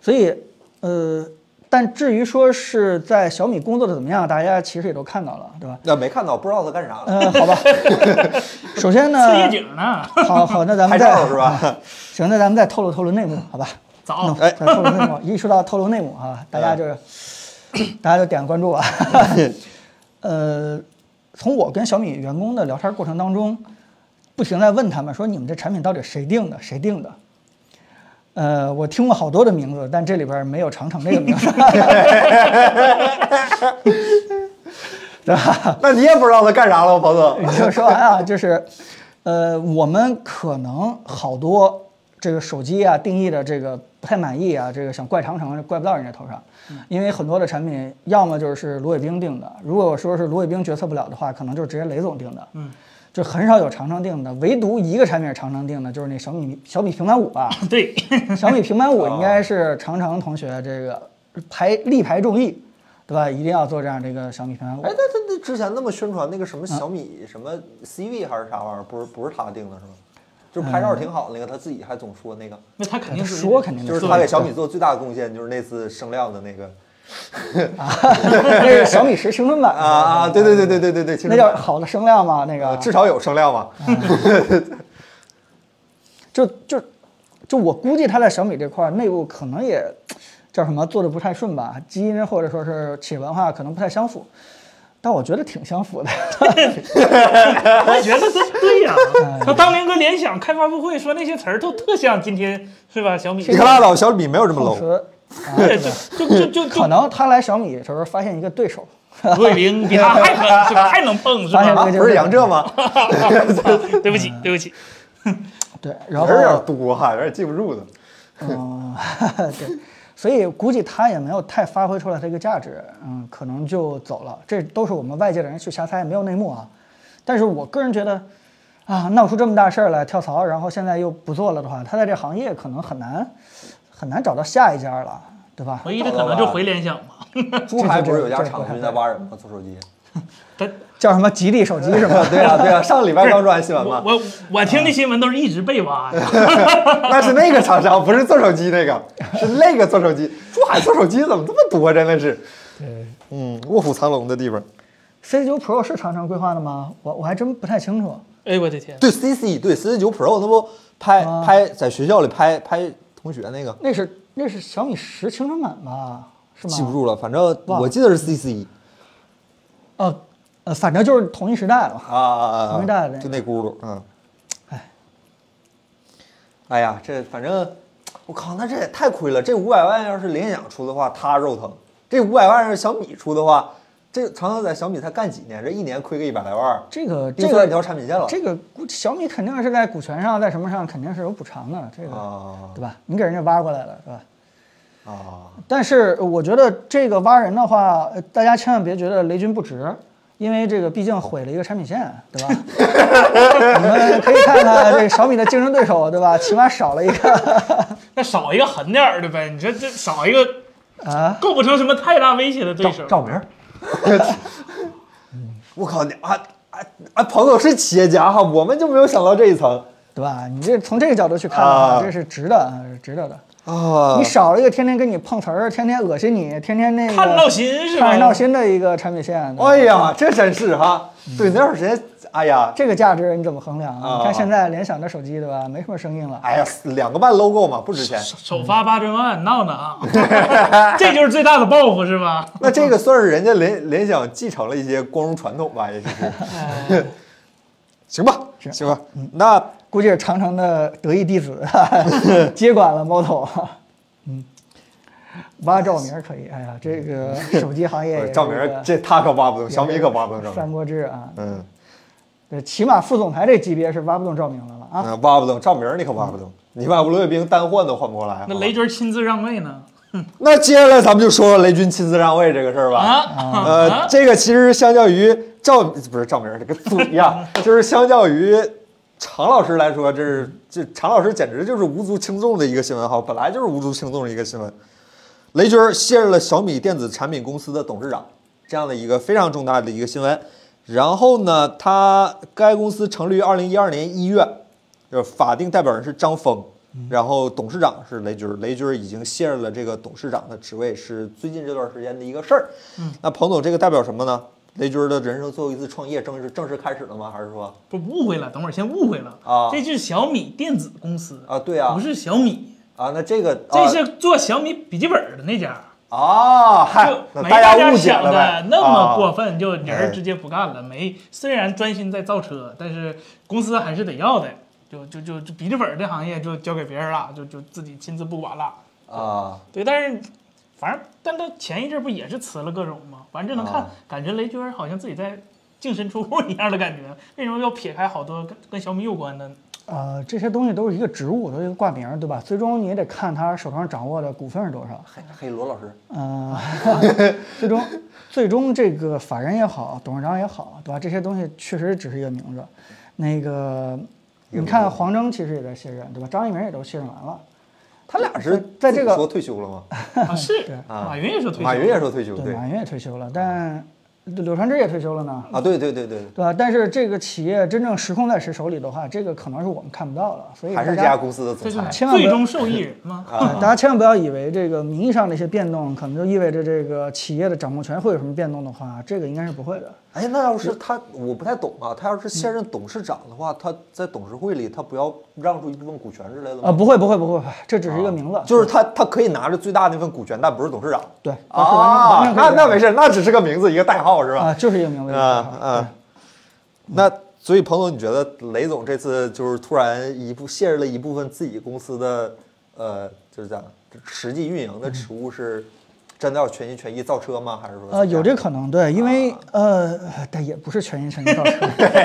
Speaker 2: 所以，呃，但至于说是在小米工作的怎么样，大家其实也都看到了，对吧？
Speaker 1: 那没看到，不知道他干啥了，
Speaker 2: 嗯，好吧。首先呢，
Speaker 3: 刺夜景呢？
Speaker 2: 好好，那咱
Speaker 1: 拍
Speaker 2: 们再
Speaker 1: 照是 吧？
Speaker 2: 行，那咱们再透露透露内幕，好吧？
Speaker 3: 早，
Speaker 1: 哎
Speaker 2: 再透露内幕，一说到透露内幕啊，大家就是大家就点个关注啊。 呃，从我跟小米员工的聊天过程当中，不停在问他们说你们这产品到底谁定的？谁定的？呃，我听过好多的名字，但这里边没有长城这个名字， 对吧？
Speaker 1: 那你也不知道他干啥了，彭总。
Speaker 2: 你听我说完啊，就是，呃，我们可能好多这个手机啊定义的这个不太满意啊，这个想怪长城，怪不到人家头上，
Speaker 1: 嗯
Speaker 2: 因为很多的产品要么就是卢伟冰定的，如果说是卢伟冰决策不了的话，可能就是直接雷总定的，
Speaker 3: 嗯，
Speaker 2: 就很少有长城定的，唯独一个产品是长城定的，就是那小米小米平板五 吧，
Speaker 3: 对，
Speaker 2: 小米平板
Speaker 1: 哦
Speaker 2: 五应该是长城同学这个排力排众议，对吧？一定要做这样这个小米平板五。
Speaker 1: 哎，那他那之前那么宣传那个什么小米什么 CV 还是啥玩意儿，不是不是他定的是吗？就是拍照挺好的那个，他自己还总说那个，
Speaker 3: 那他肯定是
Speaker 2: 说肯定
Speaker 1: 就是他给小米做最大的贡献就是那次声量的那个
Speaker 2: 那是小米十青春版
Speaker 1: 啊啊，对对对对对对对，青
Speaker 2: 那
Speaker 1: 春
Speaker 2: 叫
Speaker 1: 版
Speaker 2: 好的声量吗？那个
Speaker 1: 呃至少有声量吧？
Speaker 2: 就就就我估计他在小米这块儿内部可能也叫什么做的不太顺吧，基因或者说是企业文化可能不太相符，但我觉得挺相符的。
Speaker 3: 我觉得这对呀、
Speaker 2: 嗯
Speaker 3: 他当年跟联想开发布会说那些词儿都特像今天是吧？小米，
Speaker 1: 你可拉倒，小米没有这么
Speaker 2: 同
Speaker 1: low。
Speaker 2: 时，啊
Speaker 3: 对，就就就就
Speaker 2: 可能他来小米的时候发现一个对手，
Speaker 3: 就魏明比他还狠，是吧？还能碰是
Speaker 2: 发现
Speaker 3: 吧？
Speaker 1: 啊，不是杨浙 吗？
Speaker 3: 对不起，对不起，
Speaker 2: 嗯对，
Speaker 1: 人
Speaker 2: 然后
Speaker 1: 有点多哈，有点记不住的。
Speaker 2: 嗯， 对，所以估计他也没有太发挥出来他一个价值，嗯，可能就走了。这都是我们外界的人去瞎猜，没有内幕啊。但是我个人觉得，啊，闹出这么大事儿来，跳槽，然后现在又不做了的话，他在这行业可能很难很难找到下一家了，对吧？
Speaker 3: 唯一的可能就回联想嘛。
Speaker 1: 珠海不是有家厂子在挖人吗？做手 机？
Speaker 3: 他
Speaker 2: 叫什么吉利手机是吧？
Speaker 1: 啊对啊对啊，上个礼拜刚出完新闻
Speaker 3: 我
Speaker 1: 嘛，
Speaker 3: 我我听的新闻都是一直被挖的，
Speaker 1: 那是那个厂商，不是做手机那个，是那个做手机。珠海做手机怎么这么多？真的是，嗯，卧虎藏龙的地方。
Speaker 2: C 9 Pro 是长城规划的吗？我我还真不太清楚。
Speaker 3: 哎我的天，
Speaker 1: 对，CC 对四十九 Pro 那不拍
Speaker 2: 啊
Speaker 1: 拍在学校里拍拍同学那个，
Speaker 2: 那是那是小米十青春版吧？是吗？
Speaker 1: 记不住了，反正
Speaker 2: 忘了
Speaker 1: 我记得是 CC
Speaker 2: 哦，呃，反正就是同一时代了。
Speaker 1: 啊啊啊
Speaker 2: 同一代的那
Speaker 1: 啊，
Speaker 2: 个
Speaker 1: 就那轱辘，嗯。
Speaker 2: 哎，
Speaker 1: 哎呀，这反正我靠，那这也太亏了。这五百万要是联想出的话，他肉疼；这五百万要是小米出的话，这长城在小米才干几年？这一年亏个一百来万，
Speaker 2: 这个
Speaker 1: 盯
Speaker 2: 这
Speaker 1: 出来
Speaker 2: 个
Speaker 1: 一条产品
Speaker 3: 哦
Speaker 1: 线了。
Speaker 2: 这个估小米肯定是在股权上，在什么上肯定是有补偿的，这个、
Speaker 3: 哦
Speaker 1: 啊
Speaker 2: 对吧？你给人家挖过来了，对吧？
Speaker 1: 啊！
Speaker 2: 但是我觉得这个挖人的话，呃大家千万别觉得雷军不值，因为这个毕竟毁了一个产品线，对吧？你们可以看看这小米的竞争对手，对吧？起码少了一个
Speaker 3: 那少一个狠点儿的呗，你说这少一个
Speaker 2: 啊，
Speaker 3: 构不成什么太大威胁的对手。
Speaker 2: 赵明儿，
Speaker 1: 我靠，你啊啊啊！彭总是企业家哈，我们就没有想到这一层
Speaker 2: 对吧？你这从这个角度去看的话，
Speaker 1: 啊
Speaker 2: 这是值的，啊是值得的。
Speaker 1: 啊
Speaker 3: 哦
Speaker 2: 你少了一个天天跟你碰瓷儿、天天恶心你、天天那个
Speaker 3: 看闹心是吧
Speaker 2: 看着闹心的一个产品线。对吧
Speaker 1: 哎呀，这真是哈！
Speaker 2: 嗯
Speaker 1: 对，那段时间，哎呀，
Speaker 2: 这个价值你怎么衡量啊？
Speaker 1: 啊
Speaker 2: 你看现在联想的手机对吧，没什么声音了。
Speaker 1: 哎呀，两个半 logo 嘛，不值钱。
Speaker 3: 首发八千万闹呢啊，这就是最大的报复是吧？
Speaker 1: 那这个算是人家联联想继承了一些光荣传统吧，也就是。
Speaker 3: 哎
Speaker 1: 行吧，
Speaker 2: 是
Speaker 1: 行吧，那
Speaker 2: 估计是长城的得意弟子接管了猫头。嗯挖照明儿可以。哎呀，这个手机 行业也
Speaker 1: 呃
Speaker 2: 是
Speaker 1: 赵明
Speaker 2: 一嗯个
Speaker 1: 儿这他可挖不动，小米可挖不
Speaker 2: 也
Speaker 1: 动赵明儿。
Speaker 2: 是三国志啊，
Speaker 1: 嗯，
Speaker 2: 对，起码副总裁这级别是挖不动照明的了啊。
Speaker 1: 那挖不动赵明儿，你可挖不动。你把罗卫兵单换都换不过来。
Speaker 3: 那
Speaker 1: 好吧
Speaker 3: 雷军亲自让位呢？
Speaker 1: 那接下来咱们就说说雷军亲自让位这个事儿吧。
Speaker 3: 啊，
Speaker 1: 呃，这个其实相较于赵不是赵明儿这个嘴 呀，就是相较于常老师来说，这是这常老师简直就是无足轻重的一个新闻哈，本来就是无足轻重的一个新闻。雷军儿卸任了小米电子产品公司的董事长，这样的一个非常重大的一个新闻。然后呢，他该公司成立于二零一二年一月，就是法定代表人是张峰，
Speaker 3: 嗯
Speaker 1: 然后董事长是雷军儿，雷军儿已经卸任了这个董事长的职位，是最近这段时间的一个事儿。
Speaker 3: 嗯
Speaker 1: 那彭总这个代表什么呢？雷军儿的人生最后一次创业正式正式开始了吗？还是说
Speaker 3: 不误会了，等会儿先误会了
Speaker 1: 啊
Speaker 3: 这是小米电子公司，
Speaker 1: 啊？对啊
Speaker 3: 不，是小米，
Speaker 1: 啊，那这个
Speaker 3: 这是做小米笔记本的那家。
Speaker 1: 啊，嗨
Speaker 3: 就，
Speaker 1: 那
Speaker 3: 没
Speaker 1: 大
Speaker 3: 大家
Speaker 1: 误解
Speaker 3: 想
Speaker 1: 了
Speaker 3: 的
Speaker 1: 呗，
Speaker 3: 那么过
Speaker 1: 啊
Speaker 3: 分，就人
Speaker 1: 哎
Speaker 3: 儿直接不干了。没，虽然专心在造车，但是公司还是得要的。就就就就笔记本儿这行业就交给别人了，就就自己亲自不管了。
Speaker 1: 啊？
Speaker 3: 对，但是反正但他前一阵儿不也是辞了各种吗？反正能看
Speaker 1: 啊，
Speaker 3: 感觉雷军儿好像自己在净身出户一样的感觉。为什么要撇开好多跟跟小米有关的？
Speaker 2: 呃，这些东西都是一个职务，都是一个挂名儿，对吧？最终你也得看他手上掌握的股份是多少。
Speaker 1: 嘿，嘿，罗老师，
Speaker 2: 呃， 最终最终这个法人也好，董事长也好，对吧？这些东西确实只是一个名字。
Speaker 1: 一
Speaker 2: 那个，
Speaker 1: 个
Speaker 2: 你
Speaker 1: 名
Speaker 2: 看
Speaker 1: 字
Speaker 2: 黄峥其实也在卸任，对吧？张一鸣也都卸任完了。
Speaker 1: 他俩是
Speaker 2: 在这
Speaker 1: 自
Speaker 2: 个
Speaker 1: 己说退休了吗？
Speaker 3: 啊，是
Speaker 2: 对
Speaker 1: 啊
Speaker 3: 马云也说退休，
Speaker 1: 马云也说退休，
Speaker 2: 对，
Speaker 1: 对
Speaker 2: 马云也退休了，但柳传志也退休了呢，
Speaker 1: 啊，对对对对，
Speaker 2: 对吧？但是这个企业真正实控在谁手里的话，这个可能是我们看不到的，所以
Speaker 1: 还是
Speaker 2: 大
Speaker 1: 这家公司的
Speaker 3: 这
Speaker 1: 总
Speaker 3: 就是
Speaker 1: 裁
Speaker 2: 千万不
Speaker 3: 最
Speaker 2: 要
Speaker 3: 终受益人嘛。
Speaker 1: 啊
Speaker 2: 大家千万不要以为这个名义上的一些变动，可能就意味着这个企业的掌控权会有什么变动的话，这个应该是不会的。
Speaker 1: 哎，那要是他，我不太懂啊。他要是
Speaker 2: 嗯
Speaker 1: 卸任董事长的话，他在董事会里，他不要让出一部分股权之类的
Speaker 2: 啊，
Speaker 1: 吗？
Speaker 2: 不会不会不会，这只是一个名字，
Speaker 1: 啊就是他，他可以拿着最大那份股权，但不是董事长。
Speaker 2: 对，那是完
Speaker 1: 啊
Speaker 2: 全完全，可以
Speaker 1: 那
Speaker 2: 的
Speaker 1: 那没事，那只是个名字，一个代号是吧？
Speaker 2: 啊，嗯就是一个名字。
Speaker 1: 啊啊，那所以彭总，你觉得雷总这次就是突然一部卸任了一部分自己公司的呃，就是讲实际运
Speaker 2: 嗯
Speaker 1: 营的职务，是真的要全心全意造车吗？还是说
Speaker 2: 呃，有这可能，对，因为、
Speaker 1: 啊
Speaker 2: 呃，但也不是全心全意造车。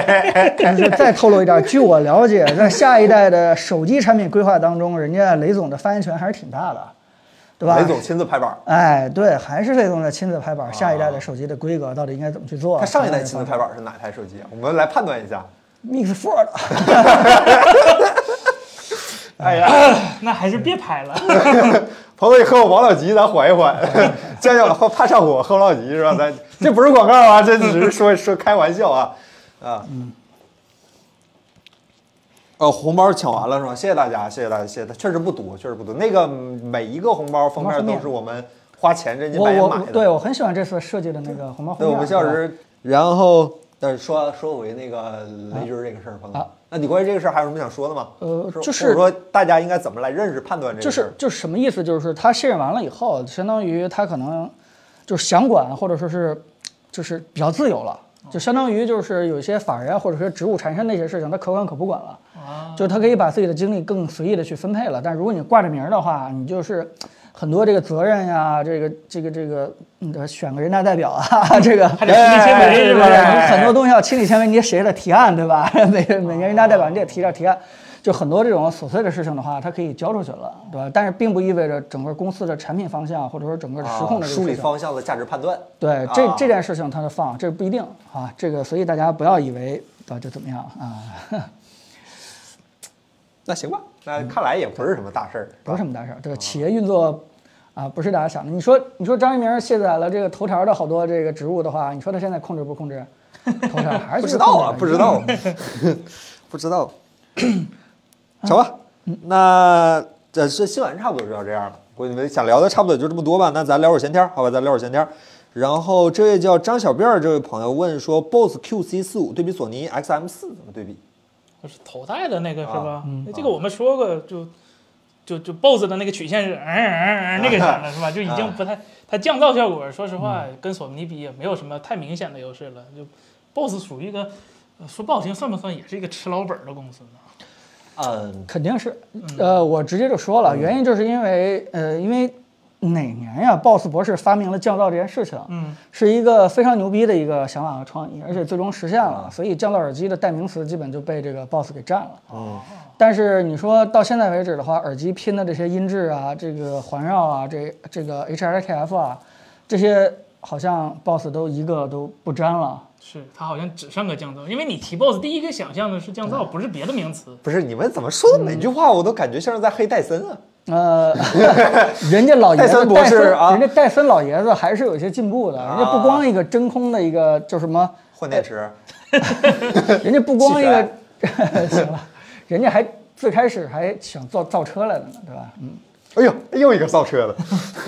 Speaker 2: 但是再透露一点，据我了解，在下一代的手机产品规划当中，人家雷总的发言权还是挺大的，对吧？
Speaker 1: 雷总亲自拍板儿，
Speaker 2: 哎，对，还是雷总在亲自拍板儿，下一代的手机的规格到底应该怎么去做？
Speaker 1: 啊他上一代亲自拍板儿是哪台手机啊？我们来判断一下。
Speaker 2: Mix Four 的，
Speaker 1: 哎呀，
Speaker 3: 那还是别拍了。
Speaker 1: 彭总，你喝我王老吉，咱缓一缓， 将将喝怕上火，喝王老吉是吧？咱这不是广告啊，这只是说 说开玩笑啊，啊，呃，红包抢完了是吧？谢谢大家，谢谢大家，谢谢大家，确实不多，确实不多。那个嗯每一个红包封面都是我们花钱真金
Speaker 2: 我
Speaker 1: 白银
Speaker 2: 我
Speaker 1: 买
Speaker 2: 我
Speaker 1: 的，
Speaker 2: 对我很喜欢这次设计的那个红包
Speaker 1: 对，我
Speaker 2: 封面儿，
Speaker 1: 们笑
Speaker 2: 对吧
Speaker 1: 时，然后但是说说回那个雷军这个事儿，朋友
Speaker 2: 啊，
Speaker 1: 那你关于这个事儿还有什么想说的吗？说
Speaker 2: 呃就
Speaker 1: 或者
Speaker 2: 是
Speaker 1: 说大家应该怎么来认识判断这
Speaker 2: 就
Speaker 1: 个事
Speaker 2: 是
Speaker 1: 儿？
Speaker 2: 就是什么意思？就是他卸任完了以后，相当于他可能就是想管，或者说是就是比较自由了，就相当于就是有一些法人啊，或者说职务缠身的一些事情，他可管可不管了。
Speaker 3: 啊，
Speaker 2: 就是他可以把自己的精力更随意的去分配了。但如果你挂着名儿的话，你就是很多这个责任呀，这个这个这个，你得选个人大代表啊， 这个
Speaker 3: 还得亲力亲为是吧
Speaker 2: 对
Speaker 1: 哎
Speaker 2: 你很多东西要亲力亲为，你也写得提案对吧？ 每每
Speaker 3: 哦
Speaker 2: 年人大代表你得提点提案，就很多这种琐碎的事情的话，它可以交出去了，对吧？但是并不意味着整个公司的产品方向或者说整个的实控
Speaker 1: 啊
Speaker 2: 的这个
Speaker 1: 梳理
Speaker 2: 事情
Speaker 1: 方向的价值判断。
Speaker 2: 对这
Speaker 1: 啊
Speaker 2: 这件事情它的放，这不一定啊，这个所以大家不要以为啊就怎么样啊。
Speaker 1: 那行吧，那看来也不是什么大事儿，
Speaker 2: 嗯不是什么大事儿。这个企业运作啊，不是大家想的。你说，你说张一鸣卸载了这个头条的好多这个职务的话，你说他现在控制 不控制？头条还是
Speaker 1: 不知道啊，
Speaker 2: 控
Speaker 1: 不
Speaker 2: 制
Speaker 1: 知道， 不知道， 成吧？那这是新闻差不多就到这样了。我们想聊的差不多也就这么多吧。那咱聊会儿闲天儿，好吧？咱聊会儿闲天儿。然后这位叫张小辫儿这位朋友问说，BOSS QC 四五对比索尼 XM 四怎么对比？
Speaker 3: 就是头戴的那个是
Speaker 1: 啊
Speaker 3: 吧？那这个我们说过，就就就 BOSS 的那个曲线是嗯嗯嗯那个响了是吧？就已经不太它降噪效果，说实话跟索尼比也没有什么太明显的优势了。就 BOSS 属于一个呃说不好听，算不算也是一个吃老本儿的公司呢？
Speaker 1: 嗯，
Speaker 2: 肯定是，呃，我直接就说了，原因就是因为，呃，因为哪年呀，BOSS 博士发明了降噪这件事情，
Speaker 3: 嗯，
Speaker 2: 是一个非常牛逼的一个想法和创意，而且最终实现
Speaker 1: 啊
Speaker 2: 了，所以降噪耳机的代名词基本就被这个 BOSS 给占了。
Speaker 1: 哦，
Speaker 2: 但是你说到现在为止的话，耳机拼的这些音质啊，这个环绕啊，这这个 HRTF 啊，这些好像 BOSS 都一个都不沾了。
Speaker 3: 是它好像只剩个降噪，因为你提 BOSS 第一个想象的是降噪，不是别的名词。
Speaker 1: 不是，你们怎么说的每句话我都感觉像是在黑戴森啊？
Speaker 2: 呃， 人家老爷
Speaker 1: 戴
Speaker 2: 子
Speaker 1: 森博士啊
Speaker 2: 人家戴森老爷子还是有一些进步的，人家不光一个真空的一个就 什么，
Speaker 1: 换电池，
Speaker 2: 人家不光一
Speaker 1: 汽
Speaker 2: 个， 行了，人家还最开始还想造造车来的呢，对吧？嗯，
Speaker 1: 哎呦，又一个造 车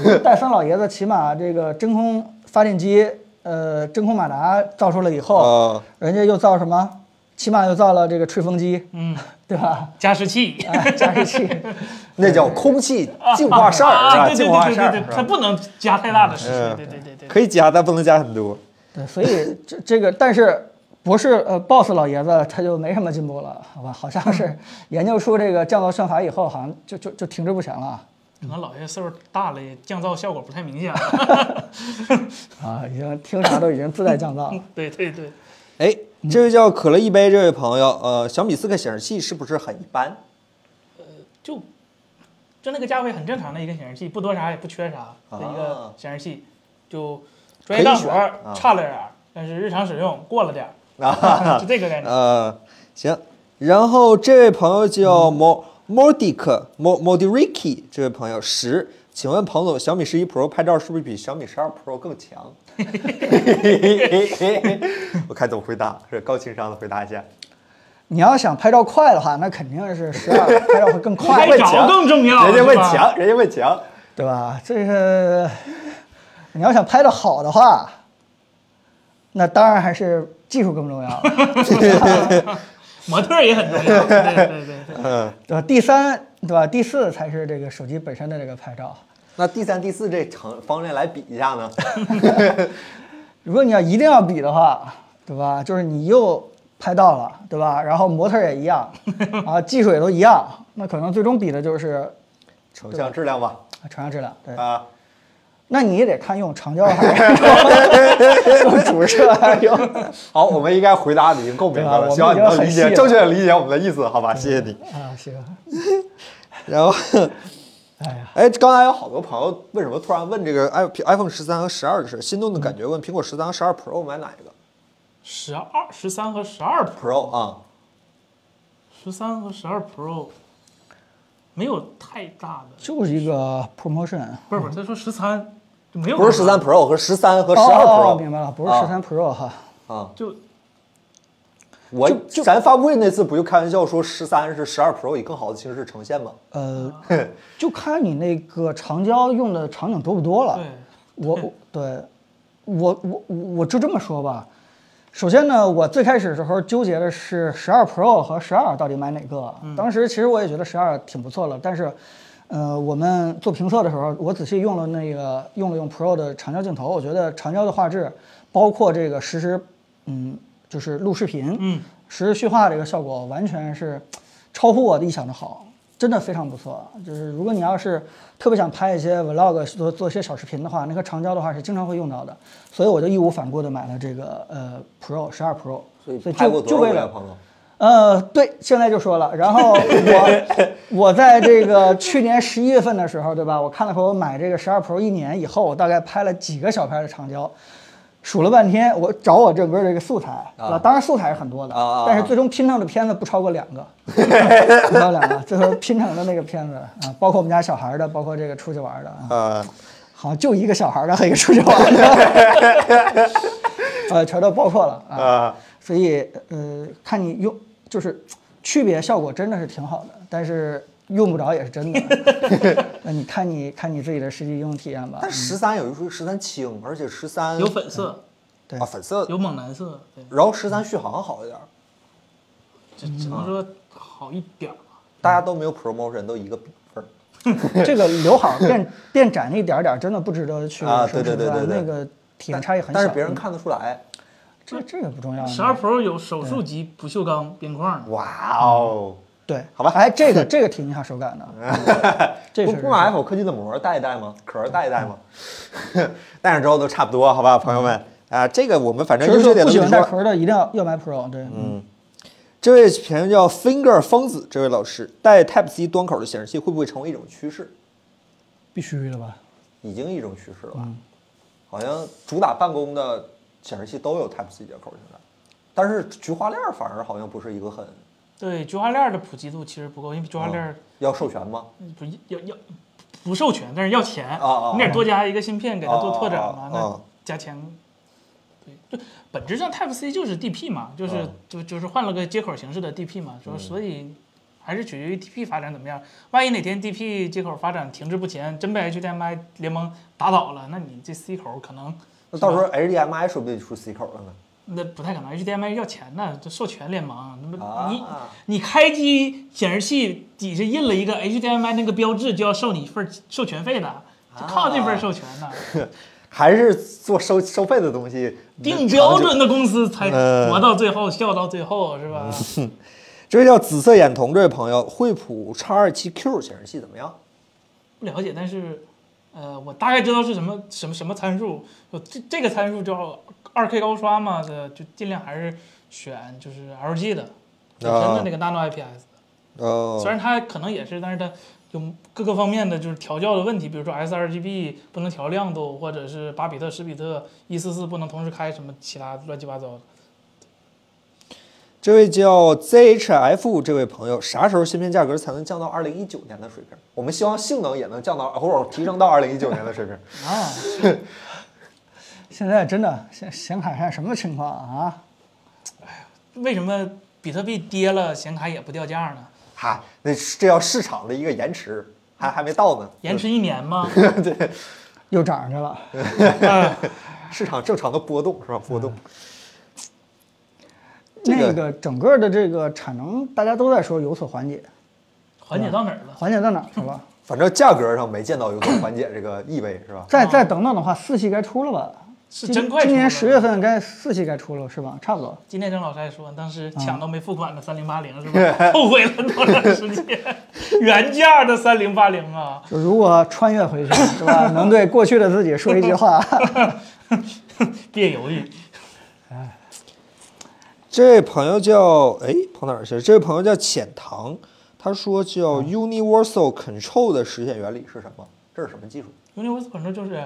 Speaker 1: 的，
Speaker 2: 戴森老爷子起码这个真空发电机，呃，真空马达造出来以后，
Speaker 1: 哦
Speaker 2: 人家又造什么？起码又造了这个吹风机，
Speaker 3: 嗯，
Speaker 2: 对吧？
Speaker 3: 加湿器
Speaker 2: 啊，加湿器，
Speaker 1: 那叫空气净化扇儿是
Speaker 3: 啊，
Speaker 1: 吧？
Speaker 3: 对对
Speaker 1: 净化
Speaker 3: 对
Speaker 1: 扇
Speaker 3: 对
Speaker 1: 儿
Speaker 3: 对
Speaker 1: 是
Speaker 3: 对，它
Speaker 1: 吧
Speaker 3: 不能加太大的湿
Speaker 1: 嗯
Speaker 3: 气，对对对对对。
Speaker 1: 可以加，但不能加很多。
Speaker 2: 对，所以这这个，但是博士呃，boss 老爷子他就没什么进步了，好吧？好像是研究出这个降噪算法以后，好像就就就停滞不前了
Speaker 3: 可能老爷岁数大了，也降噪效果不太明显了。
Speaker 2: 啊，已经听啥都已经自带降噪了。
Speaker 3: 啊对对对，
Speaker 1: 哎，这位叫可乐一杯这位朋友，呃，小米四 K 显示器是不是很一般？
Speaker 3: 就就那个价位很正常的一个显示器，不多啥也不缺啥的一个显示器，就专业干活
Speaker 1: 啊
Speaker 3: 儿
Speaker 1: 可以选啊
Speaker 3: 差了点儿，但是日常使用过了点儿，
Speaker 1: 啊，
Speaker 3: 就这个概念。
Speaker 1: 呃，行。然后这位朋友叫 Mo Modic Mo Modricky，这位朋友十，请问彭总，小米十一 Pro 拍照是不是比小米十二 Pro 更 强？ 我看怎么回答，是高情商的回答一下。
Speaker 2: 你要想拍照快的话，那肯定是十二拍照会 更快，
Speaker 3: 拍照更重要
Speaker 1: 人家问
Speaker 3: 是吧
Speaker 1: 强，人家问强。
Speaker 2: 对吧？这个你要想拍的好的话，那当然还是技术更重要了。
Speaker 3: 模特儿也很重要。对对对对，
Speaker 1: 嗯，
Speaker 2: 对吧？第三，对吧？第四才是这个手机本身的这个拍照。
Speaker 1: 那第三、第四这成方面来比一下 呢？
Speaker 2: 如果你要一定要比的话，对吧？就是你又拍到了，对吧？然后模特儿也 一样，啊，技术也都一样，那可能最终比的就是
Speaker 1: 成像质量吧。
Speaker 2: 成像质量。对，
Speaker 1: 啊，
Speaker 2: 那你也得看用长焦 还是用主摄还是用。
Speaker 1: 好，我们应该回啊答的已经够明白
Speaker 2: 对
Speaker 1: 了，
Speaker 2: 吧
Speaker 1: 希望你
Speaker 2: 我们
Speaker 1: 能理
Speaker 2: 已经很细
Speaker 1: 解
Speaker 2: 了
Speaker 1: 正确的理解我们的意思，好吧？谢谢你。
Speaker 2: 啊，行，
Speaker 1: 然后。
Speaker 2: 哎呀，
Speaker 1: 哎，刚才有好多朋友为什么突然问这个 i iPhone 十三和十二的事？心动的感觉问苹果十三和十二 Pro 买哪一个
Speaker 3: 十二、十三和十二 Pro，
Speaker 1: ？Pro 啊，
Speaker 3: 十三和十二 Pro 没有太大的，
Speaker 2: 就是一个 promotion。
Speaker 3: 不是不是，他说十三就没有
Speaker 1: 不是十三 Pro 和十三和十二
Speaker 2: 哦
Speaker 1: Pro，
Speaker 2: 哦明白了，不是十三 Pro 哈。
Speaker 1: 啊。
Speaker 3: 就
Speaker 1: 我咱发布会那次不就开玩笑说十三是十二 Pro 以更好的形式呈现吗？
Speaker 2: 呃，
Speaker 3: 啊
Speaker 2: 就看你那个长焦用的场景多不多了。
Speaker 3: 对
Speaker 2: 我我对，我我我我就这么说吧。首先呢，我最开始的时候纠结的是十二 Pro 和十二到底买哪个。
Speaker 3: 嗯
Speaker 2: 当时其实我也觉得十二挺不错了，但是，呃，我们做评测的时候，我仔细用了那个用了用 Pro 的长焦镜头，我觉得长焦的画质，包括这个实时，嗯，就是录视频，
Speaker 3: 嗯，
Speaker 2: 实时虚化这个效果完全是超乎我的意想的好，真的非常不错。啊就是如果你要是特别想拍一些 vlog 做做一些小视频的话，那个长焦的话是经常会用到的，所以我就义无反顾的买了这个呃 Pro 十二 Pro，
Speaker 1: 所以
Speaker 2: 所以
Speaker 1: 拍过
Speaker 2: 就就
Speaker 1: 多
Speaker 2: 为
Speaker 1: 少个
Speaker 2: 了
Speaker 1: 朋友？
Speaker 2: 呃，对，现在就说了。然后 我我在这个去年十一月份的时候，对吧？我看了会儿我买这个十二 Pro 一年以后，我大概拍了几个小片的长焦，数了半天，我找我整个这个素材
Speaker 1: 啊
Speaker 2: 当然素材是很多的，
Speaker 1: 啊啊啊
Speaker 2: 但是最终拼成的片子不超过两 个，不超过两个，最后拼成的那个片子啊，包括我们家小孩的，包括这个出去玩的啊，
Speaker 1: 呃，
Speaker 2: 好像就一个小孩的和一个出去玩的， 呃，全都包括了啊。
Speaker 1: 呃，
Speaker 2: 所以呃，看你用就是区别效果真的是挺好的，但是用不着也是真的。 那你看你看你自己的实际用体验吧嗯
Speaker 1: 但。十三有一说十三轻，而且十三
Speaker 3: 有粉色，
Speaker 2: 对
Speaker 1: 啊粉色，
Speaker 3: 有猛男色，对，
Speaker 1: 然后十三续航好一点儿，
Speaker 3: 只只
Speaker 1: 嗯
Speaker 3: 能说好一点儿吧。
Speaker 1: 大家都没有 promotion，都一个比分儿。
Speaker 2: 这个刘海儿变变窄那一点儿点儿，真的不值得去
Speaker 1: 啊
Speaker 2: 奢侈
Speaker 1: 对对
Speaker 2: 吧
Speaker 1: 对对对
Speaker 2: 那个体验差异很小。嗯
Speaker 1: 但是别人看得出来。
Speaker 2: 这这个不重要。
Speaker 3: 十二 Pro 有手术级不锈钢边框的，
Speaker 1: 哇哦，
Speaker 2: 对，
Speaker 1: 好吧
Speaker 2: 哎，这个这个挺影响手感的， 这
Speaker 1: 不
Speaker 2: 是
Speaker 1: 不买 Apple 科技的膜带一带吗？壳儿带一带吗？
Speaker 2: 嗯
Speaker 1: 戴上之后都差不多，好吧，朋友们啊、这个我们反正
Speaker 2: 只
Speaker 1: 优
Speaker 2: 是
Speaker 1: 缺
Speaker 2: 说
Speaker 1: 点
Speaker 2: 不
Speaker 1: 都
Speaker 2: 喜
Speaker 1: 得
Speaker 2: 欢带
Speaker 1: 说。
Speaker 2: 壳的一定要要买 Pro，对，嗯，
Speaker 1: 这位朋友叫 Finger 疯子，这位老师，带 Type C 端口的显示器会不会成为一种趋势？
Speaker 2: 必须的吧？
Speaker 1: 已经一种趋势了
Speaker 3: 嗯
Speaker 1: 吧？好像主打办公的显示器都有 Type C 接口现在，但是菊花链儿反而好像不是一个很
Speaker 3: 对菊花链儿的普及度其实不够，因为
Speaker 1: 哦
Speaker 3: 菊花链儿
Speaker 1: 要授权吗？
Speaker 3: 不要要不授权，但是要钱，
Speaker 1: 哦哦哦
Speaker 3: 你得多加一个芯片给它做拓展
Speaker 1: 哦
Speaker 3: 嘛，
Speaker 1: 哦哦
Speaker 3: 那加钱。对，就本质上 Type C 就是 DP 嘛，就是、
Speaker 1: 嗯
Speaker 3: 就就是换了个接口形式的 DP 嘛，说所以还是取决于 DP 发展怎么样。万一哪天 DP 接口发展停滞不前，真被 HDMI 联盟打倒了，那你这 C 口可能
Speaker 1: 那到时候 HDMI 说不定就出 C 口了呢。
Speaker 3: 那不太可能，HDMI 要钱呢，这授权联盟，那么你、
Speaker 1: 啊
Speaker 3: 你开机显示器底下印了一个 HDMI 那个标志，就要收你一份授权费的，就靠这份授权呢。
Speaker 1: 还是做收收费的东西
Speaker 3: 定标
Speaker 1: 长久
Speaker 3: 准的公司才
Speaker 1: 呃
Speaker 3: 活到最后，笑到最后，是吧？
Speaker 1: 这位叫紫色眼瞳这位朋友，惠普 x 二七 Q 显示器怎么样？
Speaker 3: 不了解，但是，呃，我大概知道是什么什么什么参数，有这这个参数叫二 K 高刷嘛的，就尽量还是选就是 LG 的本身的那个 Nano IPS。虽
Speaker 2: 哦
Speaker 1: 呃，
Speaker 3: 然它可能也是，但是它有各个方面的就是调教的问题，比如说 sRGB 不能调亮度，或者是八比特、十比特、一四四不能同时开，什么其他乱七八糟的。
Speaker 1: 这位叫 ZHF 这位朋友，啥时候芯片价格才能降到二零一九年的水平？我们希望性能也能降到或者提升到二零一九年的水平。
Speaker 3: 啊，
Speaker 2: 现在真的显显卡现在什么情况啊？
Speaker 3: 为什么比特币跌了，显卡也不掉价呢？
Speaker 1: 哈，那是这要市场的一个延迟，还还没到呢。
Speaker 3: 延迟一年吗？
Speaker 2: 又涨上去了。
Speaker 3: 哎
Speaker 1: 市场正常的波动是吧？波
Speaker 3: 嗯
Speaker 1: 动。这个
Speaker 2: 那个整个的这个产能，大家都在说有所缓解，
Speaker 3: 缓解到哪儿了？
Speaker 2: 缓解到哪儿去了？
Speaker 3: 嗯
Speaker 1: 反正价格上没见到有所缓解这个意味是吧？
Speaker 2: 再再等等的话，四系该出了吧？
Speaker 3: 哦是
Speaker 2: 今
Speaker 3: 真快出了
Speaker 2: 今年十月份该四系该出了是吧？差不多。
Speaker 3: 今天郑老师还说，当
Speaker 2: 嗯
Speaker 3: 时抢到没付款的三零八零是 吧？后悔了多长时间？原价的三零八零啊，
Speaker 2: 就如果穿越回去是吧，能对过去的自己说一 句话，
Speaker 3: 别犹豫。
Speaker 1: 这位朋友叫哎跑哪儿去了？这位朋友叫浅唐，他说
Speaker 3: 嗯
Speaker 1: 叫 Universal Control 的实现原理是什么？这是什么技术？
Speaker 3: Universe Control 就是，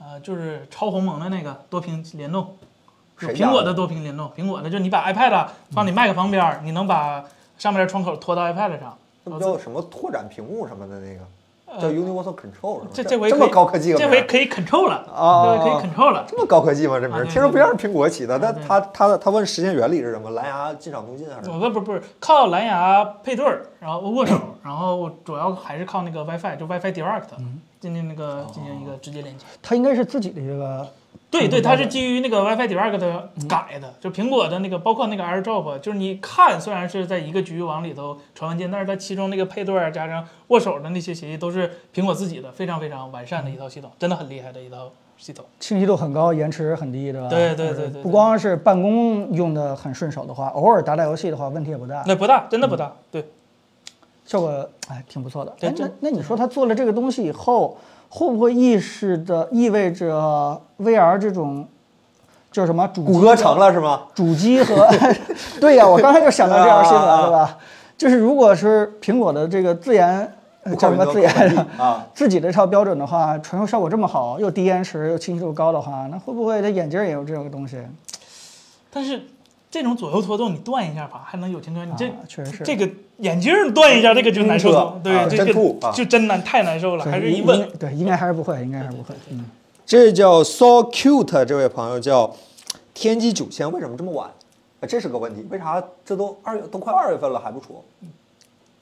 Speaker 3: 呃，就是超鸿蒙的那个多屏联动，就
Speaker 1: 谁
Speaker 3: 苹
Speaker 1: 家
Speaker 3: 果
Speaker 1: 的
Speaker 3: 的多屏联动，苹果的就你把 iPad 啊放你 Mac 旁边儿，你能把上面的窗口拖到 iPad 上。
Speaker 1: 那不叫什么拓展屏幕什么的那个，叫 Universal Control 是吗？
Speaker 3: 呃这
Speaker 1: 这
Speaker 3: 回
Speaker 1: 这
Speaker 3: 这
Speaker 1: 么高科技个名
Speaker 3: 这
Speaker 1: 儿，
Speaker 3: 回可以 control 了，
Speaker 1: 哦
Speaker 3: 这回可以 control 了。
Speaker 1: 这么高科技吗？这名儿
Speaker 3: 啊对
Speaker 1: 听着不
Speaker 3: 对
Speaker 1: 像是苹果起的，但
Speaker 3: 啊对
Speaker 1: 他他他问实现原理是什么？蓝牙进场通信还是什么？
Speaker 3: 我不不不是靠蓝牙配对儿，然后握手，然后主要还是靠那个 WiFi，就 WiFi Direct 进行那
Speaker 1: 哦
Speaker 3: 个进行一个直接连接。
Speaker 2: 它应该是自己的一个
Speaker 3: 对对，它是基于那个 WiFi Direct 的改的，就苹果的那个，包括那个 AirDrop，就是你看虽然是在一个局域网里头传文件，但是它其中那个配对儿啊加上握手的那些协议都是苹果自己的，非常非常完善的一套系统，真的很厉害的一套系统。
Speaker 2: 清晰度很高，延迟很低，对吧？
Speaker 3: 对对
Speaker 2: 就是
Speaker 3: 对对对
Speaker 2: 不光是办公用的很顺手的话，偶尔打打游戏的话，问题也不大，
Speaker 3: 那不大，真的不大。对，
Speaker 2: 效果哎挺不错的。
Speaker 3: 对
Speaker 2: 哎那
Speaker 3: 这
Speaker 2: 那你说他做了这个东西以后，会不会意识着意味着 VR 这种叫什么主
Speaker 1: 谷歌成了是吗？
Speaker 2: 主机和，对呀、我刚才就想到这条新
Speaker 1: 啊啊啊
Speaker 2: 闻，是吧？就是如果是苹果的这个自研，呃
Speaker 1: 不
Speaker 2: 叫
Speaker 1: 靠云
Speaker 2: 什么
Speaker 1: 端
Speaker 2: 自
Speaker 1: 科技
Speaker 2: 研，
Speaker 1: 啊？
Speaker 2: 自己的一套标准的话，传输效果这么好，又低延迟又清晰度高的话，那会不会它眼镜儿也有这种东西？
Speaker 3: 但是这种左右拖动你断一下吧，还能有情感。你这、
Speaker 2: 啊确实是
Speaker 3: 这个眼镜儿断一下，这个就难受
Speaker 1: 嗯
Speaker 3: 了。对，
Speaker 1: 啊
Speaker 3: 这
Speaker 1: 真吐
Speaker 3: 个
Speaker 1: 啊
Speaker 3: 就真难，太难受了，
Speaker 2: 所以
Speaker 3: 还是一
Speaker 2: 应
Speaker 3: 问
Speaker 2: 应。对，应该还是不会，应该还是不会。嗯，
Speaker 1: 这叫 so cute 这位朋友叫天玑九千，为什么这么晚？啊这是个问题，为啥这都二月都快二月份了还不出？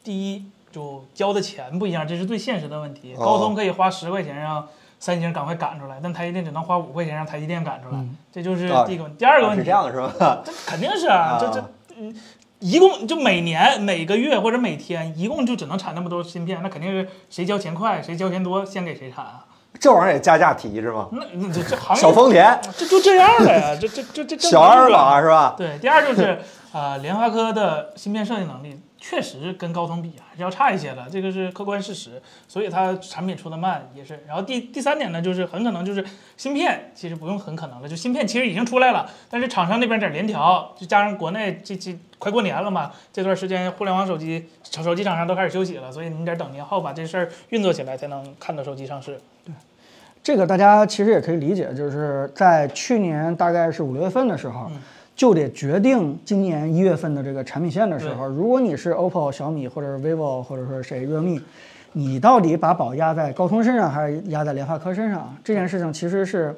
Speaker 3: 第一就交的钱不一样，这是最现实的问题。
Speaker 1: 哦
Speaker 3: 高通可以花十块钱让三星赶快赶出来，但台积电只能花五块钱让台积电赶出来，这就是
Speaker 1: 啊
Speaker 3: 第一个问题。第二个问
Speaker 1: 是
Speaker 3: 题，
Speaker 1: 这样的是吧？
Speaker 3: 这肯定是
Speaker 1: 啊
Speaker 3: 啊，这这嗯，一共就每年每个月或者每天一共就只能产那么多芯片，那肯定是谁交钱快谁交钱多先给谁产啊。
Speaker 1: 这玩意儿也加价提是吗？
Speaker 3: 那那这这行业
Speaker 1: 小丰田、
Speaker 3: 这就这样了呀，这这这这这
Speaker 1: 小阿尔法是吧？
Speaker 3: 对，第二就是呃，联发科的芯片设计能力确实跟高通比啊还是要差一些的，这个是客观事实。所以它产品出的慢也是。然后第第三点呢，就是很可能就是芯片，其实不用很可能了，就芯片其实已经出来了，但是厂商那边在联调，就加上国内这这快过年了嘛，这段时间互联网手机手手机厂商都开始休息了，所以你得等年后把这事儿运作起来，才能看到手机上市。
Speaker 2: 这个大家其实也可以理解，就是在去年大概是五六月份的时候，就得决定今年一月份的这个产品线的时候，如果你是 OPPO、小米或者是 vivo 或者说谁 realme，你到底把宝压在高通身上还是压在联发科身上？这件事情其实是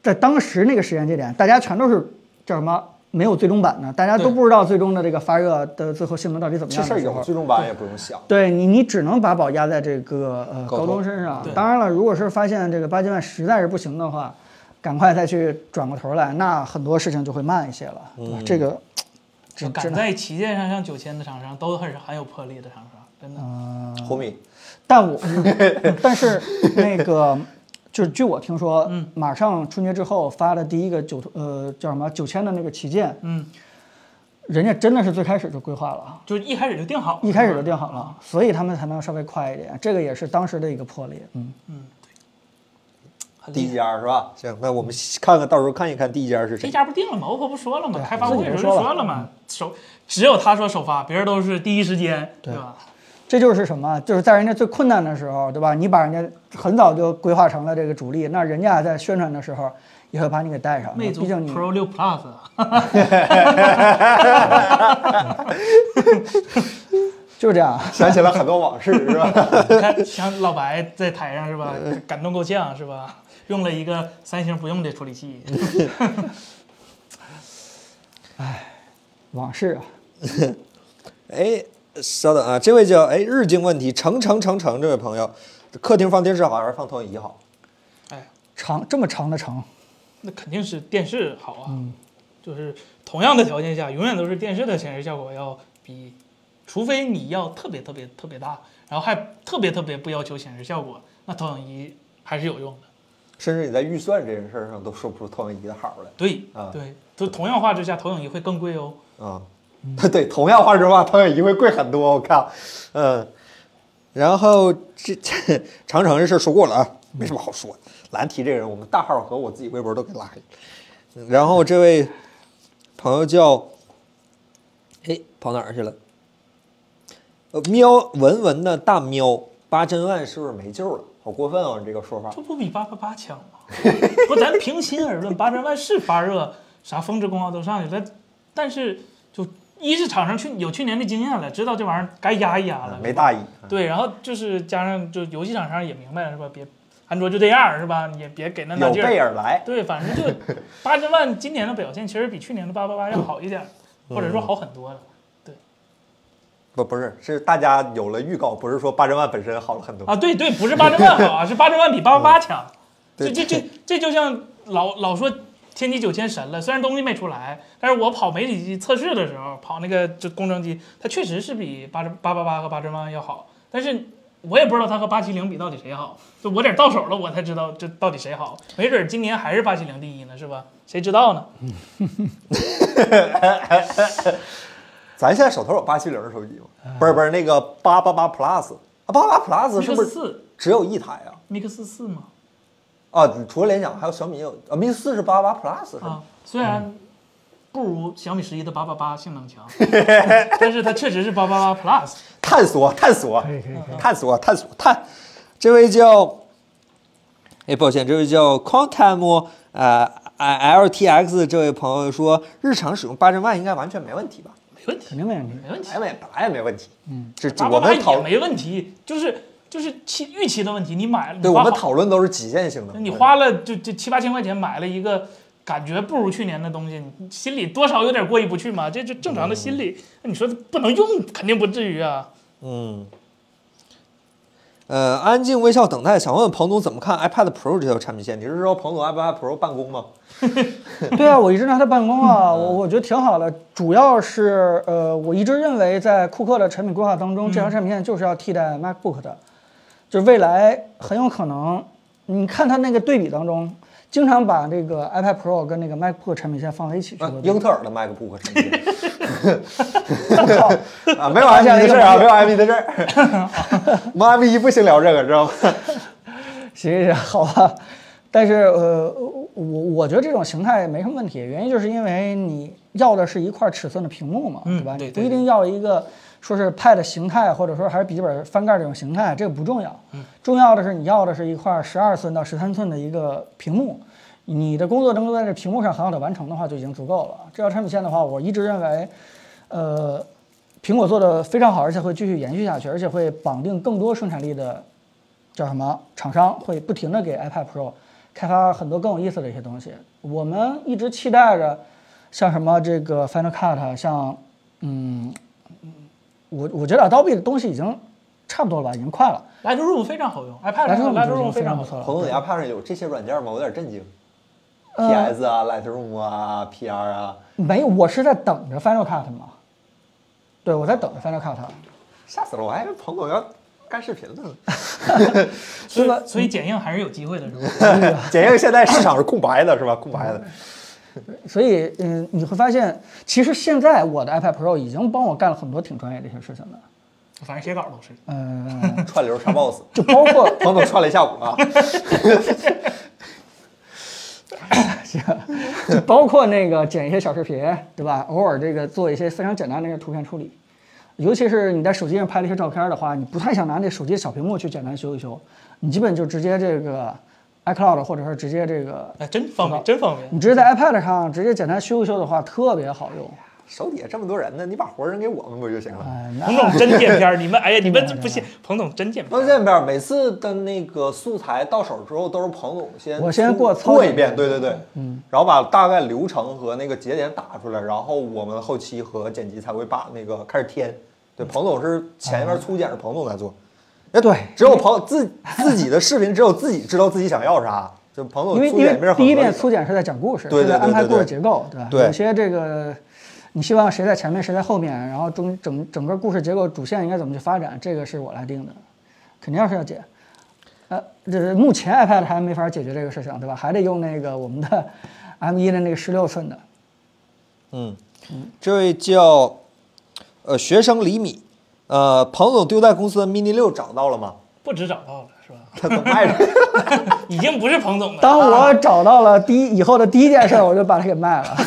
Speaker 2: 在当时那个时间节点，大家全都是叫什么？没有最终版的，大家都
Speaker 3: 对
Speaker 2: 不知道最终的这个发热的最后性能到底怎么
Speaker 1: 这
Speaker 2: 样
Speaker 1: 事
Speaker 2: 的
Speaker 1: 儿
Speaker 2: 时候。
Speaker 1: 有最终版也不用想。
Speaker 2: 对你，你只能把宝压在这个呃
Speaker 1: 高
Speaker 2: 高
Speaker 1: 通
Speaker 2: 通身上
Speaker 3: 对。
Speaker 2: 当然了，如果是发现这个八千万实在是不行的话，赶快再去转过头来，那很多事情就会慢一些了，对吧？这个，
Speaker 3: 就
Speaker 2: 这这
Speaker 3: 赶在旗舰上像九千的厂商都很很有魄力的厂商，真的。嗯
Speaker 1: 红米
Speaker 2: 但我，嗯但是那个，就是据我听说，马上春节之后发的第一个九呃叫什么九千的那个旗舰，
Speaker 3: 嗯，
Speaker 2: 人家真的是最开始就规划了。
Speaker 3: 就一开始就定好了，
Speaker 2: 一开始
Speaker 3: 是
Speaker 2: 就
Speaker 3: 吧
Speaker 2: 定好了，所以他们才能稍微快一点，这个也是当时的一个魄力。嗯，
Speaker 3: 很
Speaker 1: 第
Speaker 3: 厉
Speaker 1: 一
Speaker 3: 害。
Speaker 1: 家是吧？行，那我们看看到时候看一看第一家是
Speaker 3: 这
Speaker 1: 谁。
Speaker 3: 家不定了吗？OPPO 不说了吗？
Speaker 2: 对
Speaker 3: 开发布会的时候就
Speaker 2: 自己就说
Speaker 3: 说了嘛，首只有他说首发，别人都是第一时间，对
Speaker 2: 对
Speaker 3: 吧？
Speaker 2: 这就是什么？就是在人家最困难的时候，对吧？你把人家很早就规划成了这个主力，那人家在宣传的时候也会把你给带上。
Speaker 3: 魅族
Speaker 2: 啊毕竟你
Speaker 3: Pro 六 Plus，啊
Speaker 2: 就是这样。
Speaker 1: 想起了很多往事是吧？
Speaker 3: 你看像老白在台上是吧，
Speaker 2: 呃
Speaker 3: 感动够呛是吧？用了一个三星不用的处理器，
Speaker 2: 嗯往事啊，
Speaker 1: 哎，稍等啊，这位叫哎日经问题成成成成这位朋友，客厅放电视好还是放投影仪好？
Speaker 3: 哎，
Speaker 2: 长啊这么长的长，
Speaker 3: 那肯定是电视好啊。
Speaker 2: 嗯
Speaker 3: 就是同样的条件下，永远都是电视的显示效果要比，除非你要特别特别特别大，然后还特别特别不要求显示效果，那投影仪还是有用的。
Speaker 1: 甚至你在预算这件事儿上都说不出投影仪的好来
Speaker 3: 对
Speaker 1: 啊
Speaker 3: 对，就同样画质下，投影仪会更贵哦。
Speaker 1: 啊。 对，同样话实话，投影仪会贵很多，我靠，嗯。然后这 这长城这事儿说过了啊，没什么好说的。蓝提这个人，我们大号和我自己微博都给拉黑了。然后这位朋友叫，哎，跑哪儿去了？呃，喵文文的大喵，八珍万是不是没救了？好过分啊！你这个说法。
Speaker 3: 这不比八八八强吗？ 不，咱平心而论，八千万是发热，啥峰值功耗啊都上去了，但但是就一是厂商去有去年的经验了，知道这玩意儿该压一压了，
Speaker 1: 嗯没大意。
Speaker 3: 对，然后就是加上就游戏厂商也明白了是吧？别安卓就这样儿是吧？你也别给那大
Speaker 1: 有
Speaker 3: 劲
Speaker 1: 备
Speaker 3: 儿。
Speaker 1: 而来，
Speaker 3: 对，反正就八千万今年的表现其实比去年的八八八要好一点 儿，
Speaker 1: 嗯
Speaker 3: 或者说好很多了。
Speaker 1: 不不是，是大家有了预告，不是说八珍万本身好了很多。
Speaker 3: 啊，对对，不是八千万 好啊，是八千万比八八八强。这
Speaker 1: 嗯对
Speaker 3: 这这这就像老老说天玑九千神了，虽然东西没出来，但是我跑媒体机测试的时候，跑那个就工程机，它确实是比八八八八和八千万要好，但是。我也不知道它和八七零比到底谁好，就我得到手了，我才知道这到底谁好。没准儿今年还是八七零第一呢，是吧？谁知道呢？
Speaker 1: 咱现在手头有八七零的手机吗？不是不是，那个八八八 Plus 啊，八八 Plus 是不
Speaker 3: Mix
Speaker 1: 是
Speaker 3: 四
Speaker 1: 只有一台啊？
Speaker 3: ，Mix 四嘛，
Speaker 1: 啊，除了联想，还有小米有啊，Mix 四是八八 Plus 是吧？
Speaker 3: 啊，
Speaker 1: 嗯
Speaker 3: 虽然不如小米十一的八八八性能 强，但是它确实是八八八 Plus。
Speaker 1: 探索探索
Speaker 2: 以可以可以
Speaker 1: 探索探索探，这位叫，哎，抱歉，这位叫 Contam 呃 LTX 这位朋友说，日常使用八千万应该完全没问题吧？
Speaker 3: 没问题，
Speaker 2: 肯定没问题。
Speaker 3: 没问题
Speaker 1: 哎，没本来也没问题，嗯，这这
Speaker 3: 八
Speaker 1: 我
Speaker 3: 八八
Speaker 1: 们讨
Speaker 3: 也没问题，就是就是期预期的问题，你买了，你
Speaker 1: 对
Speaker 3: 花
Speaker 1: 我们
Speaker 3: 好
Speaker 1: 讨论都是极限性的，
Speaker 3: 你花了就就七八千块钱买了一个感觉不如去年的东西，你心里多少有点过意不去嘛，这就正常的心理。那你说不能用，肯定不至于啊。
Speaker 1: 嗯，呃，安静微笑等待，想问彭总怎么看 iPad Pro 这条产品线？你是说彭总 iPad Pro 办公吗？
Speaker 2: 对啊，我一直拿它办公
Speaker 3: 嗯
Speaker 2: 啊，我我觉得挺好的。主要是呃，我一直认为在库克的产品规划当中，
Speaker 3: 嗯
Speaker 2: 这条产品线就是要替代 MacBook 的，就是未来很有可能，你看它那个对比当中，经常把这个 iPad Pro 跟那个 MacBook 产品线放在一起去
Speaker 1: 啊
Speaker 2: 做，对比
Speaker 1: 英特尔的 MacBook 产品线啊，没有 M
Speaker 2: 现
Speaker 1: P
Speaker 2: 了一
Speaker 1: 的
Speaker 2: 个
Speaker 1: 事儿啊，
Speaker 2: 朋
Speaker 1: 没有 M P 的
Speaker 2: 友
Speaker 1: 事儿。 我们 M P 不兴聊这个，知道吗？
Speaker 2: 行行，好吧。但是呃，我我觉得这种形态没什么问题，原因就是因为你要的是一块尺寸的屏幕嘛，
Speaker 3: 嗯
Speaker 2: 对吧？
Speaker 3: 对
Speaker 2: 你不
Speaker 3: 对
Speaker 2: 一定要一个说是 Pad 形态，或者说还是笔记本翻盖这种形态，这个不重要。
Speaker 3: 嗯
Speaker 2: 重要的是你要的是一块十二寸到十三寸的一个屏幕，你的工作能够在这屏幕上很好的完成的话，就已经足够了。这条产品线的话，我一直认为，呃，苹果做的非常好，而且会继续延续下去，而且会绑定更多生产力的叫什么厂商会不停的给 iPad Pro 开发很多更有意思的一些东西。我们一直期待着，像什么这个 Final Cut，像啊嗯，我我觉得 Adobe 的东西已经差不多了吧，已经快了。
Speaker 3: Lightroom 非常好用，iPad
Speaker 2: 来
Speaker 3: 上的
Speaker 2: Lightroom
Speaker 3: Lightroom
Speaker 2: 非
Speaker 3: 非
Speaker 2: 常
Speaker 3: 常
Speaker 2: 不
Speaker 3: 好用。
Speaker 2: 错了。
Speaker 1: 彭总，你 iPad 上有这些软件吗？我有点震惊。
Speaker 2: 呃
Speaker 1: P S 啊，Lightroom 啊，P R 啊，
Speaker 2: 没有，我是在等着 Final Cut 嘛。对，我在等着 Final Cut。啊
Speaker 1: 吓死了！我还以为彭总要干视频呢。
Speaker 3: 所
Speaker 2: 是吧
Speaker 3: 以所以剪映还是有机会的，是吧？
Speaker 2: 啊
Speaker 1: 剪映现在市场是空白的，是吧？空白的。
Speaker 2: 嗯所以，嗯，你会发现，其实现在我的 iPad Pro 已经帮我干了很多挺专业的一些事情了。
Speaker 3: 反正写稿都是。
Speaker 2: 嗯，
Speaker 1: 串流杀 boss，
Speaker 2: 就包括
Speaker 1: 彭总串了一下午啊。
Speaker 2: 就包括那个剪一些小视频，对吧？偶尔这个做一些非常简单的那个图片处理，尤其是你在手机上拍了一些照片的话，你不太想拿那手机的小屏幕去简单修一修，你基本就直接这个 iCloud 或者是直接这个，
Speaker 3: 哎，真方便，真方便。
Speaker 2: 你直接在 iPad 上直接简单修一修的话，特别好用。
Speaker 1: 手底下这么多人呢，你把活儿扔给我们不就行了？
Speaker 2: 哎，
Speaker 3: 彭
Speaker 2: 那
Speaker 3: 总真见片儿，你们哎呀，你们
Speaker 2: 真的
Speaker 3: 不信？彭总真见片
Speaker 1: 关
Speaker 3: 儿。
Speaker 1: 键边每次的那个素材到手之后，都是彭总先
Speaker 2: 我先过操作
Speaker 1: 过一遍，对对对，嗯，然后把大概流程和那个节点打出来，然后我们后期和剪辑才会把那个开始添。对，彭总是前面粗剪是彭总在做，哎，
Speaker 2: 嗯哦对
Speaker 1: 只有彭自自己的视频，只有自己知道自己想要啥。就彭总
Speaker 2: 因为
Speaker 1: 粗
Speaker 2: 因
Speaker 1: 剪
Speaker 2: 为
Speaker 1: 面
Speaker 2: 第一遍粗剪是在讲故事，
Speaker 1: 对
Speaker 2: 是在
Speaker 1: 对对
Speaker 2: 安排
Speaker 1: 对
Speaker 2: 故事
Speaker 1: 对
Speaker 2: 结构，对吧？
Speaker 1: 对
Speaker 2: 有些这个你希望谁在前面，谁在后面，然后中整整个故事结构主线应该怎么去发展，这个是我来定的，肯定要是要解。呃，这是目前 iPad 还没法解决这个事情，对吧？还得用那个我们的 M1 的那个十六寸的，
Speaker 1: 嗯，这位叫呃学生李米，呃，彭总丢在公司的 mini 六找到了吗？
Speaker 3: 不止找到了，是吧？
Speaker 1: 他怎么卖的？
Speaker 3: 已经不是彭总了。
Speaker 2: 当
Speaker 1: 啊
Speaker 2: 我找到了第一以后的第一件事儿，我就把它给卖了。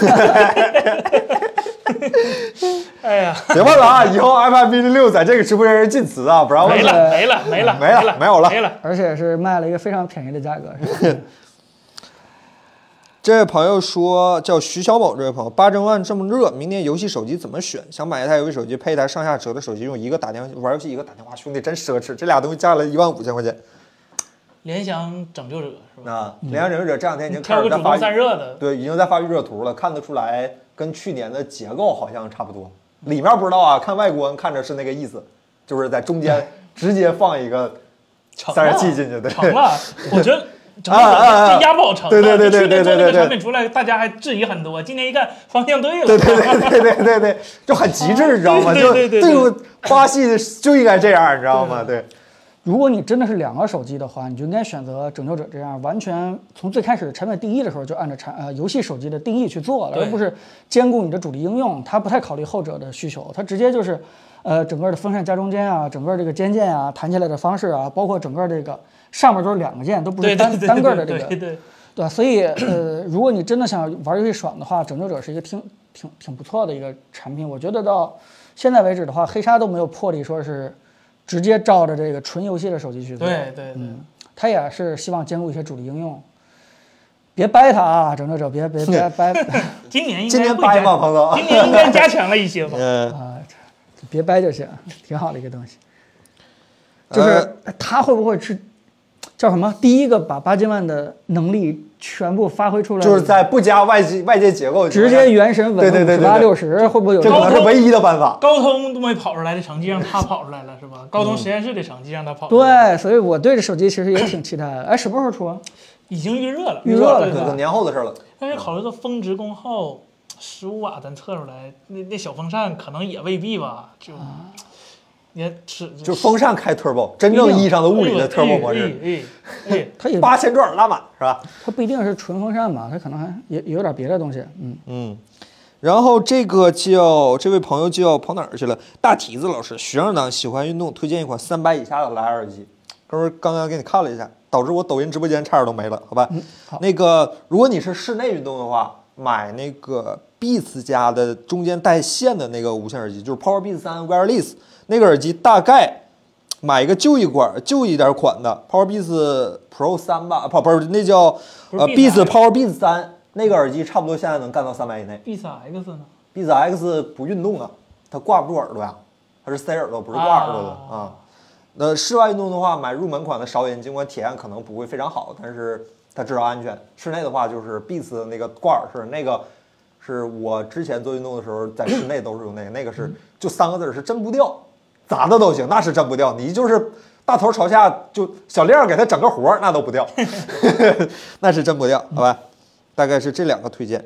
Speaker 3: 哎呀，
Speaker 1: 别问了啊！以后 iPad mini 六在这个直播间是禁词啊，不让问
Speaker 3: 没
Speaker 1: 了。
Speaker 3: 了，没了，没了，
Speaker 1: 没了
Speaker 3: 了，
Speaker 1: 没有了
Speaker 3: 没了。
Speaker 2: 而且是卖了一个非常便宜的价格，是吧
Speaker 1: 这位朋友说叫徐小宝，这位朋友八争万这么热，明年游戏手机怎么选？想买一台游戏手机配一台上下折的手机，用一个打电话玩游戏，一个打电话，兄弟真奢侈，这俩东西加起来一万五千块钱。
Speaker 3: 联想拯救者是吧？
Speaker 1: 啊，联想拯救者这两天已经开
Speaker 3: 挑
Speaker 1: 始
Speaker 3: 嗯个
Speaker 1: 在
Speaker 3: 主
Speaker 1: 发
Speaker 3: 动
Speaker 1: 育
Speaker 3: 散热的，
Speaker 1: 对，已经在发预热图了，看得出来跟去年的结构好像差不多。里面不知道啊，看外观看着是那个意思，就是在中间直接放一个
Speaker 3: 嗯成
Speaker 1: 散
Speaker 3: 了
Speaker 1: 热器进去，对，
Speaker 3: 成 了。我觉得拯
Speaker 1: 啊啊啊
Speaker 3: 救
Speaker 1: 啊
Speaker 3: 者被压爆成了。
Speaker 1: 对对对对
Speaker 3: 去
Speaker 1: 对对
Speaker 3: 年做那
Speaker 1: 对
Speaker 3: 个
Speaker 1: 对
Speaker 3: 产品出来，大家还质疑很多。今年一看方向对了，
Speaker 1: 对对对对对对对，就很极致，你知道吗？
Speaker 3: 对
Speaker 1: 就
Speaker 3: 对对对
Speaker 1: 这个花系的就应该这样，你知道吗？对，
Speaker 2: 如果你真的是两个手机的话，你就应该选择拯救者这样完全从最开始产品定义的时候就按照产呃游戏手机的定义去做了，
Speaker 3: 对
Speaker 2: 而不是兼顾你的主力应用，它不太考虑后者的需求，它直接就是，呃，整个的风扇加中间啊，整个这个肩键啊弹起来的方式啊，包括整个这个上面都是两个键，都不是
Speaker 3: 对对
Speaker 2: 单
Speaker 3: 对对
Speaker 2: 单个的这
Speaker 3: 对
Speaker 2: 个，
Speaker 3: 对对。
Speaker 2: 对吧？所以呃， 如果你真的想玩游戏爽的话，拯救者是一个挺挺挺不错的一个产品。我觉得到现在为止的话，黑鲨都没有魄力说是直接照着这个纯游戏的手机去做。
Speaker 3: 对对对，
Speaker 2: 它也是希望兼顾一些主力应用。别掰它啊，拯救者，别 别别掰，
Speaker 3: 今年应
Speaker 1: 今
Speaker 3: 该
Speaker 1: 天
Speaker 3: 会
Speaker 1: 掰
Speaker 3: 加
Speaker 1: 吗，彭总？
Speaker 3: 今年应该加强了一些吧。
Speaker 1: 嗯，
Speaker 2: 啊，别掰就行，挺好的一个东西。就是
Speaker 1: 呃
Speaker 2: 它会不会是叫什么？第一个把八千万的能力全部发挥出来，
Speaker 1: 就是在不加外界外界结构的情
Speaker 2: 直
Speaker 1: 况下，
Speaker 2: 接原神稳
Speaker 1: 对对对
Speaker 2: 五十
Speaker 1: 对
Speaker 2: 八
Speaker 1: 对
Speaker 2: 六十，会不会有
Speaker 1: 这可
Speaker 2: 种
Speaker 1: 能是唯一的办法。
Speaker 3: 高通都没跑出来的成绩，让他跑出来了是吧？高通实验室的成绩让他跑出来了，
Speaker 2: 对，所以我对这手机其实也挺期待的。哎，什么时候出啊？
Speaker 3: 已经预热了，
Speaker 2: 预热了
Speaker 3: 对
Speaker 1: 可
Speaker 3: 吧
Speaker 1: 能年后的事了。
Speaker 3: 但是考虑到峰值功耗，十五瓦咱测出来，那那小风扇可能也未必吧，就也是
Speaker 1: 就风扇开 turbo，真正意义上的物理的 turbo 模式，
Speaker 3: 式，哎 哎哎
Speaker 2: 它也
Speaker 1: 八千转拉满是吧？
Speaker 2: 它不一定是纯风扇吧，它可能还也也有点别的东西。嗯，
Speaker 1: 嗯，然后这个叫这位朋友叫跑哪儿去了？大蹄子老师，学生党喜欢运动，推荐一款三百以下的蓝牙耳机。哥们儿刚刚给你看了一下，导致我抖音直播间差点都没了，好吧？
Speaker 3: 好
Speaker 1: 那个如果你是室内运动的话，买那个 Beats 家的中间带线的那个无线耳机，就是 Power Beats 3 Wireless 那个耳机，大概买一个旧一款旧一点款的 Power Beats Pro 3吧，啊不不是那叫
Speaker 3: 不是
Speaker 1: 呃
Speaker 3: Beats
Speaker 1: Beats Power Beats 3那个耳机，差不多现在能干到三百以内。
Speaker 3: Beats X 呢？
Speaker 1: Beats X 不运动啊，它挂不住耳朵呀、它是塞耳朵，不是挂耳朵的
Speaker 3: 啊
Speaker 1: 啊。那室外运动的话，买入门款的韶音，尽管体验可能不会非常好，但是它至少安全。室内的话，就是 Beats 的那个挂耳式，那个是我之前做运动的时候在室内都是用那个，那个是就三个字儿是震不掉，咋的都行，那是震不掉，你就是大头朝下就小亮儿给它整个活儿，那都不掉，那是震不掉，好吧？大概是这两个推荐。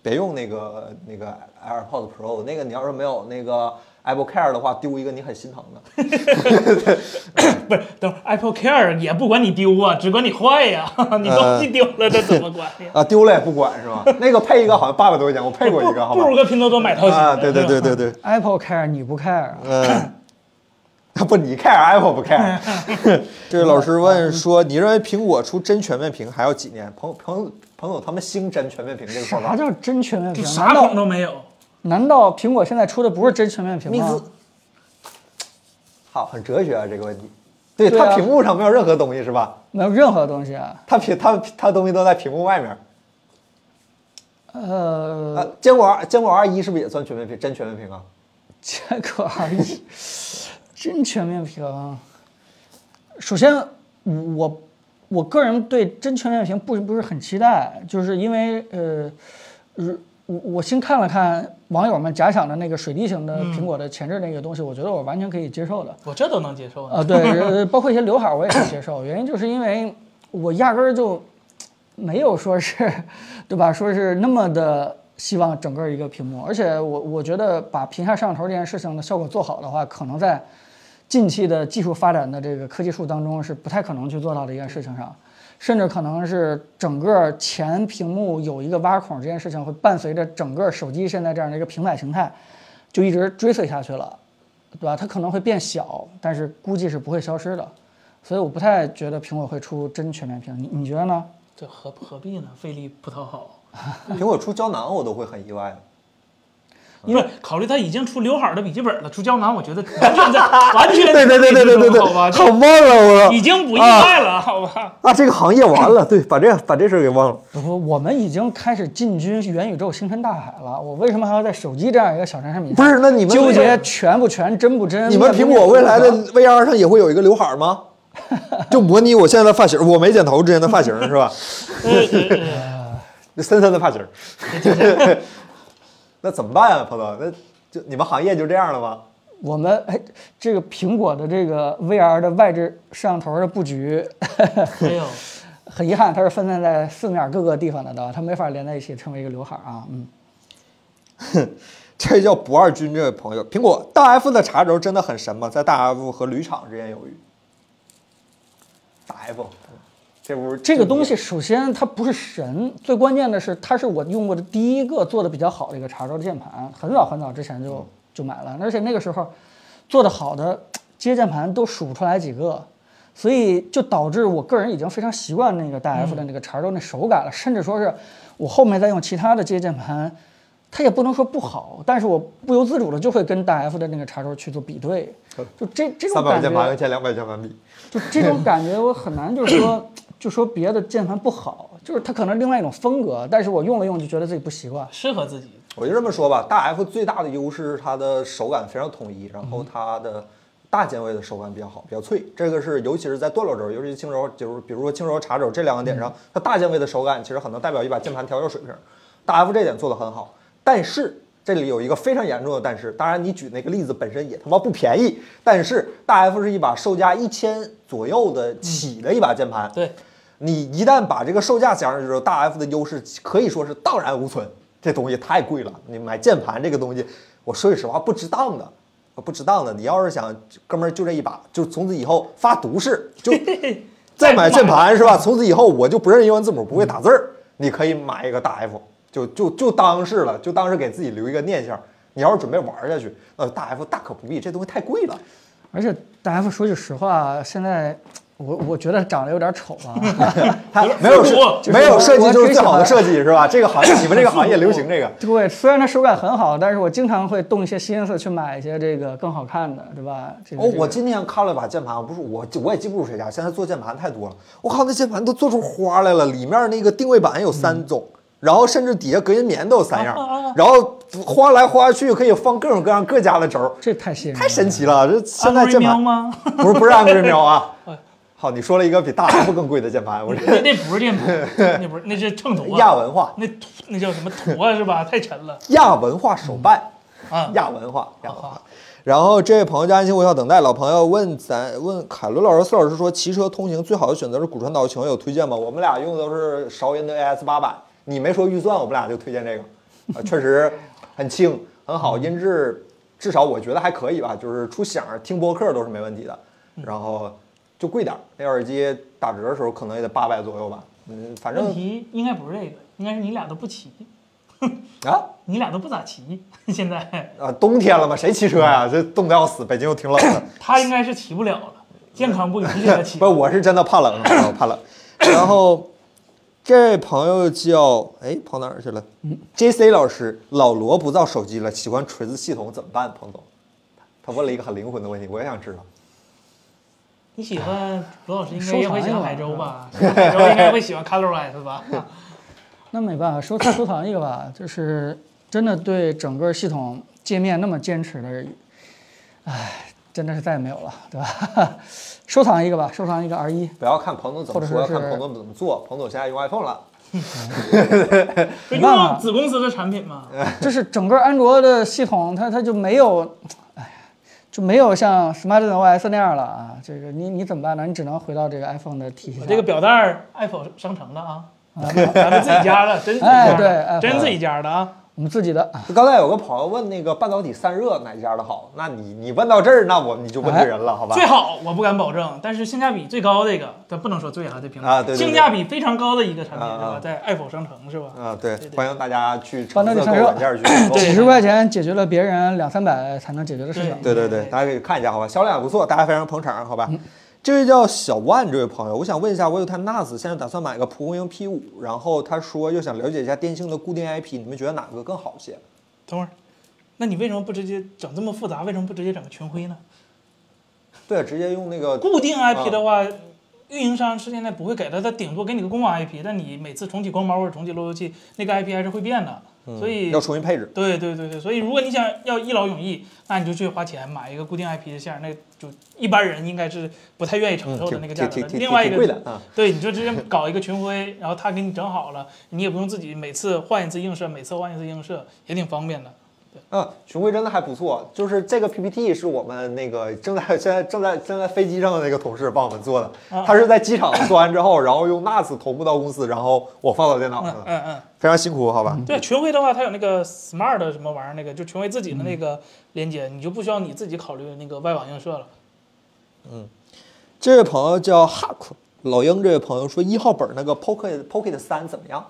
Speaker 1: 别用那个那个 AirPods Pro，那个你要是没有那个 Apple Care 的话，丢一个你很心疼的。
Speaker 3: 不是，等会儿 Apple Care 也不管你丢啊，只管你坏呀、 你东西丢了，这怎么管呀？
Speaker 1: 啊，丢了也不管是吧？那个配一个好像八百多块钱，我配过一个，好
Speaker 3: 不
Speaker 1: 吧
Speaker 3: 如？跟拼多多买套鞋、
Speaker 1: 啊，对对对
Speaker 3: 是吧，
Speaker 1: 对对，
Speaker 2: Apple Care 你不 care，啊
Speaker 1: 嗯。 不，你 care，Apple 不 care。这 位老师问说，你认为苹果出真全面屏还要几年？朋友朋友朋友，他们兴真全面屏这个说
Speaker 2: 啥
Speaker 1: 法，
Speaker 2: 叫真全面屏
Speaker 3: 就？啥
Speaker 2: 难道
Speaker 3: 孔都没有。
Speaker 2: 难道苹果现在出的不是真全面屏
Speaker 1: 密
Speaker 2: 吗
Speaker 1: 字？ 好，很哲学啊这个问题。对，
Speaker 2: 对
Speaker 1: 它
Speaker 2: 啊
Speaker 1: 屏幕上没有任何东西是吧？
Speaker 2: 没有任何东西啊。
Speaker 1: 它屏它它东西都在屏幕外面。
Speaker 2: 呃，
Speaker 1: 啊，坚果二坚果二一是不是也算全面屏？真全面屏啊？
Speaker 2: 结果而已， 真全面屏。首先，嗯我我个人对真全面屏不不是很期待，就是因为呃，如我我新看了看网友们假想的那个水滴型的苹果的前置那个东西，我觉得我完全可以接受的。
Speaker 3: 我这都能接受呢。
Speaker 2: 啊，对，呃包括一些刘海儿我也能接受，原因就是因为我压根儿就没有说是，对吧？说是那么的希望整个一个屏幕，而且我我觉得把屏下摄像头这件事情的效果做好的话，可能在近期的技术发展的这个科技树当中是不太可能去做到的一件事情上，甚至可能是整个前屏幕有一个挖孔这件事情会伴随着整个手机现在这样的一个平板形态，就一直追随下去了。对吧？它可能会变小，但是估计是不会消失的，所以我不太觉得苹果会出真全面屏。你你觉得呢？
Speaker 3: 这何何必呢？费力不讨好。
Speaker 1: 苹果出胶囊我都会很意外的。
Speaker 3: 不
Speaker 1: 嗯
Speaker 3: 是，考虑他已经出刘海儿的笔记本了，出胶囊，我觉得完全在完全
Speaker 1: 对对对对对对对，
Speaker 3: 好
Speaker 1: 好
Speaker 3: 吧，这
Speaker 1: 忘了
Speaker 3: 已
Speaker 1: 我
Speaker 3: 经不意外了，好 吧。
Speaker 1: 啊，这个行业完了，对，把这把这事儿给忘了。
Speaker 2: 不不，我们已经开始进军元宇宙星辰大海了，我为什么还要在手机这样一个小产品
Speaker 1: 不是，那你们
Speaker 2: 纠结全不全、真不真？
Speaker 1: 你们
Speaker 2: 面
Speaker 1: 苹
Speaker 2: 不面
Speaker 1: 果未来的
Speaker 2: 如何
Speaker 1: VR 上也会有一个刘海儿 吗？就模拟我现在的发型，我没剪头之前的发型 是吧？那森森的发型。 那怎么办啊，彭总？那就你们行业就这样了吗？
Speaker 2: 我们哎，这个苹果的这个 VR 的外置摄像头的布局，
Speaker 3: 没有，
Speaker 2: 很遗憾它是分散在四面各个地方的，对吧？它没法连在一起成为一个刘海儿啊，嗯。
Speaker 1: 这叫不二君这位朋友，苹果大 F 的茶轴真的很神吗？在大 F 和铝厂之间有余。大 F，这嗯不是
Speaker 2: 这个东西，首先它不是神，最关键的是它是我用过的第一个做的比较好的一个茶轴键盘，很早很早之前
Speaker 1: 嗯
Speaker 2: 就就买了，而且那个时候做的好的接键盘都数不出来几个，所以就导致我个人已经非常习惯那个大
Speaker 1: 嗯
Speaker 2: F 的那个茶轴那手感了，甚至说是我后面再用其他的接键盘，它也不能说不好，但是我不由自主的就会跟大 F 的那个茶轴去做比对，就这这种
Speaker 1: 三百
Speaker 2: 感
Speaker 1: 块
Speaker 2: 觉
Speaker 1: 键盘跟前两百键盘比，
Speaker 2: 就这种感觉，我很难就是说就说别的键盘不好，就是它可能另外一种风格，但是我用了用就觉得自己不习惯。
Speaker 3: 适合自己。
Speaker 1: 我就这么说吧，大 F 最大的优势是它的手感非常统一，然后它的大键位的手感比较好，比较脆。这个是尤其是在断轴轴，尤其是轻轴，就是比如说轻轴、茶轴这两个点上，它大键位的手感其实很能代表一把键盘调教水平。大 F 这点做得很好，但是这里有一个非常严重的但是，当然你举那个例子本身也他妈不便宜，但是大 F 是一把售价一千左右的起的一把键盘，
Speaker 3: 对，
Speaker 1: 你一旦把这个售价加上去之后，大 F 的优势可以说是荡然无存。这东西太贵了，你买键盘这个东西，我说句实话，不值当的，不值当的。你要是想，哥们儿就这一把，就从此以后发毒誓， 就再买键盘是吧？从此以后我就不认英文字母，不会打字儿，你可以买一个大 F，就就就当是了，就当是给自己留一个念想。你要是准备玩下去，呃，大 F 大可不必，这东西太贵了。
Speaker 2: 而且大 F 说句实话，现在我我觉得长得有点丑啊，
Speaker 1: 它没有设，
Speaker 2: 就是
Speaker 1: 没有设计
Speaker 2: 我
Speaker 1: 就是最
Speaker 2: 挺喜
Speaker 1: 好的
Speaker 2: 欢
Speaker 1: 设计，是吧？这个行业，你们这个行业流行这个。
Speaker 2: 对，虽然它手感很好，但是我经常会动一些心思去买一些这个更好看的，对吧？这个、
Speaker 1: 哦
Speaker 2: 这，个
Speaker 1: 我今天看了把键盘，不是我记我也记不住谁家，现在做键盘太多了。我靠，那键盘都做出花来了，里面那个定位板有
Speaker 2: 嗯
Speaker 1: 三种，然后甚至底下隔音棉都有 三样，
Speaker 2: 哦
Speaker 1: 然后花来花去可以放各种各样各家的轴，
Speaker 2: 这太吸引人了，
Speaker 1: 太神奇了。这现在
Speaker 3: 安
Speaker 1: 键
Speaker 3: 瑞喵
Speaker 1: 盘
Speaker 3: 吗？
Speaker 1: 不是不是 Angry 喵 啊，
Speaker 2: 哎
Speaker 1: 好，你说了一个比大 F 更贵的键盘，我这
Speaker 3: 那那不是键盘，那不是那是秤
Speaker 2: 嗯
Speaker 3: 砣
Speaker 1: 亚
Speaker 3: 啊，
Speaker 1: 文化，
Speaker 3: 那土那叫什么砣啊是吧？太沉了
Speaker 1: 亚文化手办。
Speaker 2: 嗯
Speaker 3: 啊！
Speaker 1: 亚文化，亚文
Speaker 3: 好
Speaker 1: 化。然后这位朋友家辛苦要等待，老朋友问咱问凯伦老师、孙老师说，骑车通行最好的选择是骨传导，请问有推荐吗？我们俩用的都是韶音的 AS 八版，你没说预算，我们俩就推荐这个， 啊，确实很轻很好，音质至少我觉得还可以吧，就是出响儿听播客都是没问题的，然后就贵点儿，那耳机打折的时候可能也得八百左右吧，嗯，反正
Speaker 3: 问题应该不是这个，应该是你俩都不骑，
Speaker 1: 啊。
Speaker 3: 你俩都不咋骑。现在
Speaker 1: 啊，冬天了嘛，谁骑车呀、这冻得要死，北京又挺冷的。
Speaker 3: 他应该是骑不了了，健康不允许他骑
Speaker 1: 不。是，我是真的怕冷，我怕冷。然后这朋友叫哎跑哪儿去了？J C 老师，老罗不造手机了，喜欢锤子系统怎么办？彭总，他问了一个很灵魂的问题，我也想知道。
Speaker 3: 你喜欢罗老师应该
Speaker 2: 收
Speaker 3: 也会
Speaker 2: 藏
Speaker 3: 喜
Speaker 2: 一
Speaker 3: 欢
Speaker 2: 把
Speaker 3: 海州
Speaker 2: 是
Speaker 3: 吧？海州应该会喜欢 Colorless 吧？
Speaker 2: 那没办法，收藏收藏一个吧，就是真的对整个系统界面那么坚持的人，唉，真的是再也没有了，对吧？ 收藏一个吧，收藏一个 R 一。
Speaker 1: 不要看彭总怎么说，
Speaker 2: 或
Speaker 1: 要
Speaker 2: 者说是
Speaker 1: 看彭总怎么做。彭总现在用 iPhone 了，
Speaker 3: 就
Speaker 2: 没办法
Speaker 3: 用子公司的产品嘛。
Speaker 2: 就是整个安卓的系统，它它就没有，哎呀，就没有像 Smart OS 那样了啊。这个你你怎么办呢？你只能回到这个 iPhone 的体系
Speaker 3: 我
Speaker 2: 上。
Speaker 3: 这个表带儿 Apple 商城的啊，咱们自己家的，真自己
Speaker 2: 哎
Speaker 3: 家
Speaker 2: 对
Speaker 3: 的，
Speaker 2: Apple
Speaker 3: 真自己家的啊。
Speaker 2: 我们自己的，
Speaker 1: 就刚才有个朋友问那个半导体散热哪家的好，那你你问到这儿，那我你就问对人
Speaker 2: 哎
Speaker 1: 了，好吧
Speaker 3: 最？好我不敢保证，但是性价比最高的一个，咱不能说最啊，这评
Speaker 1: 啊对对对
Speaker 3: 性价比非常高的一个产品
Speaker 1: 啊
Speaker 3: 是
Speaker 1: 啊
Speaker 3: 吧？在 Apple 商城是吧？
Speaker 1: 啊，对
Speaker 3: 对，对
Speaker 1: 欢迎大家去橙
Speaker 2: 半导
Speaker 1: 色
Speaker 2: 体
Speaker 1: 购
Speaker 2: 散热
Speaker 1: 软件 去购。
Speaker 3: 对
Speaker 2: 几十块钱解决了别人两三百才能解决的事情。
Speaker 1: 对对
Speaker 3: 对嗯
Speaker 1: 对，大家可以看一下，好吧，销量也不错，大家非常捧场，好吧。这位叫小万这位朋友，我想问一下，我有台 NAS，现在打算买个蒲公英 P 五，然后他说又想了解一下电信的固定 IP，你们觉得哪个更好些？
Speaker 3: 等会儿，那你为什么不直接整这么复杂？为什么不直接整个全灰呢？
Speaker 1: 对，啊直接用那个
Speaker 3: 固定
Speaker 1: 啊
Speaker 3: IP 的话，运营商是现在不会给它，它顶多给你个公网 IP，但你每次重启光猫或者重启路由器，那个 IP 还是会变的，所
Speaker 1: 嗯
Speaker 3: 以
Speaker 1: 要重新配置。
Speaker 3: 对对对对，所以如果你想要一劳永逸，那你就去花钱买一个固定 IP 的线儿，那就一般人应该是不太愿意承
Speaker 1: 嗯，
Speaker 3: 受的
Speaker 1: 挺
Speaker 3: 那个价
Speaker 1: 挺
Speaker 3: 格
Speaker 1: 挺
Speaker 3: 的。
Speaker 1: 挺
Speaker 3: 另外一
Speaker 1: 挺贵
Speaker 3: 个，
Speaker 1: 的啊，
Speaker 3: 对，你就直接搞一个群晖，然后他给你整好了，你也不用自己每次换一次映射，每次换一次映射，也挺方便的。
Speaker 1: 嗯，雄辉真的还不错，就是这个 PPT 是我们那个正在现在正在正在飞机上的那个同事帮我们做的，
Speaker 3: 啊
Speaker 1: 他是在机场做完之后，然后用 NAS 同步到公司，然后我放到电脑上
Speaker 3: 嗯
Speaker 1: 的，
Speaker 3: 嗯嗯，
Speaker 1: 非常辛苦，好吧？
Speaker 3: 对，群晖的话，它有那个 Smart 什么玩意儿，那个就群晖自己
Speaker 1: 嗯
Speaker 3: 的那个连接，你就不需要你自己考虑那个外网映射了。
Speaker 1: 这位朋友叫 Huck 老鹰，这位朋友说一号本儿那个 Pocket Pocket 三怎么样？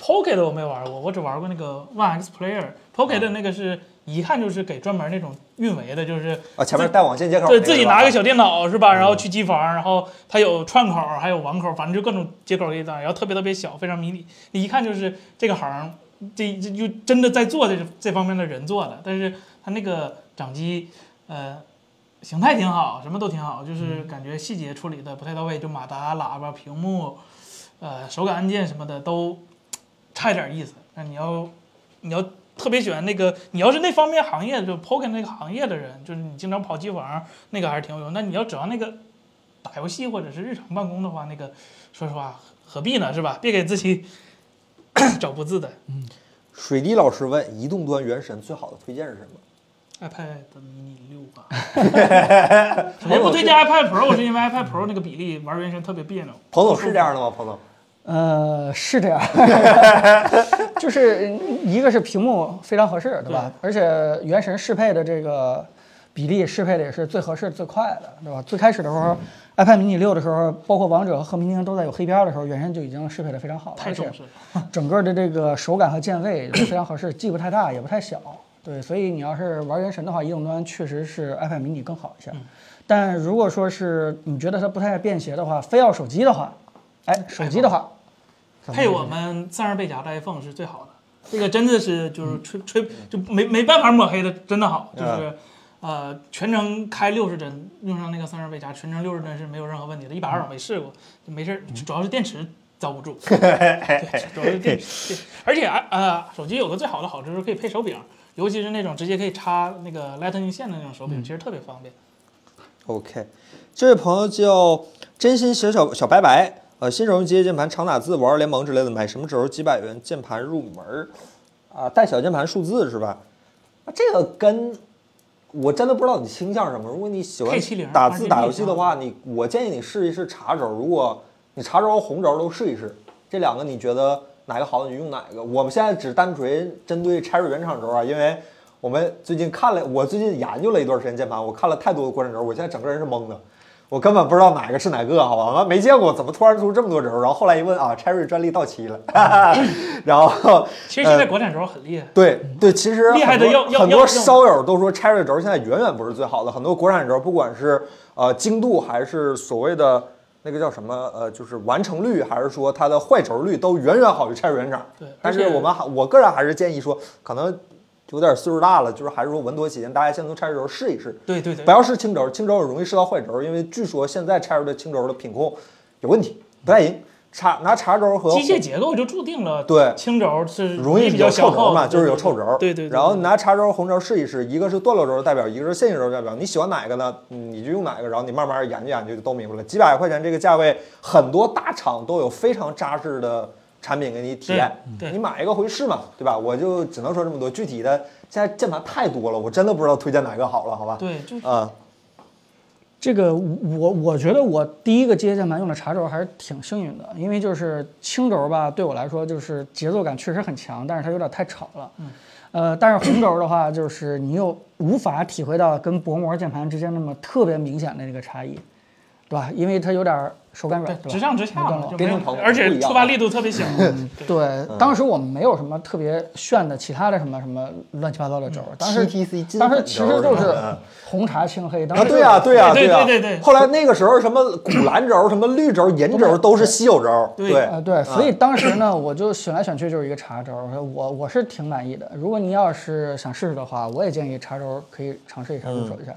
Speaker 3: Pocket 我没玩过，我只玩过那个 One X Player。Pocket
Speaker 1: 啊
Speaker 3: 的那个是一看就是给专门那种运维的，就是
Speaker 1: 啊，前面带网线接口那
Speaker 3: 对
Speaker 1: 个吧，啊
Speaker 3: 自己拿个小电脑是吧？然后去机房，然后它有串口，还有网口，反正就各种接口可以当，然后特别特别小，非常迷你。你一看就是这个行，这这就真的在做这这方面的人做的。但是它那个掌机，呃，形态挺好，什么都挺好，就是感觉细节处理的不太到位，就马达、喇叭、屏幕，呃，手感按键什么的都差一点意思。那你要你要特别喜欢那个，你要是那方面行业就 Pocket 那个行业的人，就是你经常跑机房，那个还是挺有用。那你要指望那个打游戏或者是日常办公的话，那个说实话何必呢，是吧？别给自己 找不自在。
Speaker 1: 水滴老师问，移动端原神最好的推荐是什么？
Speaker 3: iPad mini 六 吧，肯定不推荐 iPad Pro，是因为 iPad Pro 那个比例玩原神特别别扭。
Speaker 2: 哦
Speaker 1: 彭总是这样的吗？彭总，
Speaker 2: 呃，是 这样，就是一个是屏幕非常合适，对吧？而且原神适配的这个。比例适配的也是最合适、最快的，对吧？最开始的时候，iPad
Speaker 3: 嗯
Speaker 2: mini 六的时候，包括王者和和平精英都在有黑边儿的时候，原神就已经适配的非常好了，
Speaker 3: 太
Speaker 2: 而且
Speaker 3: 重视了。
Speaker 2: 整个的这个手感和键位也是非常合适，既不太大也不太小。对，所以你要是玩原神的话，移动端确实是 iPad mini 更好一
Speaker 3: 嗯
Speaker 2: 些。但如果说是你觉得它不太便携的话，非要手机的话，哎，手机的话，咱
Speaker 3: 配
Speaker 2: 就
Speaker 3: 我们散热背夹的 iPhone 是最好的，这个真的是
Speaker 1: 嗯
Speaker 3: 就是吹吹就没没办法抹黑的，真的好，
Speaker 1: 啊
Speaker 3: 就是呃全程开六十帧，用上那个散热背夹，全程六十帧是没有任何问题的，一百二我没试过，就没事
Speaker 1: 嗯
Speaker 3: 儿，主要是电池遭 不住，对，主要是电池，对而且啊呃手机有个最好的好处就是可以配手柄，尤其是那种直接可以插那个 Lightning 线的那种手
Speaker 1: 嗯
Speaker 3: 柄，其实特别方便。
Speaker 1: OK，这位朋友叫真心小小小白白，呃，新手用机械键盘常打字、玩儿联盟之类的，买什么时候几百元键盘入门儿？啊，带小键盘数字是吧？啊，这个跟我真的不知道你倾向什么。如果你喜欢
Speaker 3: K70
Speaker 1: 打字
Speaker 3: RGB
Speaker 1: 打游戏的话，你我建议你试一试茶轴。如果你茶轴和红轴都试一试，这两个你觉得哪个好，你用哪个。我们现在只单纯针对拆瑞原厂轴啊，因为我们最近看了，我最近研究了一段时间键盘，我看了太多的国产轴，我现在整个人是懵的。我根本不知道哪个是哪个，好吧？没见过，怎么突然出这么多轴？然后后来一问啊，Cherry 专利到期了， 然后
Speaker 3: 其
Speaker 1: 呃
Speaker 3: 实现在国产时候很厉害，
Speaker 1: 对对，其实
Speaker 3: 厉害的
Speaker 1: 很多
Speaker 3: 要要
Speaker 1: 很
Speaker 3: 要
Speaker 1: 多烧友都说 Cherry 轴现在远远不是最好的，很多国产轴不管是呃精度还是所谓的那个叫什么呃，就是完成率，还是说它的坏轴率，都远远好于 Cherry 原厂。
Speaker 3: 对
Speaker 1: 但
Speaker 3: 而
Speaker 1: 是
Speaker 3: 且
Speaker 1: 我们还我个人还是建议说，可能有点岁数大了，就是还是说稳妥起见，大家先从 Cherry 轴试一试，
Speaker 3: 对对对
Speaker 1: 不，要试轻轴，轻轴很容易试到坏轴，因为据说现在 Cherry 的轻轴的品控有问题，不太赢。茶拿茶轴和
Speaker 3: 机械结构就注定了
Speaker 1: 对
Speaker 3: 轻轴是
Speaker 1: 容易
Speaker 3: 比较
Speaker 1: 臭
Speaker 3: 消
Speaker 1: 轴
Speaker 3: 耗
Speaker 1: 嘛，
Speaker 3: 的，
Speaker 1: 就是有
Speaker 3: 对
Speaker 1: 臭轴。
Speaker 3: 对对对
Speaker 1: 然后你拿茶轴、红轴试一试，一个是段落轴的代表，一个是线性轴代表，你喜欢哪个呢？嗯你就用哪个，然后你慢慢研究研究就都明白了。几百块钱这个价位，很多大厂都有非常扎实的产品给你体验，
Speaker 3: 对对
Speaker 1: 你买一个回试嘛，对吧？我就只能说这么多，具体的现在键盘太多了，我真的不知道推荐哪个好了，好吧？
Speaker 3: 对，就
Speaker 1: 啊、
Speaker 2: 这个我我觉得我第一个机械键盘用的茶轴还是挺幸运的，因为就是轻轴吧，对我来说就是节奏感确实很强，但是它有点太吵了。嗯。呃，但是红轴的话，就是你又无法体会到跟薄膜键盘之间那么特别明显的那个差异，对吧？因为它有点手感软，对
Speaker 3: 直
Speaker 2: 吧？
Speaker 3: 上直下
Speaker 2: 没干
Speaker 3: 嘛，
Speaker 2: 扰
Speaker 3: 就
Speaker 1: 跟
Speaker 3: 没有
Speaker 1: 正常的
Speaker 3: 而
Speaker 1: 不
Speaker 3: 且
Speaker 1: 一嗯样
Speaker 3: 触发力度特别小。
Speaker 2: 对，当时我们没有什么特别炫的其他的什么什么乱嗯七八糟的轴，当时
Speaker 1: TTC 金
Speaker 2: 当时
Speaker 1: 粉
Speaker 2: 其
Speaker 1: 轴
Speaker 2: 实
Speaker 1: 什
Speaker 2: 就
Speaker 1: 么
Speaker 2: 是
Speaker 1: 的
Speaker 2: 红茶青黑，当
Speaker 1: 啊，
Speaker 2: 时
Speaker 1: 对呀、对呀、
Speaker 3: 对对
Speaker 1: 呀、
Speaker 3: 对对对
Speaker 1: 后来那个时候，什么古蓝轴、什么绿轴、银轴都是稀有轴，
Speaker 3: 对
Speaker 1: 对
Speaker 2: 啊，对，所以当时呢，我就选来选去就是一个茶轴，我我是挺满意的。如果您要是想试试的话，我也建议茶轴可以尝试
Speaker 1: 嗯
Speaker 2: 一下入手一下。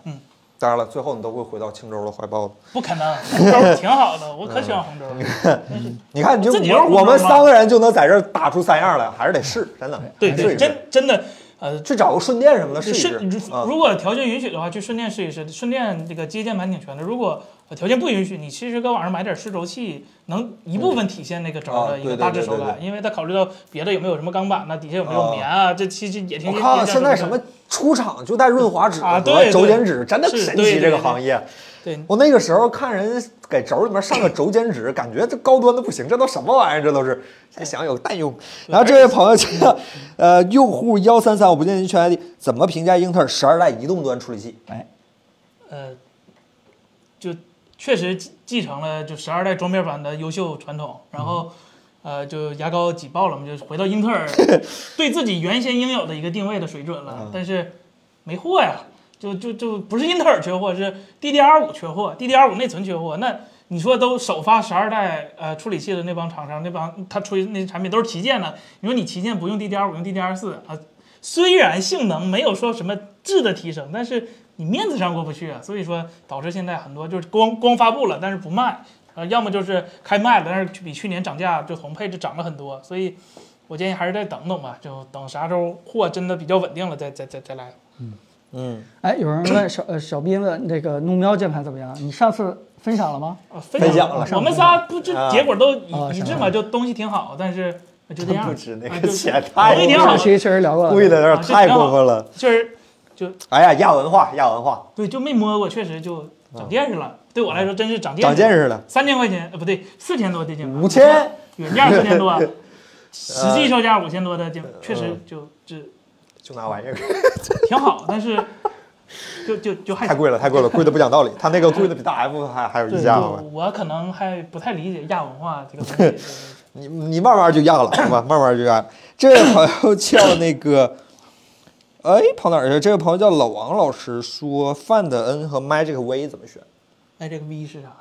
Speaker 1: 当然了，最后你都会回到青州的怀抱的。
Speaker 3: 不可能，红轴挺好的，我可喜欢红轴
Speaker 1: 嗯
Speaker 3: 了。真是
Speaker 1: 你看，你就
Speaker 3: 自己要是不
Speaker 1: 我我们
Speaker 3: 知道
Speaker 1: 三个人就能在这儿打出三样来，还是得试，真的。
Speaker 3: 对
Speaker 1: 试
Speaker 3: 对，
Speaker 1: 一试，
Speaker 3: 真真的，呃，
Speaker 1: 去找个顺电什么的试一试
Speaker 3: 顺
Speaker 1: 啊。
Speaker 3: 如果条件允许的话，去顺电试一试。顺电这个机械键盘挺全的，如果呃条件不允许，你其实搁网上买点试轴器，能一部分体现那个轴
Speaker 1: 啊
Speaker 3: 的一
Speaker 1: 对对
Speaker 3: 个大致
Speaker 1: 对对
Speaker 3: 手感，因为它考虑到别的有没有什么钢板呐，底下有没有
Speaker 1: 啊
Speaker 3: 棉啊，这其实也挺
Speaker 1: 我
Speaker 3: 也
Speaker 1: 靠，
Speaker 3: 也
Speaker 1: 现在
Speaker 3: 挺
Speaker 1: 什么出厂就带润滑纸
Speaker 3: 啊
Speaker 1: 和
Speaker 3: 对对
Speaker 1: 轴间纸，真的
Speaker 3: 是
Speaker 1: 神
Speaker 3: 对
Speaker 1: 奇
Speaker 3: 对
Speaker 1: 这个
Speaker 3: 对
Speaker 1: 行业。
Speaker 3: 对。
Speaker 1: 我那个时候看人给轴里面上个轴间纸，感觉这高端的不行，这都什么玩意儿？这都是在想有代用。然后这位朋友叫呃用户幺三三，我不见您全 ID，怎么评价英特尔十二代移动端处理器？
Speaker 3: 嗯
Speaker 2: 哎，
Speaker 3: 呃，就确实继继承了就十二代桌面版的优秀传统，然后、呃就牙膏挤爆了嘛，就回到英特尔对自己原先应有的一个定位的水准了，但是没货呀，就就就不是英特尔缺货，是 DDR 五缺货，DDR 五内存缺货，那。你说都首发十二代呃处理器的那帮厂商，那帮他出那些产品都是旗舰的。你说你旗舰不用 DDR 五，用 DDR 四啊，虽然性能没有说什么质的提升，但是你面子上过不去啊，所以说导致现在很多就是光光发布了，但是不卖，呃，要么就是开卖了，但是比去年涨价就同配置涨了很多，所以我建议还是再等等吧，就等啥时候货真的比较稳定了再再再再来。
Speaker 1: 嗯，
Speaker 2: 哎，有人 问小呃小斌问那个怒喵键盘怎么样？你上次分享了吗？
Speaker 3: 呃，分
Speaker 1: 分
Speaker 3: 享
Speaker 1: 享了
Speaker 3: 我们仨不这
Speaker 1: 啊
Speaker 3: 结果都一
Speaker 2: 啊
Speaker 3: 一致
Speaker 2: 想
Speaker 3: 嘛，就东西挺好，但是就这 样，
Speaker 1: 不值那
Speaker 3: 啊
Speaker 1: 个
Speaker 3: 就
Speaker 1: 钱太
Speaker 3: 东
Speaker 1: 贵
Speaker 3: 西挺
Speaker 1: 了
Speaker 3: 好啊
Speaker 2: 上，期确实聊过了，
Speaker 1: 贵的有点太过分了。
Speaker 3: 确实
Speaker 1: 哎呀，亚文化，亚文化，
Speaker 3: 对就没摸过，确实就
Speaker 1: 啊
Speaker 3: 长见识了。对我来说真是长见
Speaker 1: 长
Speaker 3: 识了
Speaker 1: 见。识 了。
Speaker 3: 三千块钱，呃，不对，四千多的键盘，
Speaker 1: 五千，
Speaker 3: 原价四千多，啊实际售价五千多的键，确实就这
Speaker 1: 就那玩意儿，
Speaker 3: 挺好，但是就就就还
Speaker 1: 太贵了，太贵了，贵的不讲道理。它那个贵的比大 F 还还有
Speaker 3: 对
Speaker 1: 溢价
Speaker 3: 我
Speaker 1: 了。
Speaker 3: 我可能还不太理解亚文化这个东西就是。
Speaker 1: 你你慢慢就压了，好吧，慢慢就压。这位朋友叫那个，哎，跑哪儿去了？这位朋友叫老王老师说，范的 N 和 Magic V 怎么选？
Speaker 3: 哎，这个 V 是啥呀？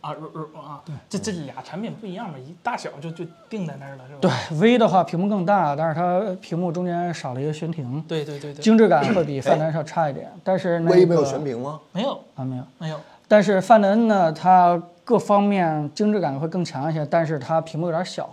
Speaker 3: 啊，如如啊，这这俩产品不一样嘛，一大小就就定在那儿了，是吧？
Speaker 2: 对 V 的话，屏幕更大，但是它屏幕中间少了一个悬停，
Speaker 3: 对对对对
Speaker 2: 精致感会比范德恩要差一点。但是那
Speaker 1: V 没有
Speaker 2: 个
Speaker 1: 全屏吗？
Speaker 3: 没有
Speaker 2: 啊，没有。
Speaker 3: 没有，
Speaker 2: 但是范德恩呢，它各方面精致感会更强一些，但是它屏幕有点小，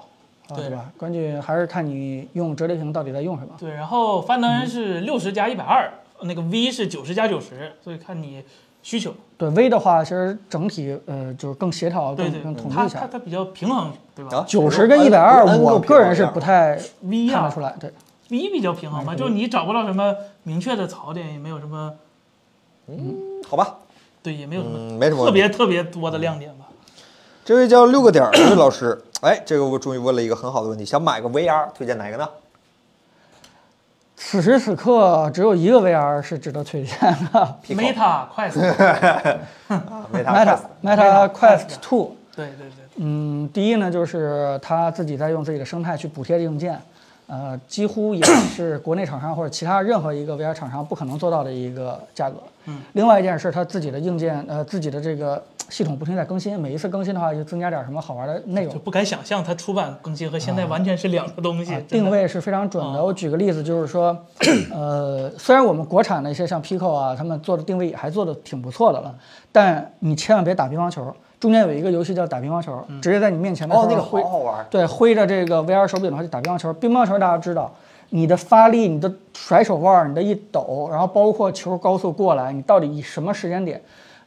Speaker 2: 啊、
Speaker 3: 对
Speaker 2: 对吧？关键还是看你用折叠屏到底在用什么。
Speaker 3: 对，然后范德恩是六十加一百二，那个 V 是九十加九十，所以看你需求。
Speaker 2: 对 V 的话，其实整体呃就是更协调、
Speaker 3: 对
Speaker 2: 更
Speaker 3: 对
Speaker 2: 更，统一
Speaker 3: 它
Speaker 2: 一
Speaker 3: 它
Speaker 2: 下。
Speaker 3: 它比较平衡，对吧
Speaker 1: 啊
Speaker 2: 九十跟一百二，
Speaker 1: N
Speaker 2: 我
Speaker 1: 跟屏
Speaker 2: 个人
Speaker 1: 幕
Speaker 2: 是
Speaker 1: 一样
Speaker 2: 不太
Speaker 3: ？V
Speaker 2: 看得
Speaker 3: 啊
Speaker 2: 出来。对，
Speaker 3: ，V 比较平
Speaker 2: 嗯
Speaker 3: 衡嘛，就是你找不到什么明确的槽点，也没有什么
Speaker 1: 好吧，
Speaker 3: 对，也没有什么
Speaker 1: 嗯，没什么
Speaker 3: 特
Speaker 1: 问题。嗯
Speaker 3: 别特别多的亮点吧。
Speaker 1: 这位叫六个点儿的老师，哎，这个我终于问了一个很好的问题，想买个 VR，推荐哪个呢？
Speaker 2: 此时此刻只有一个 VR 是值得推荐的
Speaker 1: Pico
Speaker 3: 啊 Meta 快速，
Speaker 1: 啊没它
Speaker 2: ，Meta Meta
Speaker 3: Meta
Speaker 2: Quest Two。
Speaker 3: 对对对，
Speaker 2: 嗯，第一呢，就是它自己在用自己的生态去补贴这硬件，呃，几 乎也是国内厂商或者其他任何一个 VR 厂商不可能做到的一个价格。
Speaker 3: 嗯。
Speaker 2: 另外一件事，它自己的硬件，呃，自己的这个系统不停地在更新，每一次更新的话就增加点什么好玩的内容
Speaker 3: 就。不敢想象它出版更新和现在完全是两个东西
Speaker 2: 啊，
Speaker 3: 真的
Speaker 2: 定位是非常准的。
Speaker 3: 哦
Speaker 2: 我举个例子，就是说，呃，虽然我们国产的一些像 Pico 啊，他们做的定位也还做的挺不错的了，但你千万别打乒乓球。中间有一个游戏叫打乒乓球，
Speaker 3: 嗯
Speaker 2: 直接在你面前的时候
Speaker 1: 哦，那个
Speaker 2: 挥
Speaker 1: 好好玩。
Speaker 2: 对，挥着这个 VR 手柄的话去打乒乓球。乒乓球大家知道，你的发力、你的甩手腕儿、你的一抖，然后包括球高速过来，你到底以什么时间点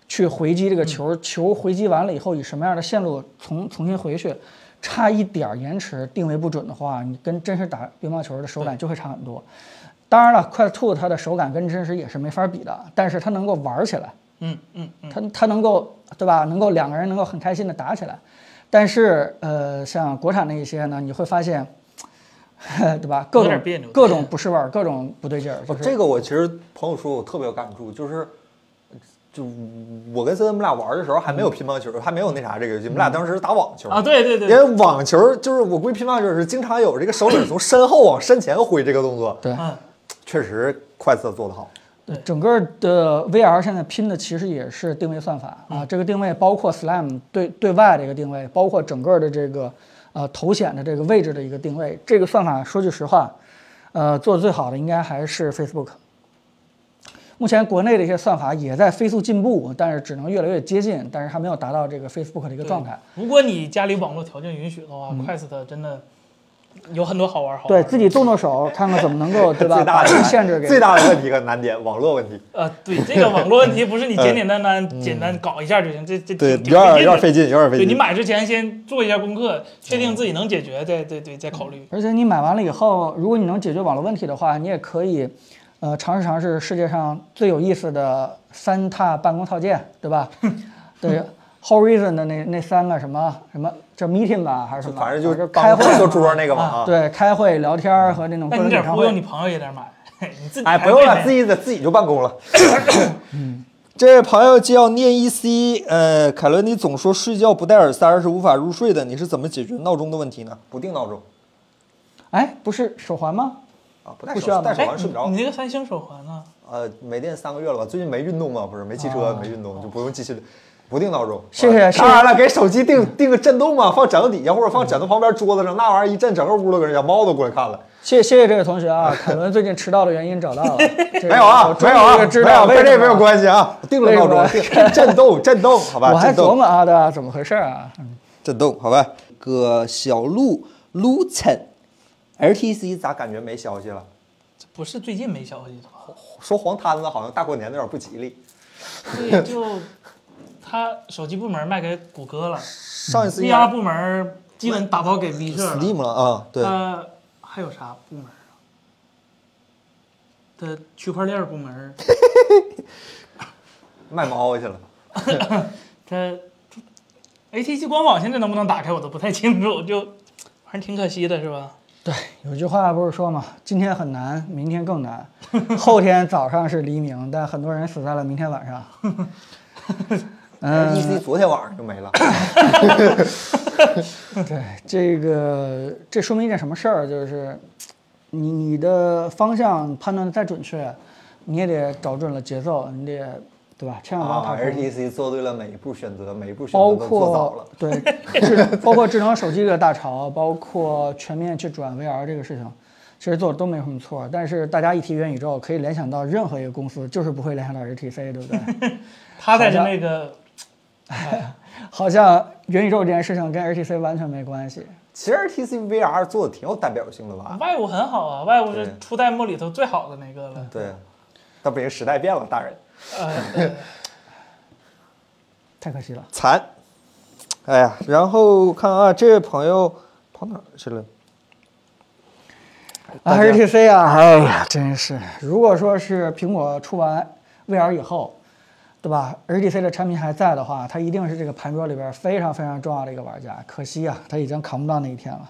Speaker 2: 去回击这个球？球回击完了以后，以什么样的线路重重新回去？差一点儿延迟定位不准的话，你跟真实打乒乓球的手感就会差很多。当然了快 u Two 它的手感跟真实也是没法比的，但是它能够玩儿起来。
Speaker 3: 嗯嗯嗯，
Speaker 2: 他他能够对吧？能够两个人能够很开心的打起来，但是呃，像国产的一些呢，你会发现， 对吧？各
Speaker 3: 有点
Speaker 2: 种
Speaker 3: 别扭
Speaker 2: 各种不是味儿，各种不对劲儿，
Speaker 1: 哦
Speaker 2: 就，是
Speaker 1: 这个我其实朋友说我特别有感触，就是就我跟森森我们俩玩的时候还没有
Speaker 2: 嗯
Speaker 1: 乒乓球，还没有那啥这个游戏，我们俩当时是打网球
Speaker 3: 啊，对对对，
Speaker 1: 因为网球就是我归乒乓球时，经常有这个手柄从身后往身前挥这个动作，
Speaker 2: 对。
Speaker 3: 嗯，
Speaker 1: 确实快速做得好。
Speaker 3: 对
Speaker 2: 整个的 VR 现在拼的其实也是定位算法
Speaker 1: 嗯
Speaker 2: 啊，这个定位包括 SLAM 对对外的一个定位，包括整个的这个呃头显的这个位置的一个定位。这个算法说句实话，呃，做的最好的应该还是 Facebook。目前国内的一些算法也在飞速进步，但是只能越来越接近，但是还没有达到这个 Facebook 的一个
Speaker 3: 对
Speaker 2: 状态。。
Speaker 3: 如果你家里网络条件允许的话，快 Quest 真的有很多好玩儿好玩
Speaker 2: 嗯对
Speaker 3: 儿的
Speaker 2: 自己动动手，看看怎么能够对 吧？
Speaker 1: 最大
Speaker 2: 把
Speaker 1: 的
Speaker 2: 这个限制给
Speaker 1: 最大的问题和难点，网络问题。
Speaker 3: 呃，对这个网络问题，不是你简简单单、
Speaker 2: 嗯
Speaker 3: 简单搞一下就行，这这
Speaker 1: 嗯对，
Speaker 3: 挺
Speaker 1: 有点有点费
Speaker 3: 劲的。
Speaker 1: 劲，有点费
Speaker 3: 对你
Speaker 1: 劲。
Speaker 3: 买之前先做一下功课，确
Speaker 2: 嗯
Speaker 3: 定自己能解决，再对对再考虑。
Speaker 2: 而且你买完了以后，如果你能解决网络问题的话，你也可以，呃，尝试尝试世界上最有意思的三大办公套件，对 吧？对，Horizon 的那那三个什么什么叫 Meeting 吧，还是什么？
Speaker 1: 反正就是
Speaker 2: 开
Speaker 1: 刚
Speaker 2: 会
Speaker 1: 坐桌那个嘛啊。
Speaker 2: 对，开会、聊天儿和那种
Speaker 3: 那
Speaker 2: 个
Speaker 3: 你
Speaker 2: 人
Speaker 3: 得
Speaker 2: 演唱
Speaker 3: 忽悠
Speaker 2: 会。
Speaker 3: 你朋友也得买， 你自己
Speaker 1: 哎，
Speaker 3: 还
Speaker 1: 不用
Speaker 3: 会
Speaker 1: 了，
Speaker 3: 买
Speaker 1: 自己在自己就办公了。 这位朋友叫念一 c，呃，凯伦，你总说睡觉不戴耳塞儿是无法入睡的，你是怎么解决闹钟的问题呢？不定闹钟
Speaker 2: 哎，不是手环吗？
Speaker 1: 啊，不戴
Speaker 2: 不
Speaker 1: 手
Speaker 2: 需要
Speaker 1: 戴 手
Speaker 3: 哎
Speaker 1: 环睡不着
Speaker 3: 你。那个三星手环呢？
Speaker 1: 呃，没电三个月了吧？最近没运动嘛，不是没骑
Speaker 2: 哦
Speaker 1: 车，没运动就不用继续不定闹钟。
Speaker 2: 谢谢
Speaker 1: 啊
Speaker 2: 谢谢
Speaker 1: 当然了，给手机定定个震动嘛，放枕头底下或者放枕头旁边桌子上，那玩意儿一震，整个屋都跟人家猫都过来看了。
Speaker 2: 谢谢谢这位同学 啊，凯伦最近迟到的原因找到了。这个
Speaker 1: 没有啊
Speaker 2: 我，终
Speaker 1: 没
Speaker 2: 于
Speaker 1: 有啊，
Speaker 2: 知
Speaker 1: 没
Speaker 2: 道
Speaker 1: 有，
Speaker 2: 为
Speaker 1: 跟这
Speaker 2: 什
Speaker 1: 没有
Speaker 2: 么
Speaker 1: 关系啊。定了
Speaker 2: 为什
Speaker 1: 闹
Speaker 2: 么
Speaker 1: 钟，定震动，震动，好吧，
Speaker 2: 我还
Speaker 1: 震动。
Speaker 2: 琢磨啊，对吧？怎么回事啊？嗯
Speaker 1: 震动，好吧？个小鹿 Luton，LTC 咋感觉没消息了？
Speaker 3: 这不是最近没消息的吧？
Speaker 1: 说黄摊子好像大过年的有点不吉利。
Speaker 3: 对， 就他手机部门卖给谷歌了
Speaker 1: 上一次应该
Speaker 2: 嗯
Speaker 3: ，VR 部门基本打包给 V 社了。
Speaker 1: Steam 了啊，对，
Speaker 2: 嗯
Speaker 3: 呃，还有啥部门啊？的区块链部门，
Speaker 1: 卖猫去了。
Speaker 3: 它 ATC 官网现在能不能打开我都不太清楚，就反正挺可惜的是吧？
Speaker 2: 对，有句话不是说嘛，今天很难，明天更难。 后天早上是黎明，但很多人死在了明天晚上。嗯，
Speaker 1: ，EC 昨天晚上就没了。
Speaker 2: 对，这个这说明一件什么事儿？就是你你的方向判断的再准确，你也得找准了节奏，你得对吧？千万不要
Speaker 1: 啊
Speaker 2: 踏空。
Speaker 1: ，HTC 做对了每一步选择，每一步选
Speaker 2: 包
Speaker 1: 择都做早
Speaker 2: 括
Speaker 1: 了。
Speaker 2: 对智，包括智能手机这个大潮，包括全面去转 VR 这个事情，其实做的都没有什么错。但是大家一提元宇宙，可以联想到任何一个公司，就是不会联想到 HTC，对不对？
Speaker 3: 他在这那个
Speaker 2: 好像元宇宙这件事情跟 HTC 完全没关系。
Speaker 1: 其实 HTC VR 做的挺有代表性的吧？
Speaker 3: 外物很好啊，外物是
Speaker 1: 对
Speaker 3: 初代目里头最好的那个了。
Speaker 1: 对，但不行，时代变了，大人
Speaker 3: 呃，
Speaker 2: 太可惜了。
Speaker 1: 残。哎呀，然后看啊，这位朋友跑哪儿去了？大家
Speaker 2: HTC 啊，哎呀，真是！如果说是苹果出完 VR 以后，对吧？HTC 的产品还在的话，它一定是这个盘桌里边非常非常重要的一个玩家。可惜啊，它已经扛不到那一天了。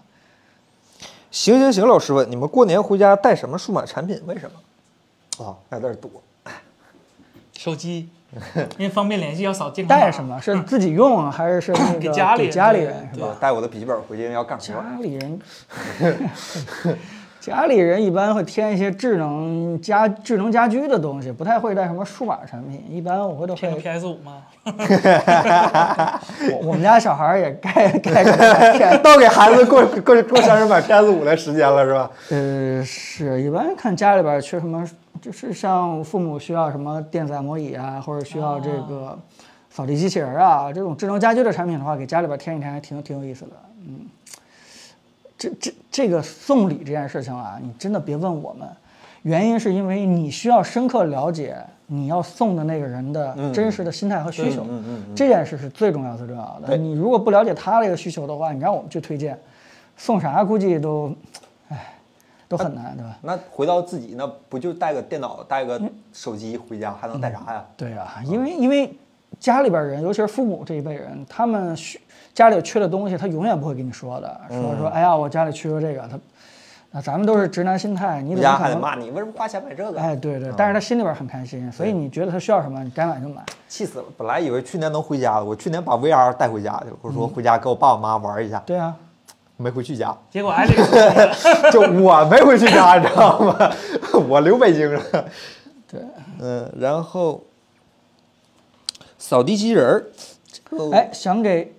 Speaker 1: 行行行，老师问你们过年回家带什么数码产品？为什么？啊，还在这儿躲。
Speaker 3: 手机，因为方便联系要扫健康码
Speaker 2: 带什？么？是自己用啊还 是是那个
Speaker 3: 嗯给家里人
Speaker 2: 家里人是
Speaker 3: 对
Speaker 2: 吧？
Speaker 1: 我带我的笔记本回去要干 活。
Speaker 2: 家里人， 家里人一般会添一些智能家智能家居的东西，不太会带什么数码产品。一般我会都
Speaker 3: 贴
Speaker 2: 会
Speaker 3: 个 PS 五吗？
Speaker 2: 我我们家小孩儿也该该给他买 片。
Speaker 1: 到给孩子过过过生日买 PS 五的时间了是吧？
Speaker 2: 呃，是一般看家里边儿缺什么，就是像父母需要什么电子按摩椅啊，或者需要这个扫地机器人儿啊，这种智能家居的产品的话，给家里边儿添一添还挺挺有意思的。嗯，这这这个送礼这件事情啊，你真的别问我们，原因是因为你需要深刻了解你要送的那个人的真实的心态和需求，
Speaker 1: 嗯嗯
Speaker 2: 这件事是最重要最重要的。
Speaker 1: 对
Speaker 2: 你如果不了解他的一个需求的话，你让我们去推荐，送啥估计都，唉，都很难，对吧？
Speaker 1: 那回到自己，那不就带个电脑、带个手机回家，还能带啥呀？
Speaker 2: 对啊，因为因为家里边人，尤其是父母这一辈人，他们需家里有缺的东西，他永远不会跟你说的，说
Speaker 1: 嗯
Speaker 2: 说哎呀，我家里缺了这个，他，那咱们都是直男心态，你
Speaker 1: 回
Speaker 2: 怎么
Speaker 1: 家啊
Speaker 2: 可
Speaker 1: 还得
Speaker 2: 能？
Speaker 1: 骂你，啊为什么花钱买这个？
Speaker 2: 哎，对对，但是他心里边很开心，所以你觉得他需要什么，你该买就买。
Speaker 1: 气死了！本来以为去年能回家的，我去年把 VR 带回家去了，我说回家跟我爸我妈玩一下，
Speaker 2: 对啊，
Speaker 1: 没回去家，
Speaker 3: 结果艾利克
Speaker 1: 就我没回去家，你知道吗？ 我留北京了。
Speaker 2: 对，
Speaker 1: 嗯，然后扫地机器人儿，这个
Speaker 2: 哎，想给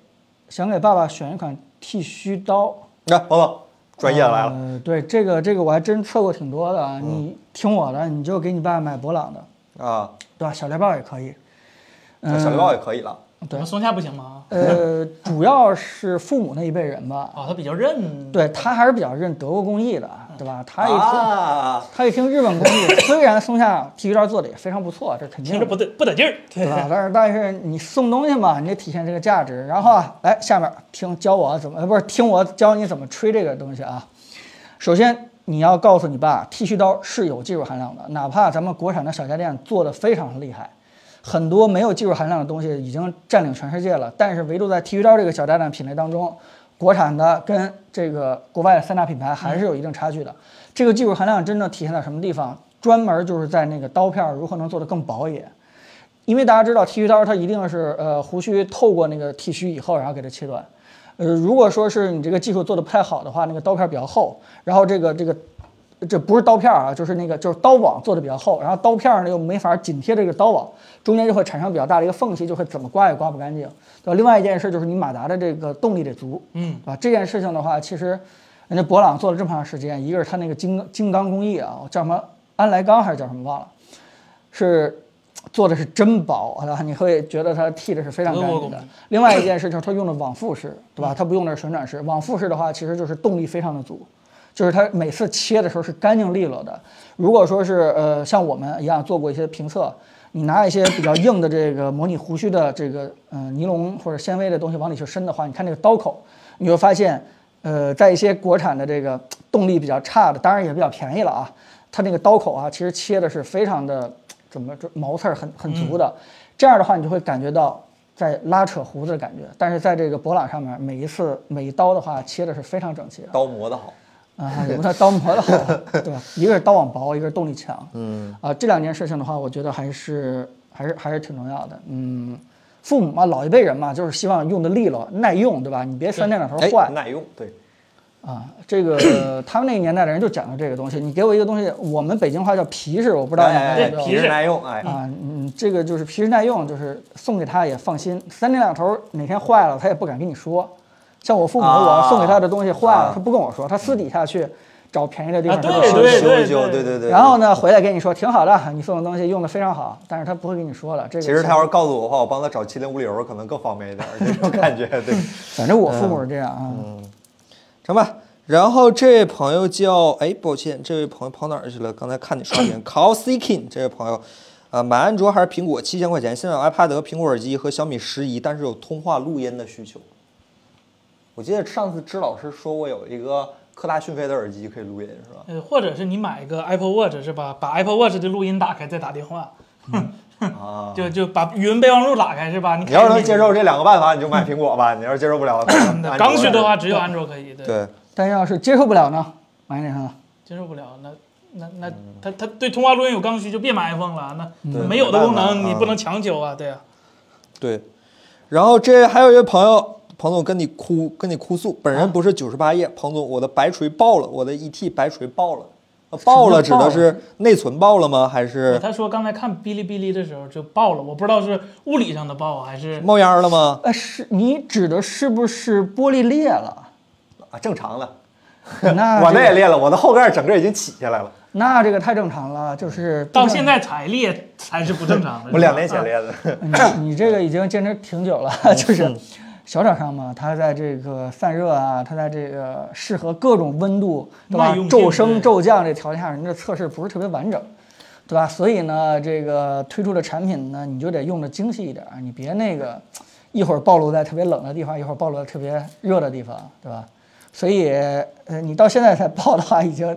Speaker 2: 想给爸爸选一款剃须刀。
Speaker 1: 你啊看，宝宝专业的来了，嗯
Speaker 2: 呃、对这个这个我还真测过挺多的啊，你听我的，你就给你爸买博朗的，
Speaker 1: 啊，
Speaker 2: 对吧？小猎豹也可以。嗯、
Speaker 1: 小猎豹也可以了。
Speaker 3: 我们松下不行吗？
Speaker 2: 呃，主要是父母那一辈人吧，
Speaker 3: 哦，他比较认。
Speaker 2: 对他还是比较认德国工艺的，对吧？他一听、
Speaker 1: 啊，
Speaker 2: 他一听日本工艺，虽然松下剃须刀做的也非常不错，这肯定
Speaker 3: 听着不得不得劲儿，
Speaker 2: 对吧？啊但是但是你送东西嘛，你得体现这个价值。然后啊，来下面听教我怎么，呃不是听我教你怎么吹这个东西啊。首先你要告诉你爸，剃须刀是有技术含量的，哪怕咱们国产的小家电做的非常厉害，很多没有技术含量的东西已经占领全世界了，但是唯独在剃须刀这个小家电品类当中，国产的跟这个国外的三大品牌还是有一定差距的。这个技术含量真正体现在什么地方？专门就是在那个刀片儿如何能做得更薄一点。因为大家知道剃须刀它一定是呃胡须透过那个剃须以后，然后给它切断。呃，如果说是你这个技术做的不太好的话，那个刀片比较厚，然后这个这个这不是刀片啊，就是那个就是刀网做的比较厚，然后刀片呢又没法紧贴这个刀网，中间就会产生比较大的一个缝隙，就会怎么刮也刮不干净。对吧？另外一件事就是你马达的这个动力得足，
Speaker 3: 嗯，
Speaker 2: 啊，这件事情的话，其实人家博朗做了这么长时间，一个是他那个金刚金刚工艺啊，叫什么安来钢还是叫什么忘了，是做的是真薄啊，你会觉得它剃的是非常干
Speaker 3: 德国
Speaker 2: 净
Speaker 3: 工艺
Speaker 2: 的。另外一件事就是它用的往复式，对吧？它不用的是旋转式。往复式的话，其实就是动力非常的足，就是它每次切的时候是干净利落的。如果说是呃像我们一样做过一些评测，你拿一些比较硬的这个模拟胡须的这个嗯、呃尼龙或者纤维的东西往里去伸的话，你看这个刀口，你会发现呃在一些国产的这个动力比较差的，当然也比较便宜了啊，它那个刀口啊其实切的是非常的怎么这毛刺儿很很
Speaker 1: 嗯
Speaker 2: 足的，这样的话你就会感觉到。在拉扯胡子的感觉，但是在这个博朗上面，每一次每一刀的话切的是非常整齐的，
Speaker 1: 刀磨的好，
Speaker 2: 啊，也不算刀磨的好， 对吧？一个是刀网薄，一个是动力强。
Speaker 1: 嗯
Speaker 2: 啊，这两件事情的话，我觉得还是还是还是挺重要的。嗯，父母嘛，老一辈人嘛，就是希望用的利落、耐用，对吧？你别摔电脑头
Speaker 1: 哎，
Speaker 2: 坏
Speaker 1: 耐用，对，
Speaker 2: 啊。这个 他们那个年代的人就讲究这个东西。你给我一个东西，我们北京话叫皮实，我不知道你们
Speaker 1: 哎
Speaker 2: 知
Speaker 1: 哎
Speaker 2: 不知道
Speaker 1: 皮实耐用，哎，
Speaker 2: 啊，嗯，这个就是皮实耐用，就是送给他也放心。三天两头哪天坏了，他也不敢跟你说。像我父母，
Speaker 1: 啊
Speaker 2: 我送给他的东西坏了
Speaker 1: 啊，
Speaker 2: 他不跟我说，他私底下去找便宜的地方
Speaker 3: 啊
Speaker 2: 去
Speaker 3: 对
Speaker 2: 修。
Speaker 1: 修
Speaker 3: 对
Speaker 1: 修
Speaker 3: 对
Speaker 1: 一修，
Speaker 3: 对
Speaker 1: 对对对。
Speaker 2: 然后呢，回来跟你说挺好的，你送的东西用的非常好，但是他不会跟你说了。这个
Speaker 1: 其实
Speaker 2: 是
Speaker 1: 他要是告诉我的话，我帮他找七零五零可能更方便一点儿， 这种感觉对。
Speaker 2: 反正我父
Speaker 1: 嗯
Speaker 2: 母是这样啊。
Speaker 1: 成吧。然后这位朋友叫哎，抱歉，这位朋友跑哪儿去了？刚才看你刷屏，Call Seeking 这位朋友，呃，买安卓还是苹果？七千块钱，现在有 iPad 和苹果耳机和小米十一，但是有通话录音的需求。我记得上次支老师说过有一个科大讯飞的耳机可以录音，是吧？
Speaker 3: 呃，或者是你买一个 Apple Watch 是吧？把 Apple Watch 的录音打开再打电话，
Speaker 1: 啊，
Speaker 3: 嗯就就把语音备忘录打开是吧？你
Speaker 1: 你要是
Speaker 3: 看
Speaker 1: 能接受这两个办法，你就买苹果吧；你要是接受不了，
Speaker 3: 那
Speaker 1: 那
Speaker 3: 刚需的话，只有安卓可以，对，
Speaker 1: 对，
Speaker 2: 但要是接受不了呢，买哪个？
Speaker 3: 接受不了那。那那他他对通话录音有刚需，就别买 iPhone 了。那
Speaker 1: 对
Speaker 3: 没有的功
Speaker 1: 没办法
Speaker 3: 能你
Speaker 1: 啊
Speaker 3: 不能强求啊，对啊。
Speaker 1: 对，然后这还有一位朋友，彭总跟你哭，跟你哭诉，本人不是九十八页，彭总，我的白锤爆了，我的 ET 白锤爆了，呃爆了指的是内存爆了吗？还是
Speaker 3: 他说刚才看哔哩哔哩的时候就爆了，我不知道是物理上的爆啊还是
Speaker 1: 冒烟了吗？
Speaker 2: 呃，是你指的是不是玻璃 裂了？
Speaker 1: 啊，正常的，
Speaker 2: 那
Speaker 1: 我那
Speaker 2: 这个
Speaker 1: 也裂了，我的后盖整个已经起下来了，
Speaker 2: 那这个太正常了，就是
Speaker 3: 到现在才裂才是不正常的。
Speaker 1: 我两年
Speaker 3: 是
Speaker 1: 前
Speaker 3: 吧
Speaker 1: 裂的。
Speaker 2: 你你这个已经坚持挺久了，
Speaker 3: 嗯
Speaker 2: 就是小厂商嘛，它在这个散热啊，它在这个适合各种温度，对吧
Speaker 3: 耐用？性
Speaker 2: 骤升
Speaker 3: 对
Speaker 2: 骤降这条件下，人这测试不是特别完整，对吧？所以呢，这个推出的产品呢，你就得用的精细一点，你别那个一会儿暴露在特别冷的地方，一会儿暴露在特别热的地方，对吧？所以，呃，你到现在才报的话，已经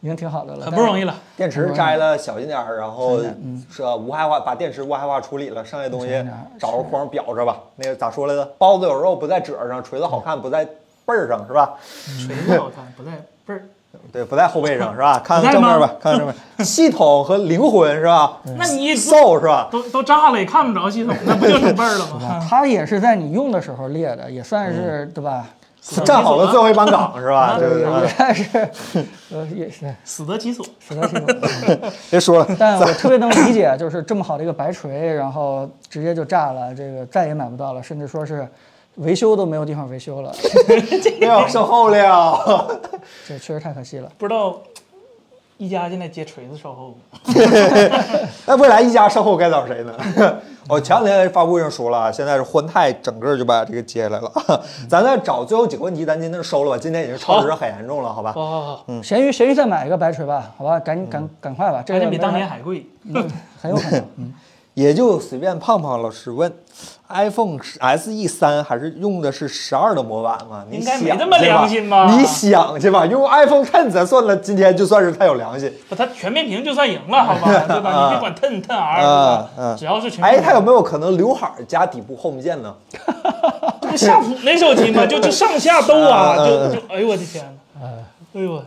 Speaker 2: 已经挺好的了，
Speaker 3: 很不容
Speaker 2: 易。
Speaker 3: 易了。
Speaker 1: 电池摘了小心点儿，然后
Speaker 2: 小心点
Speaker 1: 是吧无害化，把电池无害化处理了，剩下东
Speaker 2: 小心
Speaker 1: 西
Speaker 2: 点儿
Speaker 1: 找个框裱着吧。那个咋说来着？包子有肉不在褶儿上，锤子好看不在背儿上，是吧？
Speaker 3: 锤子好看，不在倍儿。
Speaker 1: 对，不在后背上是吧？看
Speaker 3: 不在
Speaker 1: 看正面
Speaker 3: 吗嗯
Speaker 1: 吧，看看正面。 系统和灵魂是吧？
Speaker 3: 那你
Speaker 1: 瘦是吧？
Speaker 3: 都都炸了，也看不着系统，那不就成倍儿了
Speaker 2: 对吧
Speaker 3: 吗？
Speaker 2: 它也是在你用的时候裂的，也
Speaker 3: 嗯
Speaker 2: 算是、对吧？
Speaker 3: 死得
Speaker 1: 站
Speaker 3: 其
Speaker 1: 好
Speaker 3: 所
Speaker 1: 了最后一班岗是吧？
Speaker 3: 啊
Speaker 1: 对不
Speaker 2: 也也
Speaker 1: 对？
Speaker 2: 算是，呃，也是
Speaker 3: 死得其所。
Speaker 2: 死得其所。
Speaker 1: 别说 了，
Speaker 2: 但我特别能理解，就是这么好的一个白锤，然后直接就炸了，这个再也买不到了，甚至说是维修都没有地方维修了，
Speaker 1: 没有售后了。
Speaker 2: 这确实太可惜了。
Speaker 3: 不知道一加现在接锤子售后吗？
Speaker 1: 那未来一家售后该找谁呢？ 哦，前两天发布会上说了，啊现在是欢泰整个就把这个接下来了。 咱再找最后几个问题，咱今天就收了吧。今天已经超时很严重了，好吧？
Speaker 3: 好好好，
Speaker 1: 嗯
Speaker 2: 闲鱼，闲鱼再买一个白锤吧，好吧，赶紧赶赶快吧，这
Speaker 3: 还
Speaker 2: 个
Speaker 3: 得比
Speaker 2: 没
Speaker 3: 当
Speaker 2: 人
Speaker 3: 年还贵。
Speaker 1: 嗯
Speaker 2: 很有可能。嗯
Speaker 1: 也就随便胖胖老师问，iPhone SE 三还是用的是十二的模板吗？你
Speaker 3: 应该没
Speaker 1: 想
Speaker 3: 这么
Speaker 1: 去吧
Speaker 3: 良心吧
Speaker 1: 你想去吧，用 iPhone Ten 咱算了，今天就算是太有良心。
Speaker 3: 不，他全面屏就算赢了，好 吧？对吧？你别管 Ten Ten
Speaker 1: 啊
Speaker 3: R，对吧
Speaker 1: 啊
Speaker 3: 只要是全
Speaker 1: 嗯哎，
Speaker 3: 面
Speaker 1: 它有
Speaker 3: 屏，
Speaker 1: 没有可能刘海儿加底部 Home 键呢？
Speaker 3: 这 不夏普那手机 吗？就这上下都啊，
Speaker 1: 啊啊
Speaker 3: 就
Speaker 1: 啊
Speaker 3: 就，哎呦我的天呐，哎呦我，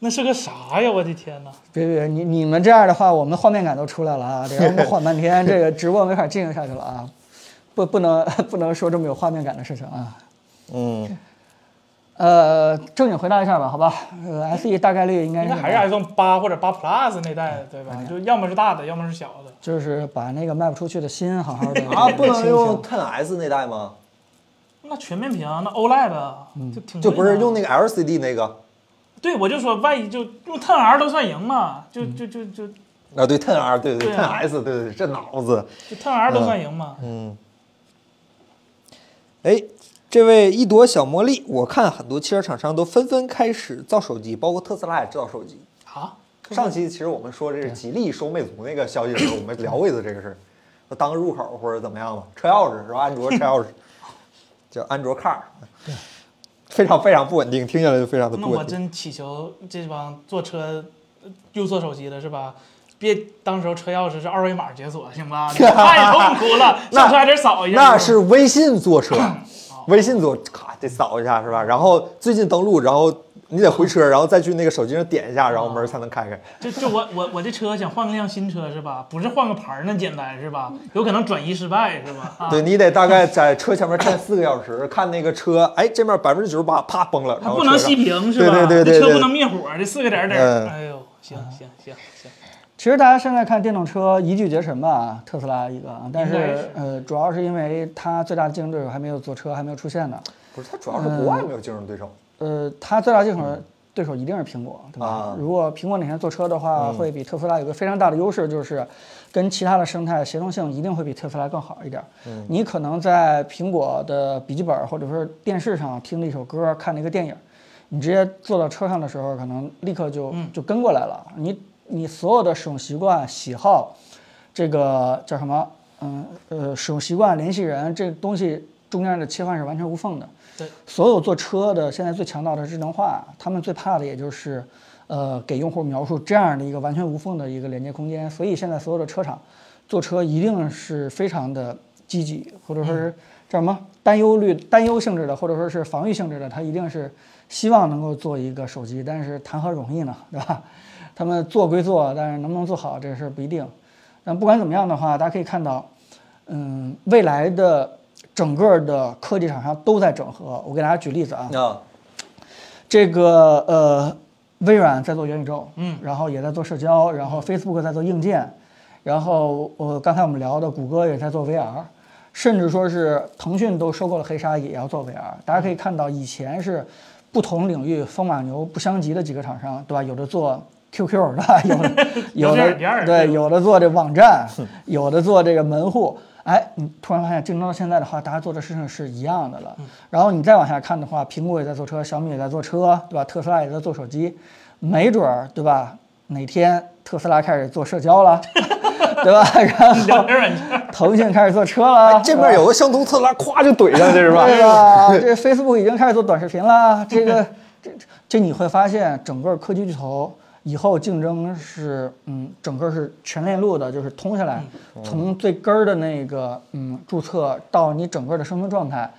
Speaker 3: 那是个啥呀？我的天呐！
Speaker 2: 别别，你你们这样的话，我们画面感都出来了啊！得让我们缓半天，这个直播没法进行下去了啊！不不能不能说这么有画面感的事情啊！
Speaker 1: 嗯，
Speaker 2: 呃，正经回答一下吧，好吧？呃，SE 大概率应该
Speaker 3: 应
Speaker 2: 是
Speaker 3: 该还是 iPhone 八或者八 Plus 那
Speaker 1: 啊
Speaker 3: 代的，对吧？就要么是大的，要么是小的。
Speaker 2: 就是把那个卖不出去的心好好的
Speaker 1: 啊，不能 用 Ten S 那代吗？
Speaker 3: 那全面屏，那 OLED 啊就挺
Speaker 1: 嗯就不是
Speaker 3: 贵的
Speaker 1: 用那个 LCD 那个
Speaker 3: 对，我就说万一就用 Ten R 都算赢嘛，就
Speaker 1: 嗯
Speaker 3: 就就就就
Speaker 1: 啊？对，Ten R，对对
Speaker 3: 对
Speaker 1: Ten
Speaker 3: 啊
Speaker 1: S，对对对，这脑子，
Speaker 3: Ten R 都算赢嘛。
Speaker 1: 嗯。哎，这位一朵小茉莉，我看很多汽车厂商都纷纷开始造手机，包括特斯拉也制造手机。
Speaker 3: 啊，
Speaker 1: 上期其实我们说这是吉利收魅族那个消息的时候，我们聊过一次这个事儿，说当个入口或者怎么样吧，车钥匙是吧？安卓车钥匙叫安卓 Car，非常非常不稳定，听起来就非常的
Speaker 3: 那
Speaker 1: 不
Speaker 3: 我
Speaker 1: 稳定。
Speaker 3: 真祈求这帮坐车呃又坐手机的是吧？别当时候车钥匙是二维码解锁，行 吧？太痛苦了，
Speaker 1: 那
Speaker 3: 上车还得扫一下。嗯
Speaker 1: 那是 微信坐车，微信坐咔得扫一下是吧？然后最近登录，然后你得回车，然后再去那个手机上点一下，然后
Speaker 3: 哦
Speaker 1: 门才能开开。
Speaker 3: 这这我我我这车想换辆新车是吧？不是换个牌儿那简单是吧？有可能转移失败是吧？啊，
Speaker 1: 对你得大概在车前面站四个小时，看那个车，哎，这面百分之九十八，啪崩了，然
Speaker 3: 它
Speaker 1: 后
Speaker 3: 不能
Speaker 1: 车上
Speaker 3: 熄屏是
Speaker 1: 对
Speaker 3: 吧？
Speaker 1: 对对对
Speaker 3: 这车不
Speaker 1: 对
Speaker 3: 能灭火，这四个点儿点
Speaker 1: 嗯
Speaker 3: 儿。哎呦，行行行行，
Speaker 2: 其实大家现在看电动车一骑绝尘吧，特斯拉一个啊，但
Speaker 3: 应该
Speaker 2: 是
Speaker 3: 是
Speaker 2: 呃，主要是因为它最大的竞争对手还没有坐车，还没有出现呢。
Speaker 1: 不是，它主要是国外
Speaker 3: 嗯
Speaker 1: 没有竞争对手。
Speaker 2: 呃，它最大竞争对手一定是苹果，对吧？
Speaker 1: 啊
Speaker 2: 如果苹果哪天坐车的话，会比特斯拉有个非常大的优势，就是跟其他的生态协同性一定会比特斯拉更好一点。你可能在苹果的笔记本或者说电视上听了一首歌，看了一个电影，你直接坐到车上的时候，可能立刻就就跟过来了。你你所有的使用习惯、喜好，这个叫什么？嗯呃，使用习惯、联系人，这东西中间的切换是完全无缝的。
Speaker 3: 对，
Speaker 2: 所有做车的现在最强大的智能化，他们最怕的也就是，呃，给用户描述这样的一个完全无缝的一个连接空间。所以现在所有的车厂做车一定是非常的积极，或者说是叫什么担忧率、担忧性质的，或者说是防御性质的，它一定是希望能够做一个手机，但是谈何容易呢，对吧？他们做归做，但是能不能做好这个事儿不一定。但不管怎么样的话，大家可以看到，嗯，未来的整个的科技厂商都在整合。我给大家举例子啊，
Speaker 1: 啊，
Speaker 2: 这个呃，微软在做元宇宙，
Speaker 3: 嗯，
Speaker 2: 然后也在做社交，然后 Facebook 在做硬件，然后我、刚才我们聊的谷歌也在做 VR，甚至说是腾讯都收购了黑鲨，也要做 VR。大家可以看到，以前是不同领域风马牛不相及的几个厂商，对吧？有的做 QQ 的，有
Speaker 3: 有
Speaker 2: 的有
Speaker 3: 这
Speaker 2: 的
Speaker 3: 软件儿
Speaker 2: 对
Speaker 3: 对
Speaker 2: 有的做这网站，有的做这个门户。哎，你突然发现竞争到现在的话，大家做这事情是一样的了。然后你再往下看的话，苹果也在做车，小米也在做车，对吧？特斯拉也在做手机，没准儿，对吧？哪天特斯拉开始做社交了， 对吧？然
Speaker 3: 聊
Speaker 2: 后
Speaker 3: 点软件儿。
Speaker 2: 腾讯开始做车了，
Speaker 1: 哎这
Speaker 2: 对吧
Speaker 1: 边有个相同特斯拉，咵就怼上去是吧？
Speaker 2: 对吧？ 这 Facebook 已经开始做短视频啦，这个这这这你会发现，整个科技巨头以后竞争是嗯，整个是全链路的，就是通下来，
Speaker 1: 嗯
Speaker 2: 从最根儿的那个嗯注册到你整个的生存状态，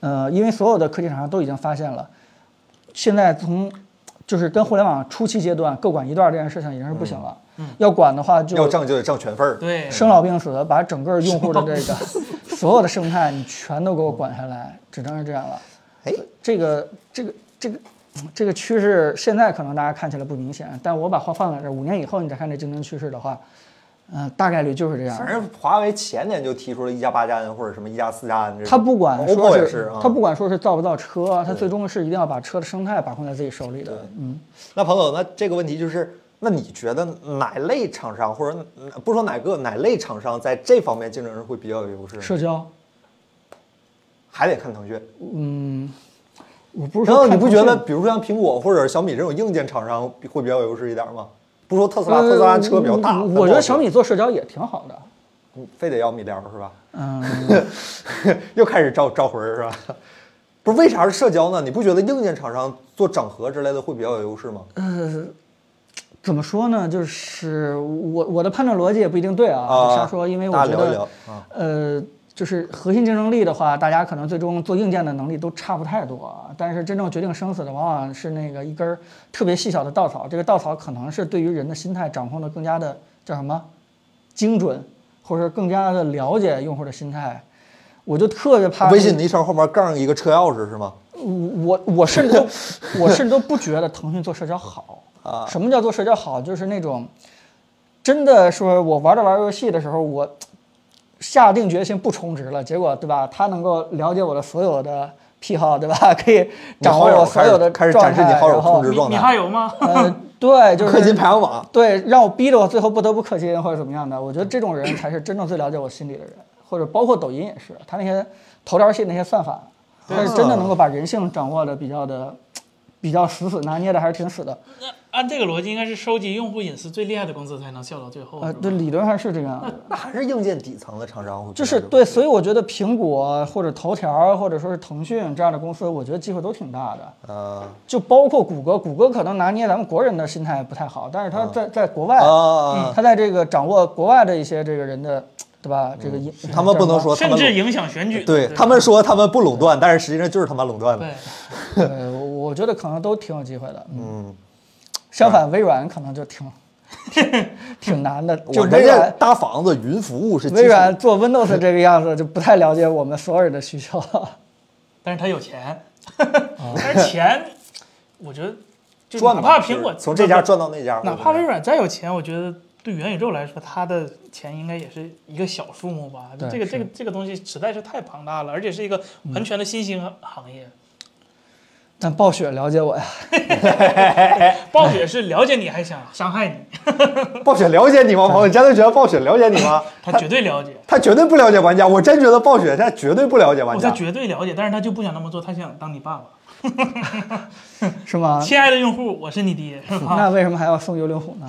Speaker 2: 呃，因为所有的科技厂商都已经发现了，现在从就是跟互联网初期阶段各管一段儿这件事情已经是不行了，要管的话就
Speaker 1: 嗯要挣就得挣全份儿。
Speaker 3: 对，
Speaker 2: 生老病死，把整个用户的这个所有的生态你全都给我管下来，只能是这样了。
Speaker 1: 哎，
Speaker 2: 这个这个这个嗯这个趋势，现在可能大家看起来不明显，但我把话放在这儿，五年以后你再看这竞争趋势的话，嗯、大概率就是这样。
Speaker 1: 反正华为前年就提出了一加八加 N 或者什么一加四加 N 这种。
Speaker 2: 他不管
Speaker 1: OPPO
Speaker 2: 说
Speaker 1: 也
Speaker 2: 是，
Speaker 1: 是啊。
Speaker 2: 他不管说是造不造车，他最终是一定要把车的生态把控在自己手里的。嗯，
Speaker 1: 那彭总，那这个问题就是，那你觉得哪类厂商或者嗯不说哪个哪类厂商在这方面竞争会比较有优势呢？
Speaker 2: 社交，
Speaker 1: 还得看腾讯。
Speaker 2: 嗯，我不是
Speaker 1: 然
Speaker 2: 说
Speaker 1: 后你
Speaker 2: 看
Speaker 1: 不
Speaker 2: 腾
Speaker 1: 觉
Speaker 2: 讯
Speaker 1: 得，比如说像苹果或者小米这种硬件厂商会比较有优势一点吗？不说特斯拉，特斯拉车比较大。
Speaker 2: 呃
Speaker 1: 咱
Speaker 2: 我
Speaker 1: 不好
Speaker 2: 觉
Speaker 1: 说
Speaker 2: 得小米做社交也挺好的。
Speaker 1: 非得要米聊是吧？
Speaker 2: 嗯，
Speaker 1: 又开始招招魂儿是吧？不是，为啥是社交呢？你不觉得硬件厂商做整合之类的会比较有优势吗？
Speaker 2: 怎么说呢？就是我我的判断逻辑也不一定对啊，
Speaker 1: 啊
Speaker 2: 瞎说，因为我
Speaker 1: 大
Speaker 2: 觉
Speaker 1: 家
Speaker 2: 得
Speaker 1: 聊一聊啊
Speaker 2: 呃，就是核心竞争力的话，大家可能最终做硬件的能力都差不太多啊，但是真正决定生死的，往往是那个一根儿特别细小的稻草，这个稻草可能是对于人的心态掌控的更加的叫什么精准，或者说更加的了解用户的心态。我就特别怕
Speaker 1: 微信昵称后面杠一个车钥匙是吗？
Speaker 2: 我我甚至都我甚至都不觉得腾讯做社交好
Speaker 1: 啊
Speaker 2: 什么叫做社交好？就是那种真的说，我玩着玩着游戏的时候，我下定决心不充值了，结果对吧？他能够了解我的所有的癖好，对吧？ 可以掌握
Speaker 1: 你好友
Speaker 2: 我所有的
Speaker 1: 开始
Speaker 2: 状态，
Speaker 1: 开始展示你好友
Speaker 2: 然后
Speaker 1: 充值
Speaker 3: 你
Speaker 1: 状态
Speaker 3: 你还有吗？
Speaker 2: 呃， 对，就是
Speaker 1: 氪金排行榜，
Speaker 2: 对，让我逼得我最后不得不氪金或者怎么样的，我觉得这种人才是真正最了解我心里的人，或者包括抖音也是，他那些头条系那些算法，他是真的能够把人性掌握的比较的，比较死死拿捏的还是挺死的。
Speaker 3: 那按这个逻辑，应该是收集用户隐私最厉害的公司才能笑到最
Speaker 1: 啊
Speaker 3: 后。
Speaker 2: 呃，
Speaker 3: 是吧
Speaker 2: 对，理论上是这个样子的。
Speaker 1: 那还是硬件底层的厂商会比较
Speaker 2: 就
Speaker 1: 有
Speaker 2: 是对，所以我觉得苹果或者头条或者说是腾讯这样的公司，我觉得机会都挺大的。
Speaker 1: 呃
Speaker 2: 就包括谷歌，谷歌可能拿捏咱们国人的心态不太好，但是他在在国外，
Speaker 1: 嗯
Speaker 2: 嗯
Speaker 1: 啊
Speaker 2: 他在这个掌握国外的一些这个人的，对是吧？这个影
Speaker 1: 嗯他们不能说他
Speaker 3: 甚
Speaker 1: 们
Speaker 3: 至
Speaker 1: 垄
Speaker 3: 影响选举。
Speaker 1: 对
Speaker 3: 对
Speaker 1: 他们说他们不垄断，但是实际上就是他妈垄断的。
Speaker 3: 对，
Speaker 2: 对，我我觉得可能都挺有机会的。嗯，
Speaker 1: 嗯，啊
Speaker 2: 相反，微软可能就 挺挺难的。就
Speaker 1: 我
Speaker 2: 微
Speaker 1: 人家
Speaker 2: 软，
Speaker 1: 搭房子云服务是基础
Speaker 2: 微软做 Windows 这个样子，就不太了解我们所有人的需求。
Speaker 3: 但是他有钱， 但是钱，我觉得就
Speaker 1: 哦赚
Speaker 3: 哪
Speaker 1: 嘛
Speaker 3: 怕
Speaker 1: 就是
Speaker 3: 苹果
Speaker 1: 从这家，赚到那家，
Speaker 3: 哪怕微软再有钱，我觉得对元宇宙来说，它的钱应该也是一个小数目吧。
Speaker 2: 对
Speaker 3: 这个
Speaker 2: 是
Speaker 3: 这个这个东西实在是太庞大了，而且是一个完全的新兴行业。
Speaker 2: 但暴雪了解我呀，
Speaker 3: 暴雪是了解你还想伤害你，
Speaker 1: 暴雪了解你吗？朋友，你真的觉得暴雪了解你吗？
Speaker 3: 他绝对了解，
Speaker 1: 他绝对不了解玩家，我真觉得暴雪他绝对不了解玩
Speaker 3: 哦他
Speaker 1: 家。
Speaker 3: 绝对了解，但是他就不想那么做，他想当你爸爸。
Speaker 2: 是吗？
Speaker 3: 亲爱的用户，我是你爹，是吧？
Speaker 2: 那为什么还要送幽灵虎呢？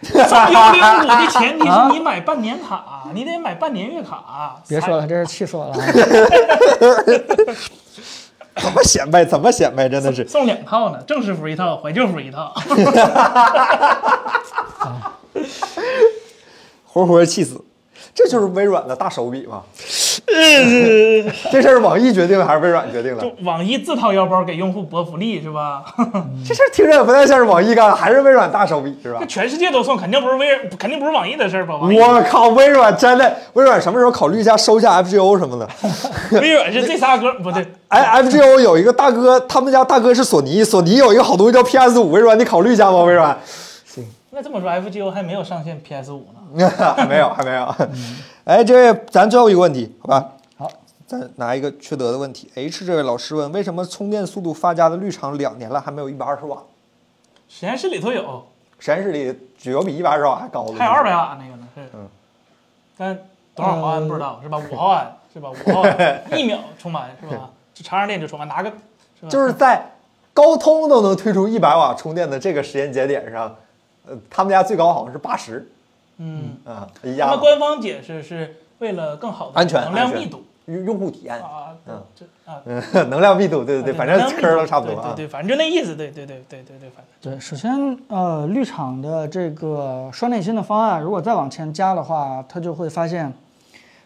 Speaker 3: 送幽灵谷的前提是你买半年卡，你得买半年月卡。
Speaker 2: 别说
Speaker 3: 才
Speaker 2: 了，真是气死我了。
Speaker 1: 怎么显摆？怎么显摆？真的 是
Speaker 3: 送两套呢，正式服一套，怀旧服一套。
Speaker 1: 活活气死。这就是微软的大手笔 嘛。
Speaker 3: 嗯
Speaker 1: 这事儿网易决定了还是微软决定了
Speaker 3: 就？网易自掏腰包给用户博福利是吧？
Speaker 1: 这事儿听着也不太像是网易干的，还是微软大手笔是吧
Speaker 3: 这？全世界都送，肯定不是微软，肯定不是网易的事儿吧？网易
Speaker 1: 我靠，微软真的，微软什么时候考虑一下收一下 FGO 什么的？
Speaker 3: 微软是这仨歌不对，
Speaker 1: 哎，FGO 有一个大哥，他们家大哥是索尼，索尼有一个好东西叫 PS 五，微软你考虑一下吗？微软
Speaker 3: 那这么说 FGO 还没有上线 PS 五呢。
Speaker 1: 还没有，还没有。哎，这位，咱最后一个问题，好吧？
Speaker 2: 好，
Speaker 1: 再拿一个缺德的问题。H 这位老师问，为什么充电速度发家的绿厂两年了还没有一百二十瓦？
Speaker 3: 实验室里头有，
Speaker 1: 实验室里只有比一百二十瓦还高的，
Speaker 3: 还有二百瓦那个呢是，
Speaker 1: 嗯
Speaker 3: 但多少毫安不知道是吧？五毫安是吧？五毫安一秒充满 是吧？就插上电就充满，拿个是吧？
Speaker 1: 就是在高通都能推出一百瓦充电的这个时间节点上，呃，他们家最高好像是八十，
Speaker 3: 嗯，
Speaker 1: 啊，一
Speaker 3: 他
Speaker 1: 家
Speaker 3: 们
Speaker 1: 嘛
Speaker 3: 官方解释是为了更好的
Speaker 1: 安全
Speaker 3: 能量
Speaker 1: 安全
Speaker 3: 密度
Speaker 1: 用用户体验，
Speaker 3: 啊，对
Speaker 1: 嗯
Speaker 3: 这啊。
Speaker 1: 嗯 能量密度，对对对，
Speaker 3: 啊
Speaker 1: 反正
Speaker 3: 能量密
Speaker 1: 词儿
Speaker 3: 度
Speaker 1: 都差不多
Speaker 3: 对对
Speaker 1: 啊。
Speaker 3: 对，反正就那意思，对对对对对对，反正。
Speaker 2: 对，首先，呃，绿厂的这个双内芯的方案，如果再往前加的话，它就会发现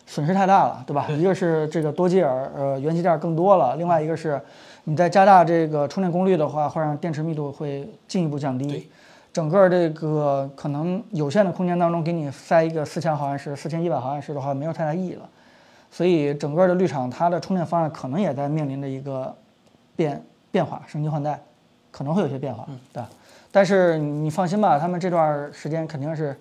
Speaker 2: 损失太大了，对吧？一个是这个多基尔，呃，元器件更多了；，另外一个是你再加大这个充电功率的话，会让电池密度会进一步降低
Speaker 3: 对。
Speaker 2: 整个这个可能有限的空间当中，给你塞一个四千毫安时、四千一百毫安时的话，没有太大意义了。所以整个的绿厂它的充电方案可能也在面临着一个变变化，升级换代可能会有些变
Speaker 1: 嗯
Speaker 2: 化，对吧？但是你放心吧，他们这段时间肯定是，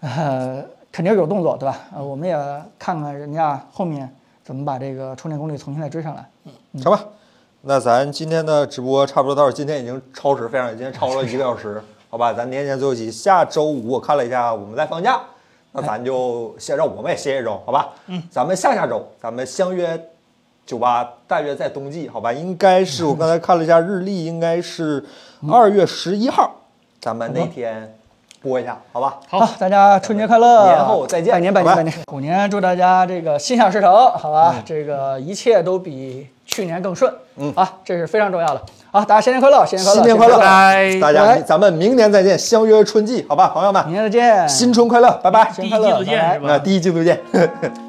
Speaker 2: 呃，肯定有动作，对吧？呃，我们也看看人家后面怎么把这个充电功率重新再追上来。
Speaker 1: 行吧，那咱今天的直播差不多到这儿，今天已经超时，非常今天超了一个小时，好吧，咱年前最后一期，下周五我看了一下，我们在放假，那咱就先让我们也歇一周，好吧？嗯，咱们下下周咱们相约酒吧，大约在冬季，好吧？应该是我刚才看了一下日历，应该是二月十一号，咱们那天播一下，好吧？
Speaker 2: 好，大家春节快乐！
Speaker 1: 年后再见
Speaker 2: 拜年拜
Speaker 1: 好
Speaker 2: 年
Speaker 1: 吧嗯
Speaker 2: 拜年！虎年祝大家这个心想事成，好吧？这个一切都比去年更顺，嗯啊，这是非常重要的。好，大家新年快乐，新年快乐，
Speaker 1: 新年快乐，
Speaker 3: 拜
Speaker 1: 大
Speaker 2: 拜
Speaker 1: 家咱们明年再见，相约春季，好吧，朋友们，
Speaker 2: 明天再见，
Speaker 1: 新春快乐，拜拜，
Speaker 2: 新年快
Speaker 3: 第
Speaker 2: 乐，
Speaker 3: 一季度见
Speaker 2: 拜拜
Speaker 3: 是吧
Speaker 1: 那第一季度见。